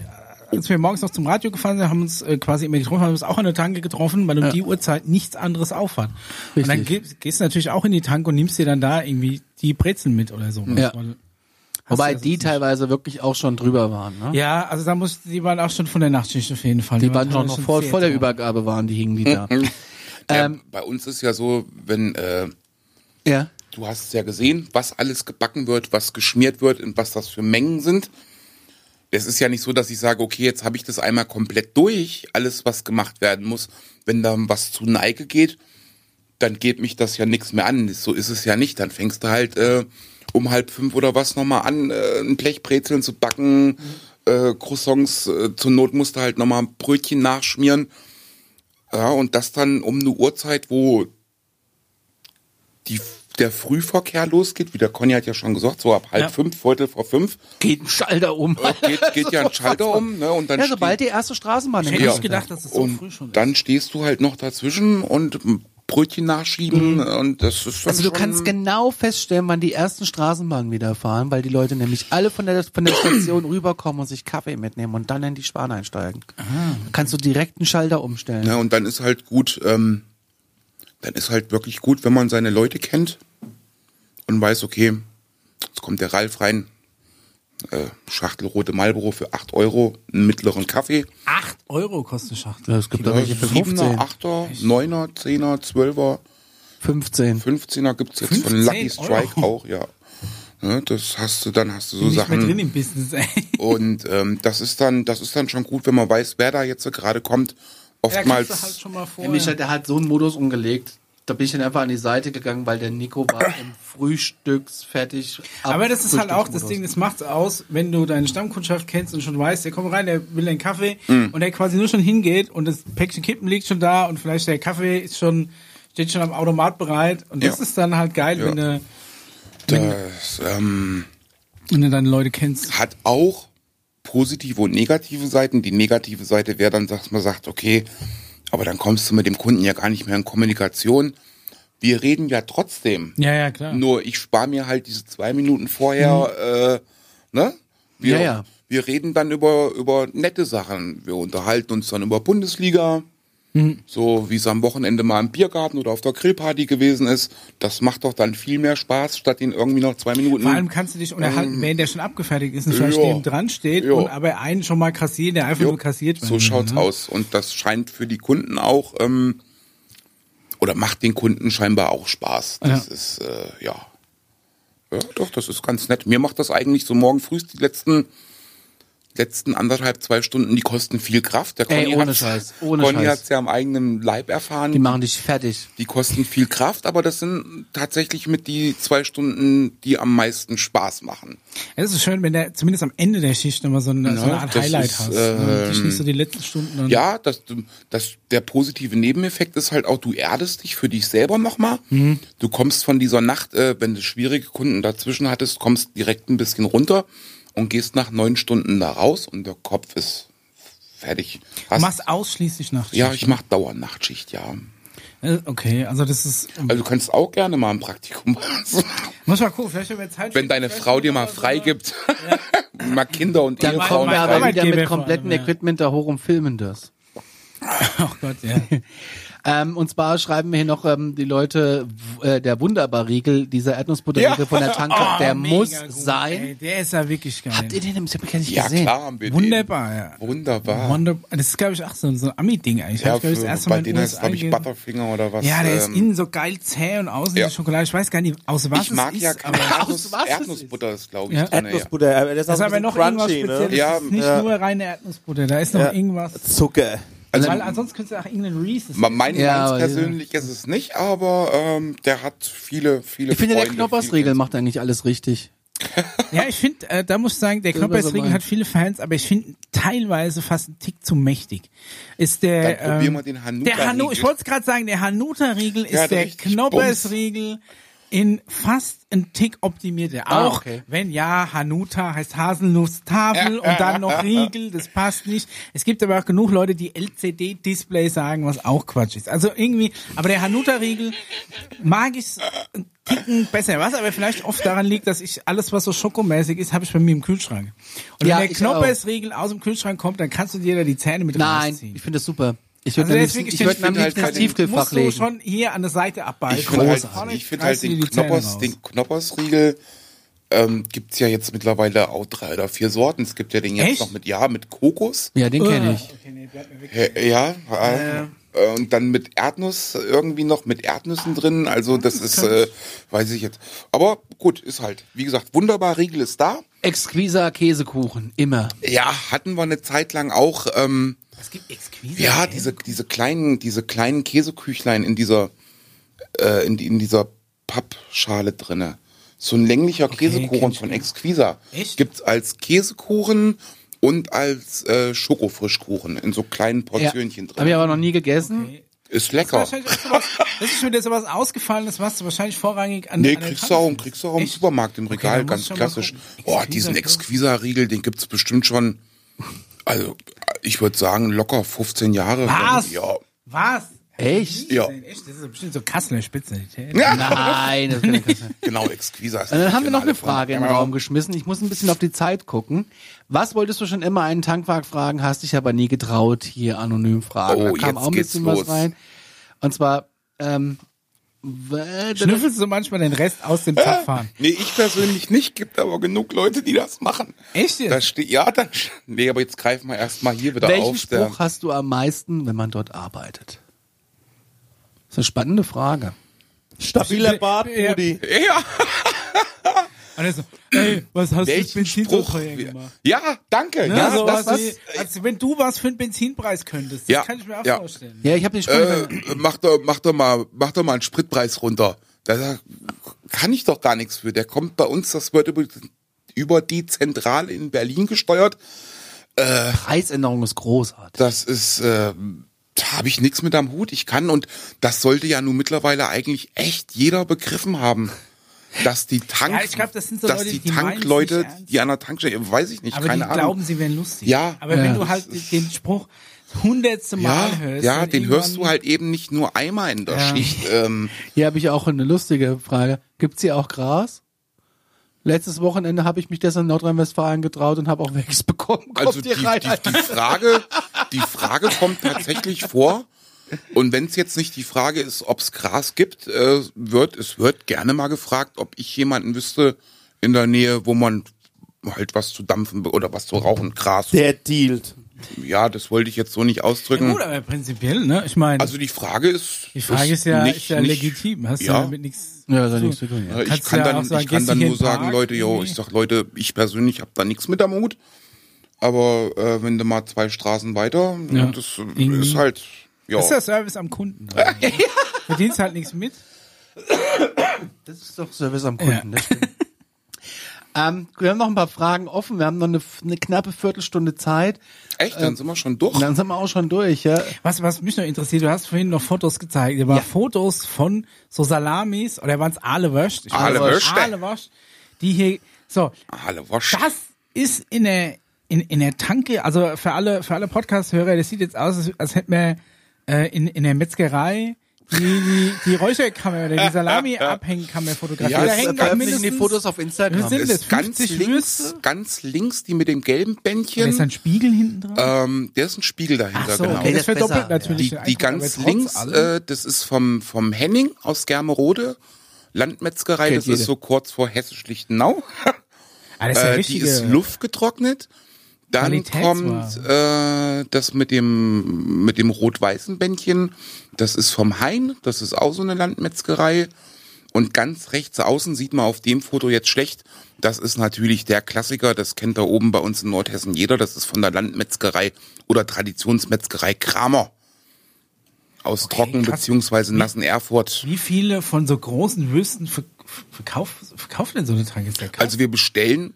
als wir morgens noch zum Radio gefahren sind, haben uns äh, quasi immer getroffen, haben uns auch an der Tanke getroffen, weil um die Uhrzeit nichts anderes auffahrt. Und dann Richtig. gehst, gehst du natürlich auch in die Tanke und nimmst dir dann da irgendwie die Brezeln mit oder so. Ja. Weil- hast Wobei du ja die sonst teilweise wirklich auch schon drüber waren. Ne? nicht. Ja, also da muss, die waren auch schon von der Nachtschicht auf jeden Fall. Die waren schon noch teilweise vor, sehr vor der sauer. Übergabe waren, die hingen die da. ja, bei uns ist ja so, wenn äh, ja. du hast es ja gesehen, was alles gebacken wird, was geschmiert wird und was das für Mengen sind. Es ist ja nicht so, dass ich sage, okay, jetzt habe ich das einmal komplett durch, alles was gemacht werden muss. Wenn da was zu Neige geht, dann geht mich das ja nichts mehr an. So ist es ja nicht. Dann fängst du halt äh, um halb fünf oder was nochmal an, äh, ein Blechbrezeln zu backen, äh, Croissants, äh, zur Not musst du halt nochmal ein Brötchen nachschmieren. Ja, und das dann um eine Uhrzeit, wo die, der Frühverkehr losgeht, wie der Conny hat ja schon gesagt, so ab halb Ja. fünf, Viertel vor fünf, Geht ein Schalter um. äh, geht, geht ja ein Schalter um, ne? Und dann Ja, steht- sobald die erste Straßenbahn Ich hätte nicht gedacht, dass es so und früh schon ist. dann stehst du halt noch dazwischen und Brötchen nachschieben Mhm. und das ist dann Also du schon- kannst genau feststellen, wann die ersten Straßenbahnen wieder fahren, weil die Leute nämlich alle von der, von der Station rüberkommen und sich Kaffee mitnehmen und dann in die Spahn einsteigen. Dann Kannst du direkt einen Schalter umstellen. Ja, und dann ist halt gut, ähm, dann ist halt wirklich gut, wenn man seine Leute kennt und weiß, okay, jetzt kommt der Ralf rein, äh, Schachtel rote Marlboro für 8 Euro, einen mittleren Kaffee, Acht Euro kostet Schacht. Es gibt da welche für 7er, 15. 8er, 9er, 10er, 12er, 15. 15er gibt's jetzt 15 von Lucky Strike Euro. auch, ja. Ne, das hast du, dann hast du so Bin nicht mehr Sachen. drin im Business, ey. Und ähm, das ist dann, das ist dann schon gut, wenn man weiß, wer da jetzt so gerade kommt. Da kannst Oftmals. du halt schon mal vor. Ja, Micha, der hat so einen Modus umgelegt. Da bin ich dann einfach an die Seite gegangen, weil der Nico war im Frühstücksfertig. Aber das ist halt auch das Ding, das macht's aus, wenn du deine Stammkundschaft kennst und schon weißt, der kommt rein, der will einen Kaffee Mhm. und der quasi nur schon hingeht und das Päckchen Kippen liegt schon da und vielleicht der Kaffee ist schon, steht schon am Automat bereit und das Ja. ist dann halt geil, Ja. wenn, du, das ähm, wenn du deine Leute kennst. hat auch positive und negative Seiten. Die negative Seite wäre dann, dass man sagt, okay, aber dann kommst du mit dem Kunden ja gar nicht mehr in Kommunikation. Wir reden ja trotzdem. Ja, ja, klar. Nur ich spare mir halt diese zwei Minuten vorher, Mhm. äh, ne? Wir, Ja, ja. wir reden dann über, über nette Sachen. Wir unterhalten uns dann über Bundesliga. Mhm. So wie es am Wochenende mal im Biergarten oder auf der Grillparty gewesen ist. Das macht doch dann viel mehr Spaß, statt ihn irgendwie noch zwei Minuten. Vor allem kannst du dich unterhalten, während der schon abgefertigt ist und vielleicht ja. neben dran steht Ja. und aber einen schon mal kassiert, der einfach Jo, nur kassiert Mhm. So schaut's ne? aus. Und das scheint für die Kunden auch, ähm, oder macht den Kunden scheinbar auch Spaß. Das Ja. ist, äh, ja. Ja, doch, das ist ganz nett. Mir macht das eigentlich so morgen früh die letzten, letzten anderthalb, zwei Stunden, die kosten viel Kraft. Der Ey, Conny ohne hat's- Scheiß, ohne Conny Scheiß. hat's ja am eigenen Leib erfahren. Die machen dich fertig. Die kosten viel Kraft, aber das sind tatsächlich mit die zwei Stunden, die am meisten Spaß machen. Es ist schön, wenn der zumindest am Ende der Schicht nochmal so, eine- so eine Ja, Art das Highlight ist, hast. ne? Und dich ähm, nicht so die letzten Stunden dann Ja, das, das, der positive Nebeneffekt ist halt auch, du erdest dich für dich selber nochmal. Mhm. Du kommst von dieser Nacht, äh, wenn du schwierige Kunden dazwischen hattest, kommst direkt ein bisschen runter und gehst nach neun Stunden da raus und der Kopf ist fertig. Hast- machst ausschließlich Nacht. ja, ich mach Dauernachtschicht, ja. Äh, Okay, also das ist. Also du kannst auch gerne mal ein Praktikum machen. Muss mal gucken, vielleicht haben wir Zeit. Wenn deine Frau dir mal freigibt, mal Kinder und Dann mein- kommen Ehefrauen wir mein aber wieder frei. Arbeitgeber mit vor allem, komplettem ja. Equipment da hoch und filmen das. Oh Gott, ja. Ähm, und zwar schreiben mir hier noch ähm, die Leute, w- äh, der Wunderbar-Riegel, dieser Erdnussbutterriegel von der Tanke, Oh, der mega muss gut, sein. Ey, der ist ja wirklich geil. Habt ihr den? Ich hab ihn gar nicht Ja, gesehen. klar haben wir den. Wunderbar, ja. Wunderbar. Wonder, das ist, glaube ich, auch so ein, so ein Ami-Ding eigentlich. Hab Ja, ich, glaub ich, das für, erste Mal bei in den denen heißt, USA glaube ich, gesehen. Butterfinger oder was. Ja, der ist ähm, innen so geil zäh und außen ja. die Schokolade. Ich weiß gar nicht, aus was Ich mag es ja ist. aber keine Erdnuss, Aus was es Erdnussbutter ist, glaube ich, Ja. drin. Ja. Erdnussbutter, aber das das ist ist auch aber ein noch bisschen irgendwas crunchy, Spezielles. ne? Ja, das ist nicht ja. nur reine Erdnussbutter, da ist noch Ja. irgendwas. Zucker. Also, Weil ansonsten könntest du auch irgendeinen Reese's. ma- mein Ja, ganz aber- persönlich ist es nicht, aber ähm, der hat viele, viele Ich finde, der Freunde, Knoppersriegel viele- macht eigentlich alles richtig. Ja, ich finde, äh, da muss ich sagen, der Das ist immer so Knoppersriegel mein- hat viele Fans, aber ich finde ihn teilweise fast einen Tick zu mächtig. Ist der. Dann probier mal den Hanuta-Riegel. Äh, ähm, Der Hanu, ich wollte es gerade sagen, der Hanuta-Riegel ist Der hat der richtig Knoppersriegel in fast einen Tick optimierter. Ah, Auch okay. wenn ja, Hanuta heißt Haselnuss-Tafel und dann noch Riegel, das passt nicht. Es gibt aber auch genug Leute, die LCD-Display sagen, was auch Quatsch ist. Also irgendwie, aber der Hanuta-Riegel mag ich einen Tick Ticken besser, was aber vielleicht oft daran liegt, dass ich alles, was so schokomäßig ist, habe ich bei mir im Kühlschrank. Und Ja, wenn ich der Knoppers-Riegel aus dem Kühlschrank kommt, dann kannst du dir da die Zähne mit Nein, rausziehen. ich finde das super. Ich würde Also mir am deswegen, liebsten, ich ich würde mir am finde halt liebsten ins keine- Tiefkühlfach musst du legen. schon hier an der Seite abbeißen. Ich finde halt, Großartig. ich find halt Reißt dir den, die Zähne Knoppers, raus. den Knoppersriegel ähm, gibt es ja jetzt mittlerweile auch drei oder vier Sorten. Es gibt ja den jetzt Echt? noch mit, ja, mit Kokos. Ja, den kenne ich. Äh, ja, äh, äh, und dann mit Erdnuss irgendwie noch, mit Erdnüssen drin. Also das ist, äh, weiß ich jetzt. Aber gut, ist halt. Wie gesagt, wunderbar, Riegel ist da. Exquiser Käsekuchen, immer. Ja, hatten wir eine Zeit lang auch. Ähm, Es gibt exquisite. ja, diese, diese kleinen, diese kleinen Käseküchlein in dieser, äh, in, die- in dieser Pappschale drinne. So ein länglicher Käsekuchen von Exquisa. Echt? Gibt's als Käsekuchen und als äh, Schokofrischkuchen in so kleinen Ja. Portionchen Habe ich drin. aber noch nie gegessen. Ist lecker. Wahrscheinlich halt ist sowas- Das ist schon jetzt sowas Ausgefallenes, was du wahrscheinlich vorrangig an Nee, an der kriegst du Tanke auch, findest. kriegst du auch im Echt? Supermarkt im Okay, dann Regal, muss ganz ich mal klassisch. gucken. ne? Oh, diesen Exquisa-Riegel, den gibt's bestimmt schon, also ich würde sagen, locker 15 Jahre. Was? Ja. Was? Echt? Ja. Echt? Das ist bestimmt so Kasseler Spezialität. Nein, das kann ich nicht. Genau, Exquisa ist Und dann haben wir noch eine regionale Frage in den Raum geschmissen. Ich muss ein bisschen auf die Zeit gucken. Was wolltest du schon immer einen Tankwart fragen, hast dich aber nie getraut, hier anonym fragen? Oh, da kam jetzt auch ein geht's bisschen was los. rein. Und zwar, ähm, w- Schnüffelst du manchmal den Rest aus dem Zapfhahn? Nee, ich persönlich nicht, gibt aber genug Leute, die das machen. Echt jetzt? Da steht, ja, dann, nee, aber jetzt greifen wir erstmal hier wieder welchen auf. der- Spruch hast du am meisten, wenn man dort arbeitet? Das ist eine spannende Frage. Stabiler Bart, Ja. Rudi. ja, Und er so, ey, was hast du für welchen ein Spruch? Benzinpreis gemacht? Ja, danke. Ne? ja, so was das, das, wie, als wenn du was für einen Benzinpreis könntest. Ja, Das kann ich mir auch ja. vorstellen. Ja, ich habe den Spruch. äh, mach doch, mach doch mal, mach doch mal einen Spritpreis runter. Da sag- kann ich doch gar nichts für. Der kommt bei uns, das wird über, über die Zentrale in Berlin gesteuert. Preisänderung ist großartig. Das ist, äh, da habe ich nichts mit am Hut. Ich kann und das sollte ja nun mittlerweile eigentlich echt jeder begriffen haben. Dass die Tank, Ja, ich glaub, das sind so dass Leute, die die meinen's Tankleute, nicht ernst. die an der Tankstelle, weiß ich nicht, Aber keine die Ahnung. glauben, sie wären lustig. Ja. Aber Ja. wenn du halt den Spruch hundertste Mal ja, hörst. ja, und den hörst du irgendwann- halt eben nicht nur einmal in der Schicht. Ähm, Hier habe ich auch eine lustige Frage. Gibt's hier auch Gras? Letztes Wochenende habe ich mich das in Nordrhein-Westfalen getraut und habe auch welches bekommen. Kommt also die, hier die, rein, Alter. die Frage, die Frage kommt tatsächlich vor. Und wenn es jetzt nicht die Frage ist, ob es Gras gibt, äh, wird es wird gerne mal gefragt, ob ich jemanden wüsste in der Nähe, wo man halt was zu dampfen be- oder was zu rauchen, Gras. Der dealt. Ja, das wollte ich jetzt so nicht Ja, gut, ausdrücken. aber prinzipiell, ne? Ich meine, Hm? Also die Frage ist, die Frage ist ja, ist ja legitim. Hast ja. Äh, du damit nichts. Ja, das hat nichts zu tun. Ja. Ich Kannst kann ja dann, auch sagen, ich kann gehst dann du hier nur in den sagen, Park Leute, yo, irgendwie? ich sag, Leute, ich persönlich habe da nichts mit am Hut. Aber äh, wenn du mal zwei Straßen weiter, das äh, ist halt, ja. Das ist der Service am Kunden. Verdienst halt nichts mit. Das ist doch Service am Kunden. Das stimmt. ähm, wir haben noch ein paar Fragen offen. Wir haben noch eine, eine knappe Viertelstunde Zeit. Echt, äh, dann sind wir schon durch. Und dann sind wir auch schon durch. Ja? Was, was mich noch interessiert, du hast vorhin noch Fotos gezeigt. Da waren Fotos von so Salamis, oder waren es Aalewöscht? Aalewöscht. Aalewöscht, die hier, so, Alle wasch. das ist in der, in, in der Tanke, also für alle, für alle Podcast-Hörer, das sieht jetzt aus, als, als hätten wir äh, in, in der Metzgerei die, die, die Räucherkammer oder die Salami-Abhängkammer fotografiert. da Ja, das hängen doch veröffentlichen die mindestens- Fotos auf Wir Instagram. sind- das ist ganz 50 links, Würste? ganz links, die mit dem gelben Da ist Bändchen. ein Spiegel hinten dran. Ähm, der ist ein Spiegel dahinter, Ach so, genau. das okay, das ist besser. verdoppelt natürlich Die, den die Eindruck, aber ganz trotz links, allem- äh, das ist vom, vom Henning aus Germerode. Landmetzgerei, Kennt das jede. ist so kurz vor Hessisch-Lichtenau. Ah, das ist ja Äh, die richtige- ist luftgetrocknet. Dann kommt äh, das mit dem, mit dem rot-weißen Bändchen. Das ist vom Hain. Das ist auch so eine Landmetzgerei. Und ganz rechts außen sieht man auf dem Foto jetzt schlecht. Das ist natürlich der Klassiker. Das kennt da oben bei uns in Nordhessen jeder. Das ist von der Landmetzgerei oder Traditionsmetzgerei Kramer. Aus Trocken- krass. beziehungsweise nassen Erfurt. Wie viele von so großen Würsten verk- verkauf, verkauft denn so eine Tanke? Ist ja krass. Also wir bestellen,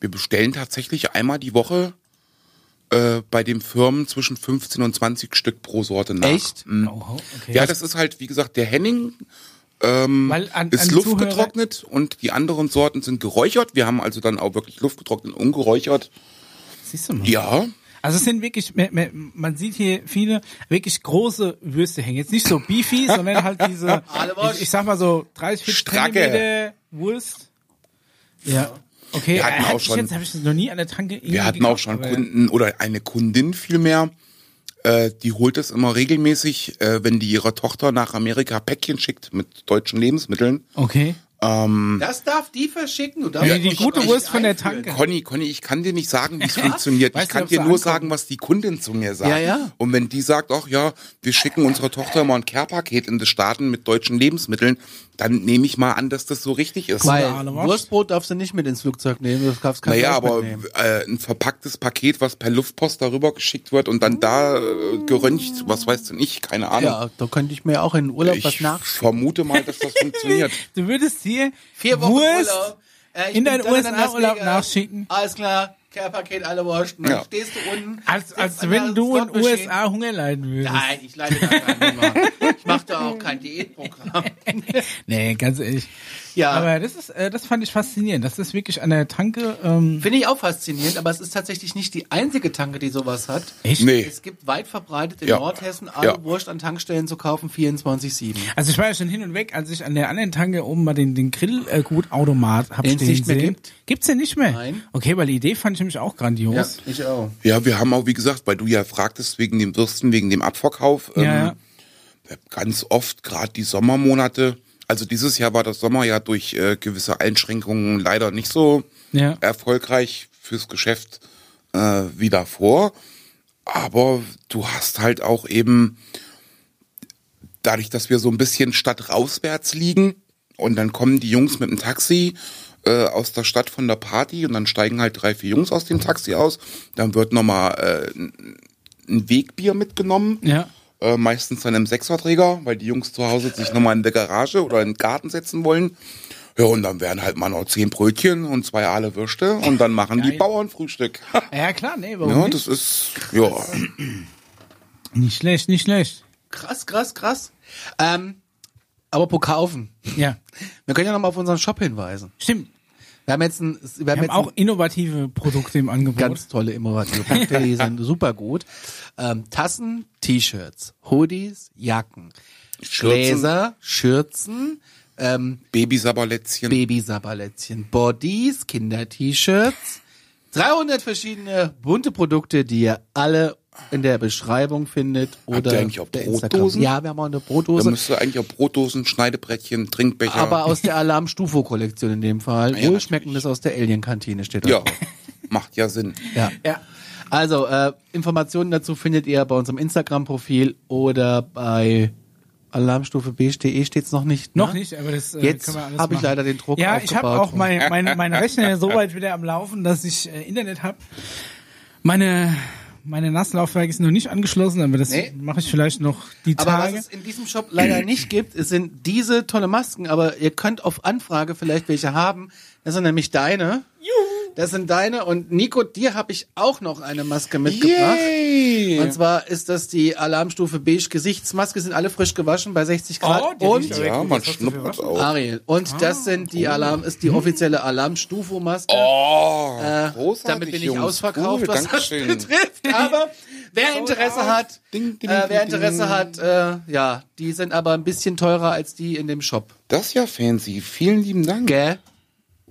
wir bestellen tatsächlich einmal die Woche äh, bei den Firmen zwischen 15 und 20 Stück pro Sorte nach. Mhm. Echt? Ähm, Oho, okay. Ja, das ist halt, wie gesagt, der Henning Weil an, ist an luftgetrocknet und die anderen Sorten sind geräuchert. Wir haben also dann auch wirklich luftgetrocknet und ungeräuchert. Zuhörer, siehst du mal. Ja, Also es sind wirklich, me- me- man sieht hier viele wirklich große Würste hängen. Jetzt nicht so beefy, sondern halt diese, ich, ich sag mal so 30, 40 Stracke. Zentimeter Wurst. Ja. Okay, Wir hatten äh, hab auch ich schon- jetzt habe ich das noch nie an der Tanke. irgendwie Wir hatten auch gekauft, schon aber- Kunden oder eine Kundin vielmehr, äh, die holt es immer regelmäßig, äh, wenn die ihrer Tochter nach Amerika Päckchen schickt mit deutschen Lebensmitteln. Okay. Das darf die verschicken. Du darfst Also die das gute nicht Wurst von der einführen. Tanke. Conny, Conny, ich kann dir nicht sagen, wie es funktioniert. Weißt ich du, kann ob's dir da nur ankommt? sagen, was die Kundin zu mir sagt. Ja, ja. Und wenn die sagt, ach ja, wir schicken unserer Tochter mal ein Care-Paket in die Staaten mit deutschen Lebensmitteln, dann nehme ich mal an, dass das so richtig ist. Weil alle Wurst. Wurstbrot darfst du nicht mit ins Flugzeug nehmen. Du darfst kein Naja, Fleisch aber mitnehmen. äh, ein verpacktes Paket, was per Luftpost darüber geschickt wird und dann da äh, geröntgt, was weißt du nicht, keine Ahnung. Ja, da könnte ich mir auch in den Urlaub was ich nach. vermute mal, dass das funktioniert. Du würdest hier Wurst Äh, in deinen USA-Urlaub nachschicken. Alles klar, Care-Paket alle Wurst. Dann Ja. stehst du unten. Als, sitzt als an wenn der du in Slot-Machine. USA Hunger leiden würdest. Nein, ich leide da keinen Hunger. Ich mache da auch kein Diätprogramm. Nee, ganz ehrlich. Ja. Aber das ist, äh, das fand ich faszinierend. Das ist wirklich an der Tanke. Ähm, Finde ich auch faszinierend, aber es ist tatsächlich nicht die einzige Tanke, die sowas hat. echt? Nee. Es gibt weit verbreitet in Ja. Nordhessen alle Ja. Wurst an Tankstellen zu kaufen, 24-7. Also ich war ja schon hin und weg, als ich an der anderen Tanke oben mal den, den Grillgutautomat hab Den's stehen nicht mehr sehen. gibt? Gibt's den nicht mehr? Nein. Okay, weil die Idee fand ich nämlich auch grandios. ich auch. Ja, wir haben auch, wie gesagt, weil du ja fragtest wegen dem Würsten, wegen dem Abverkauf, ähm, Ja, ja. ganz oft, gerade die Sommermonate, also dieses Jahr war das Sommerjahr durch äh, gewisse Einschränkungen leider nicht so Ja. erfolgreich fürs Geschäft äh, wie davor. Aber du hast halt auch eben, dadurch, dass wir so ein bisschen stadtrauswärts liegen und dann kommen die Jungs mit dem Taxi äh, aus der Stadt von der Party und dann steigen halt drei, vier Jungs aus dem Taxi aus, dann wird nochmal äh, ein- ein Wegbier mitgenommen. Ja. Äh, meistens dann im Sechserträger, weil die Jungs zu Hause sich nochmal in der Garage oder in den Garten setzen wollen. Ja, und dann werden halt mal noch zehn Brötchen und zwei Aale Würste und dann machen die Bauernfrühstück. Ja, klar, nee, warum ja, nicht? das ist, ja. Nicht schlecht, nicht schlecht. Krass, krass, krass. Ähm, aber Pokaufen. Ja, Wir können ja nochmal auf unseren Shop hinweisen. stimmt. Wir haben jetzt, ein, wir haben Wir haben jetzt auch ein innovative Produkte im Angebot. ganz tolle innovative Produkte, die sind super gut. Ähm, Tassen, T-Shirts, Hoodies, Jacken, Gläser, Schürzen, ähm, Babysabberlätzchen. Babysabalätzchen, Bodies, Kinder-T-Shirts. 300 verschiedene bunte Produkte, die ihr alle in der Beschreibung findet oder ihr eigentlich auch bei Brotdosen? Ja, wir haben auch eine Da Brotdose, müsste eigentlich auch Brotdosen, Schneidebrettchen, Trinkbecher. aber aus der Alarm Stufo Kollektion in dem Fall. Ja, ja, Wohlschmeckendes aus der Alien Kantine steht da. ja, drauf. macht ja Sinn. Ja. Ja. Also äh, Informationen dazu findet ihr bei unserem Instagram Profil oder bei Alarmstufe B.de steht's noch nicht. ne? Noch nicht, aber das äh, Jetzt können wir alles hab ich machen. leider den Druck Ja, ich habe aufgebaut. auch mein, mein, mein Rechner so weit wieder am Laufen, dass ich äh, Internet habe. Meine meine Nasslaufwerk ist noch nicht angeschlossen, aber das Nee. mache ich vielleicht noch die Aber was Tage. es in diesem Shop leider nicht gibt, es sind diese tolle Masken. Aber ihr könnt auf Anfrage vielleicht welche haben. Das sind nämlich deine. Juhu. Das sind deine. Und Nico, dir habe ich auch noch eine Maske mitgebracht. Und zwar ist das die Alarmstufe Beige Gesichtsmaske. Sind alle frisch gewaschen bei 60 Oh, Grad. die und riecht Ja, man schnuppert auch. Ariel. Und das sind die Alarm, ist die offizielle Alarmstufo-Maske. Oh, großartig, Ah, äh, Damit bin ich Jungs. ausverkauft, Cool, was Dankeschön. das betrifft. Aber wer Interesse hat, Ding, ding, äh, wer ding, Interesse ding. hat, äh, ja, die sind aber ein bisschen teurer als die in dem Shop. Das ist ja fancy. Vielen lieben Dank. Gell?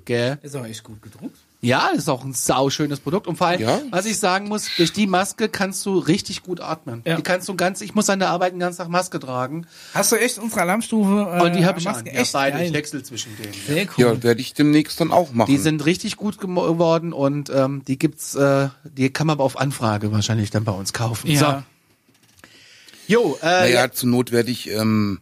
Gell? Ist auch echt gut gedruckt. Ja, das ist auch ein sauschönes Produkt. Und vor allem, Ja. was ich sagen muss, durch die Maske kannst du richtig gut atmen. Ja. Die kannst du ganz, ich muss an der Arbeit den ganzen Tag Maske tragen. Hast du echt unsere Alarmstufe? Äh, Und Oh, die habe ich an. Maske? Ja, Echt beide. Ich geil. wechsle zwischen denen. Sehr cool. Ja, werde ich demnächst dann auch machen. Die sind richtig gut gemo- geworden und ähm, die gibt's, äh, die kann man aber auf Anfrage wahrscheinlich dann bei uns kaufen. Ja. So. Jo, äh, naja, ja, zur Not werde ich, ähm,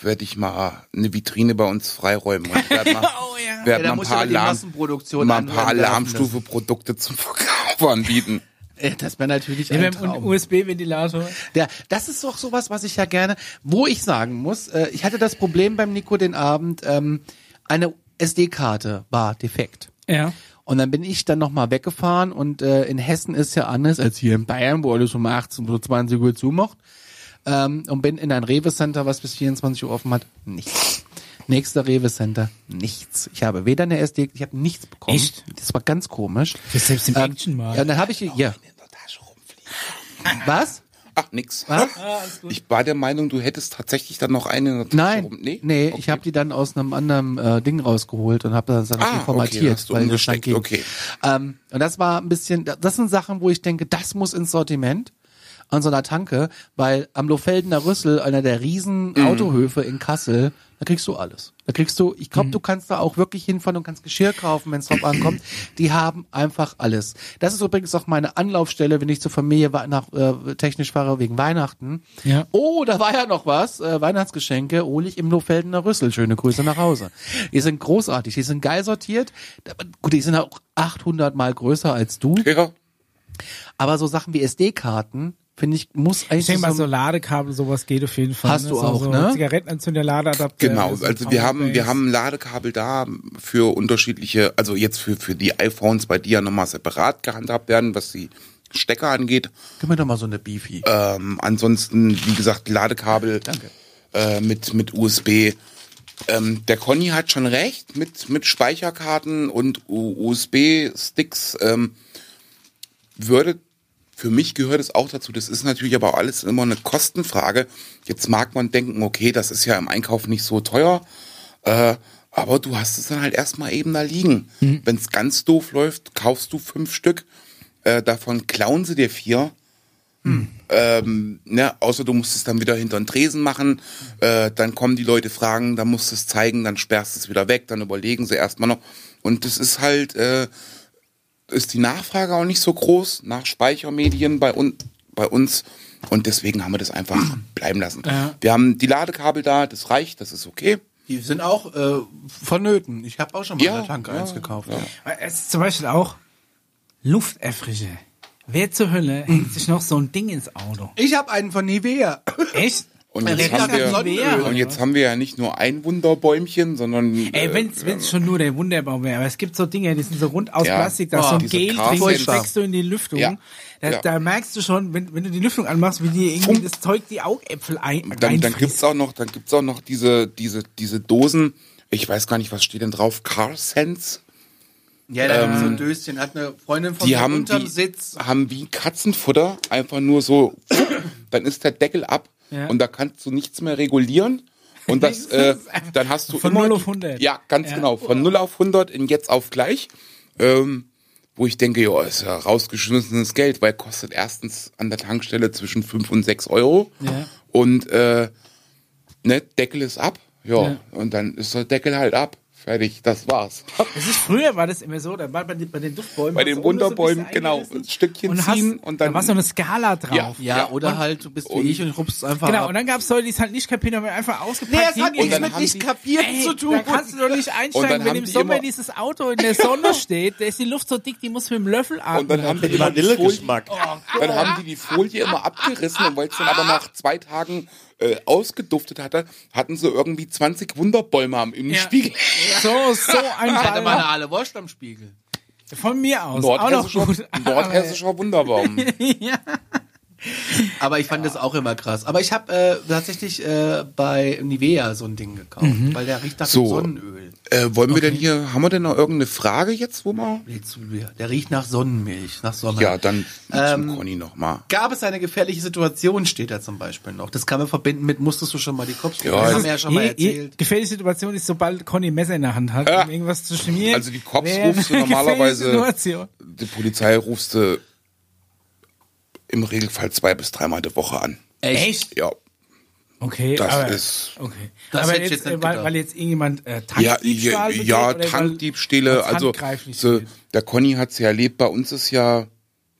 werde ich mal eine Vitrine bei uns freiräumen. Und werde mal, oh, ja. Ja, werd da mal ein musst paar, du die Alarm, Massenproduktion mal ein paar anwerfen lassen. Alarmstufe-Produkte zum Verkauf anbieten. Äh, das wäre natürlich Wir ein haben einen Traum. USB-Ventilator. Ja, das ist doch sowas, was ich ja gerne, wo ich sagen muss, äh, ich hatte das Problem beim Nico den Abend, ähm, eine SD-Karte war defekt. Ja. Und dann bin ich dann nochmal weggefahren und äh, in Hessen ist ja anders als hier in Bayern, wo alles um 18 oder 20 Uhr zumacht. Ähm, und bin in ein Rewe-Center, was bis 24 Uhr offen hat. Nichts. Nächster Rewe-Center, nichts. Ich habe weder eine SD, ich habe nichts bekommen. Echt? Das war ganz komisch. Selbst im Ähm, Action ja, und dann habe ich, ja, In der Tasche. Was? Ach, nix. Ah, Was? Ich war der Meinung, du hättest tatsächlich dann noch eine in der Tasche Nein, rum- nee, Okay. ich habe die dann aus einem anderen äh, Ding rausgeholt und habe das dann Ah, ah, okay, formatiert. hast du weil das umgesteckt, dann ging. okay. Ähm, und das war ein bisschen, das sind Sachen, wo ich denke, das muss ins Sortiment an so einer Tanke, weil am Lofeldener Rüssel, einer der riesen Mhm. Autohöfe in Kassel, da kriegst du alles. Da kriegst du, ich Mhm. glaube, du kannst da auch wirklich hinfahren und kannst Geschirr kaufen, wenn es drauf ankommt. Die haben einfach alles. Das ist übrigens auch meine Anlaufstelle, wenn ich zur Familie wa- nach, äh, technisch fahre wegen Weihnachten. Ja. Oh, da war ja noch was. Äh, Weihnachtsgeschenke hole ich im Lofeldener Rüssel. Schöne Grüße nach Hause. Die sind großartig, die sind geil sortiert. Da- Gut, die sind auch 800 mal größer als du. Ja. Aber so Sachen wie SD-Karten, finde ich, muss eigentlich Ich denke mal, so so Ladekabel, sowas geht auf jeden Fall. Hast du So- auch, so ne? Zigarettenanzünder, Ladeadapter. Genau, so also wir haben, wir Powerbanks. haben Ladekabel da für unterschiedliche, also jetzt für, für die iPhones bei dir nochmal separat gehandhabt werden, was die Stecker angeht. gib mir doch mal so eine Beefy. Ähm, ansonsten, wie gesagt, Ladekabel äh, mit, mit USB. Ähm, der Conny hat schon recht, mit, mit Speicherkarten und USB-Sticks ähm, würde, für mich gehört es auch dazu, das ist natürlich aber alles immer eine Kostenfrage. Jetzt mag man denken, okay, das ist ja im Einkauf nicht so teuer, äh, aber du hast es dann halt erstmal eben da liegen. Wenn es ganz doof läuft, kaufst du fünf Stück, äh, davon klauen sie dir vier ne, außer du musst es dann wieder hinter den Tresen machen, äh, dann kommen die Leute fragen, dann musst du es zeigen, dann sperrst du es wieder weg, dann überlegen sie erstmal noch. Und das ist halt, äh, ist die Nachfrage auch nicht so groß nach Speichermedien bei, un bei uns. Und deswegen haben wir das einfach bleiben lassen. Wir haben die Ladekabel da, das reicht, das ist okay. Die sind auch äh, vonnöten. Ich habe auch schon mal Ja, eine Tanke ja, eins gekauft. Äh, Es ist zum Beispiel auch Lufterfrischer. Wer zur Hölle hängt sich noch so ein Ding ins Auto? Ich habe einen von Nivea. Echt? Und Ein jetzt, Räder haben kann Sonnenöl, wir, oder und jetzt haben wir ja nicht nur ein Wunderbäumchen, sondern äh, Ey, wenn es schon nur der Wunderbaum wäre, aber es gibt so Dinge, die sind so rund aus ähm, Ja. Plastik, da ist Oh, so ein diese Gel Car drin, das Sensor. steckst du in die Lüftung. Ja. Da, Ja. da merkst du schon, wenn, wenn du die Lüftung anmachst, wie dir irgendwie Funk. das Zeug die Augäpfel ein, dann, dann reinfrisst. gibt's auch noch, dann gibt's auch noch diese, diese, diese Dosen. Ich weiß gar nicht, was steht denn drauf? Car Sense. Ja, da ähm, so ein Döschen hat eine Freundin von Die mir haben unterm wie, Sitz. haben wie Katzenfutter einfach nur so. dann ist der Deckel ab Ja. und da kannst du nichts mehr regulieren. Und das, äh, dann hast du Von immer 0 auf die- 100. Ja, ganz genau. Von 0 auf 100 in jetzt auf gleich. Ähm, wo ich denke, ja, ist ja rausgeschmissenes Geld, weil kostet erstens an der Tankstelle zwischen 5 und 6 Euro. Ja. Und äh, ne, Deckel ist ab. Ja, Ja. und dann ist der Deckel halt ab. Fertig, das war's. Das ist, früher war das immer so, da war bei, den- bei den Duftbäumen. Bei hast den du oben so ein Wunderbäumen, bisschen genau. eingerissen Ein Stückchen und hast, ziehen und dann. Da war so eine Skala drauf. Ja. Ja, oder halt, du bist wie ich und rupst einfach Genau, ab. und dann gab es Leute, die es halt nicht kapiert haben, einfach ausgepackt nichts hingehängt. mit nicht kapiert Ey, Da kannst du doch nicht Und dann einsteigen, wenn haben im die Sommer immer- dieses Auto in der Sonne steht, da ist die Luft so dick, die muss mit dem Löffel atmen. Und dann haben, die Mit immer die Folie, Vanillegeschmack. dann haben die die Folie immer abgerissen und weil es dann aber nach zwei Tagen äh, ausgeduftet hatte, hatten sie irgendwie 20 Wunderbäume am Innenspiegel. so, so ein Ich hatte mal eine Ball. alle Wurst am Spiegel. Von mir aus. Auch noch gut. Nordhessischer, Nordhessischer Wunderbaum. Aber ich fand das auch immer krass. Aber ich habe äh, tatsächlich äh, bei Nivea so ein Ding gekauft, weil der riecht nach Mhm. So. Sonnenöl. äh, wollen wir denn hier, haben wir denn noch irgendeine Frage jetzt, wo wir? Jetzt, ja, Der riecht nach Sonnenmilch, nach Sommer. Ähm, Ja, dann zum Conny nochmal. Gab es eine gefährliche Situation, steht da zum Beispiel noch. Das kann man verbinden mit, musstest du schon mal die Cops Ja, Das das Eh, haben wir ja schon mal Je- je- erzählt. gefährliche Situation ist, sobald Conny ein Messer in der Hand hat, Ja. um irgendwas zu schmieren. Also die Cops wäre rufst du eine gefährliche normalerweise- Situation. Die Polizei rufst du im Regelfall zwei bis dreimal die Woche an. Echt? Ja. Okay, Das aber, ist- okay. Das aber hätte ich jetzt, jetzt nicht äh, weil, gedacht. weil jetzt irgendjemand äh, Ja, Tankdiebstahl ja, begeht ja oder weil- Tankdiebstähle. weil's Also handgreiflich so, wird. der Conny hat's ja erlebt. Bei uns ist ja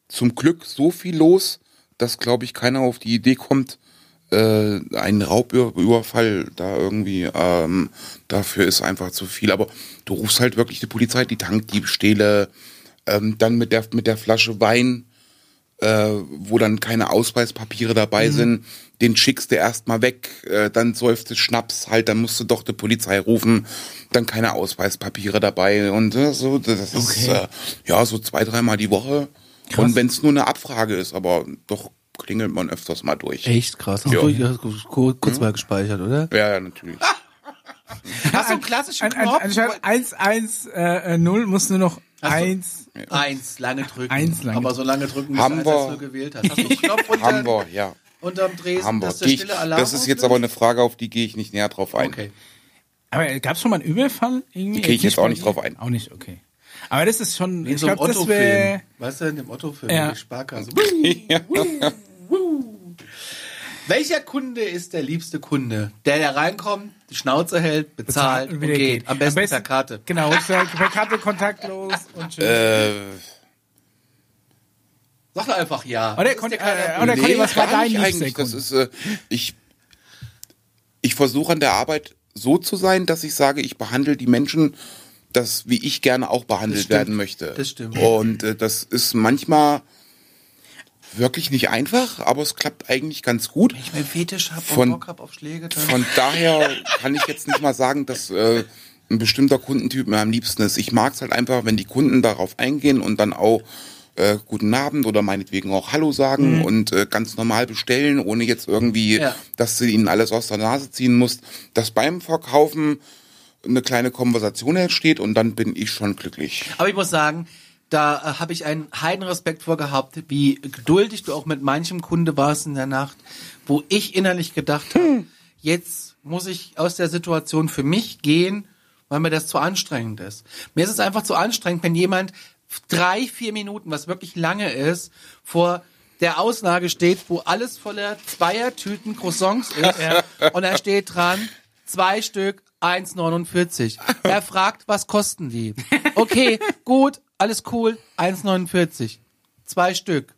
zum Glück so viel los, dass glaube ich keiner auf die Idee kommt, äh, einen Raubüberfall da irgendwie. Ähm, dafür ist einfach zu viel. Aber du rufst halt wirklich die Polizei, die Tankdiebstähle, ähm, dann mit der mit der Flasche Wein äh, wo dann keine Ausweispapiere dabei Mhm. sind, den schickst du erstmal weg, äh, dann säufst du Schnaps halt, dann musst du doch die Polizei rufen, dann keine Ausweispapiere dabei und äh, so, das ist äh, ja so zwei, dreimal die Woche. Und wenn es nur eine Abfrage ist, aber doch klingelt man öfters mal durch. Echt krass. Hast Ja. Hm? du das ku- kurz mal gespeichert, oder? Ja, ja, natürlich. Hast du einen klassischen An, an, anstatt 110 äh, äh, null musst du noch Eins. Eins lange drücken. Eins lange Aber so lange drücken, bis Hamburg. du gewählt hast. Hast du einen Knopf unter, Hamburg, ja. unterm Dresen, Hamburg. dass der Die Ich, stille Alarm das ist jetzt aber auslöst? eine Frage, auf die gehe ich nicht näher drauf ein. Okay. Aber gab es schon mal einen Überfall? Irgendwie? Die krieg ich jetzt auch bei nicht dir? drauf ein. Auch nicht, okay. Aber das ist schon, In ich so einem glaube, das Otto-Film. wäre... Weißt du, in dem Otto-Film, Ja. die Sparkasse. Welcher Kunde ist der liebste Kunde? Der, der reinkommt, die Schnauze hält, bezahlt und, wieder geht. Am besten per Karte. Genau, holst du halt per Karte kontaktlos und tschüss. Äh, Sag doch einfach ja. Oder Das ist Conny, dir keiner- äh, oder Conny, was war gar dein nicht liebster eigentlich. Das Kunde? ist, äh, ich ich versuche an der Arbeit so zu sein, dass ich sage, ich behandle die Menschen das, wie ich gerne auch Das behandelt stimmt. werden möchte. Das stimmt. Und äh, das ist manchmal wirklich nicht einfach, aber es klappt eigentlich ganz gut. Wenn ich mir Fetisch hab Von- und Bock hab auf Schläge, dann Von daher kann ich jetzt nicht mal sagen, dass äh, ein bestimmter Kundentyp mir am liebsten ist. Ich mag es halt einfach, wenn die Kunden darauf eingehen und dann auch äh, guten Abend oder meinetwegen auch Hallo sagen Mhm. und äh, ganz normal bestellen, ohne jetzt irgendwie, Ja. dass du ihnen alles aus der Nase ziehen musst. Dass beim Verkaufen eine kleine Konversation entsteht und dann bin ich schon glücklich. Aber ich muss sagen, da äh, habe ich einen heidenrespekt vor gehabt, wie geduldig du auch mit manchem Kunde warst in der Nacht, wo ich innerlich gedacht habe, jetzt muss ich aus der Situation für mich gehen, weil mir das zu anstrengend ist. Mir ist es einfach zu anstrengend, wenn jemand drei, vier Minuten, was wirklich lange ist, vor der Auslage steht, wo alles voller Zweiertüten Croissants ist und da steht dran, zwei Stück, 1,49. Er fragt, was kosten die? Okay, gut, alles cool, 1,49. Zwei Stück.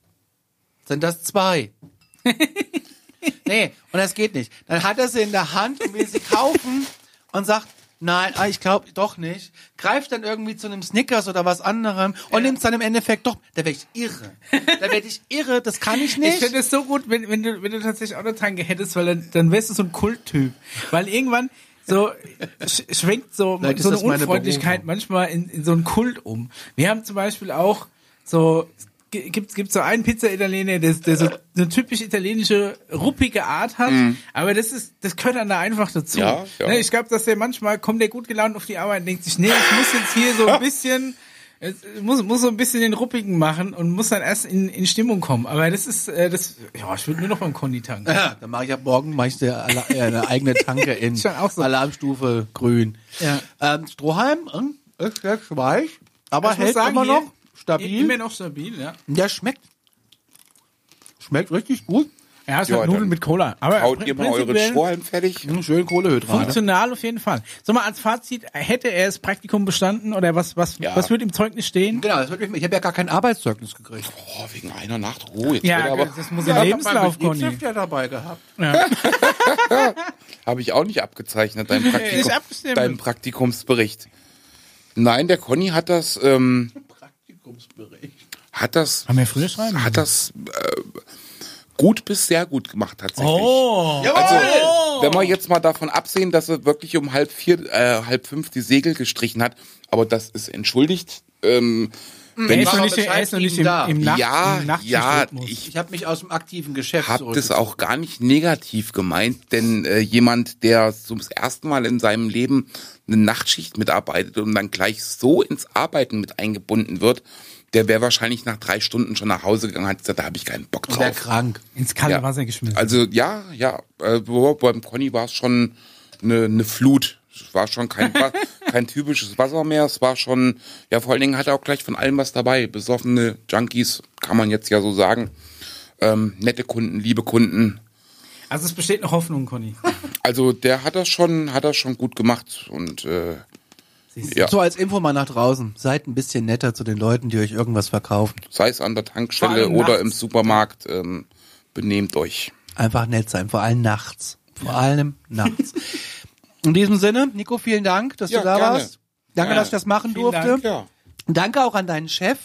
Sind das zwei? Nee, und das geht nicht. Dann hat er sie in der Hand und will sie kaufen und sagt, nein, ah, ich glaube doch nicht. Greift dann irgendwie zu einem Snickers oder was anderem und nimmt es dann im Endeffekt doch. Da werde ich irre. Da werde ich irre, das kann ich Ich nicht. finde es so gut, wenn, wenn, du, wenn du tatsächlich auch eine Tanke hättest, weil dann, dann wärst du so ein Kulttyp. Weil irgendwann so sch schwenkt so, Vielleicht so ist eine das meine Unfreundlichkeit manchmal in, in so einen Kult um. Wir haben zum Beispiel auch so, gi- gibt gibt so einen Pizza-Italiener, der, der so eine typisch italienische, ruppige Art hat, aber das ist, das gehört dann da einfach dazu. Mhm. Ja, ja. Ne, ich glaube, dass der manchmal kommt der gut gelaunt auf die Arbeit und denkt sich, nee, ich muss jetzt hier so ein bisschen, es muss, muss so ein bisschen den Ruppigen machen und muss dann erst in, in Stimmung kommen. Aber das ist, äh, das, ja, ich würde mir noch mal einen Conny tanken. Ja, dann mache ich ab morgen mache ich dir alle- äh, eine eigene Tanke in Schon auch so. Alarmstufe grün. Ja. Ähm, Strohhalm hm, ist sehr weich, aber Ich muss hält sagen, immer hier- noch stabil. Immer noch stabil, ja. Der schmeckt. Schmeckt richtig gut. Ja, es Ja, hat Nudeln dann mit Cola. Aber Haut prin- ihr mal eure prinzipiell Strohhalm fertig? Hm, Schön Kohlehydrate. Funktional auf jeden Fall. So mal als Fazit, hätte er das Praktikum bestanden oder was, was, Ja. was würde im Zeugnis stehen? Genau, das wird mich, ich habe ja gar kein Arbeitszeugnis gekriegt. Boah, wegen einer Nacht Ruhe. Jetzt Ja, wird Genau, aber das muss im Lebenslauf, Conny. ja dabei gehabt. Habe ich auch nicht abgezeichnet, dein, Nicht Praktikum, abgestimmt. dein Praktikumsbericht. Nein, der Conny hat das, ähm, Praktikumsbericht. hat das, Haben wir früher schreiben hat das äh, gut bis sehr gut gemacht tatsächlich. Oh! Also, wenn wir jetzt mal davon absehen, dass er wirklich um halb vier, äh, halb fünf die Segel gestrichen hat, aber das ist entschuldigt. Ähm, wenn Er ich, ist Aber noch nicht, er Bescheid ist noch nicht ihm im, da. im Nacht, ja, im Nacht ja, ich Ich habe mich aus dem aktiven Geschäft Hab das zurückgezogen. auch gar nicht negativ gemeint, denn äh, jemand, der zum ersten Mal in seinem Leben eine Nachtschicht mitarbeitet und dann gleich so ins Arbeiten mit eingebunden wird, der wäre wahrscheinlich nach drei Stunden schon nach Hause gegangen und hat gesagt, da habe ich keinen Bock Und der drauf. krank. ins kalte Ja. Wasser geschmissen. Also ja, ja, äh, wo- beim Conny war es schon eine, eine Flut. Es war schon kein, Wa- kein typisches Wasser mehr. Es war schon, ja, vor allen Dingen hat er auch gleich von allem was dabei. Besoffene Junkies, kann man jetzt ja so sagen. Ähm, nette Kunden, liebe Kunden. Also es besteht noch Hoffnung, Conny. Also der hat das schon, hat das schon gut gemacht und äh, ja, So als Info mal nach draußen. Seid ein bisschen netter zu den Leuten, die euch irgendwas verkaufen. sei es an der Vor Tankstelle allem oder nachts. im Supermarkt, ähm, benehmt euch. Einfach nett sein, vor allem nachts. Vor allem nachts. In diesem Sinne, Nico, vielen Dank, dass Ja, du da gerne. warst. Danke, Gerne. dass ich das machen Vielen durfte. Dank. Ja, Danke auch an deinen Chef,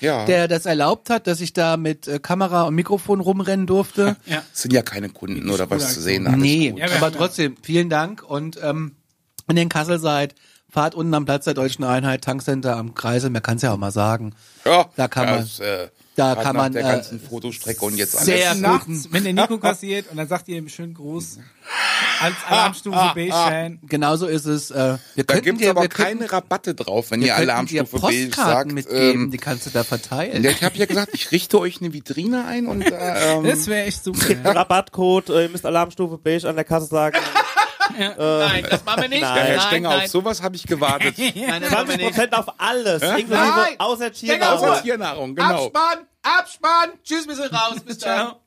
ja. der das erlaubt hat, dass ich da mit äh, Kamera und Mikrofon rumrennen durfte. sind ja keine Kunden oder was zu sehen. alles nee, gut. Ja, wir aber haben- trotzdem, vielen Dank und ähm, wenn ihr in Kassel seid, fahrt unten am Platz der Deutschen Einheit, Tankcenter am Kreisel, man kann es ja auch mal sagen. Ja, Da kann man. das, äh, Da Gerade kann nach man der äh, ganzen Fotostrecke und jetzt sehr- alles. guten- nachts, wenn der Nico kassiert und dann sagt ihr ihm schönen Gruß als Alarmstufe B-Fan. genauso ist es. Äh, wir Da könnten gibt's dir, aber wir könnten, keine Rabatte drauf, wenn wir ihr könnten Alarmstufe dir B Postkarten sagt. mitgeben, Ähm, die kannst du da verteilen. ja, ich habe ja gesagt, ich richte euch eine Vitrine ein und äh, ähm, Das wäre echt super. ja. Rabattcode, äh, ihr müsst Alarmstufe beige an der Kasse sagen. Nein, das machen wir nicht. Ja, Herr Nein, Stenger, äh, auf sowas habe ich gewartet. nein, das machen wir nicht. 20% auf alles, inklusive Nein. außer Digga, Tiernahrung. Ruhe. Tiernahrung, genau. Abspann, abspann. Tschüss, wir sind raus. Bis dann. Ciao.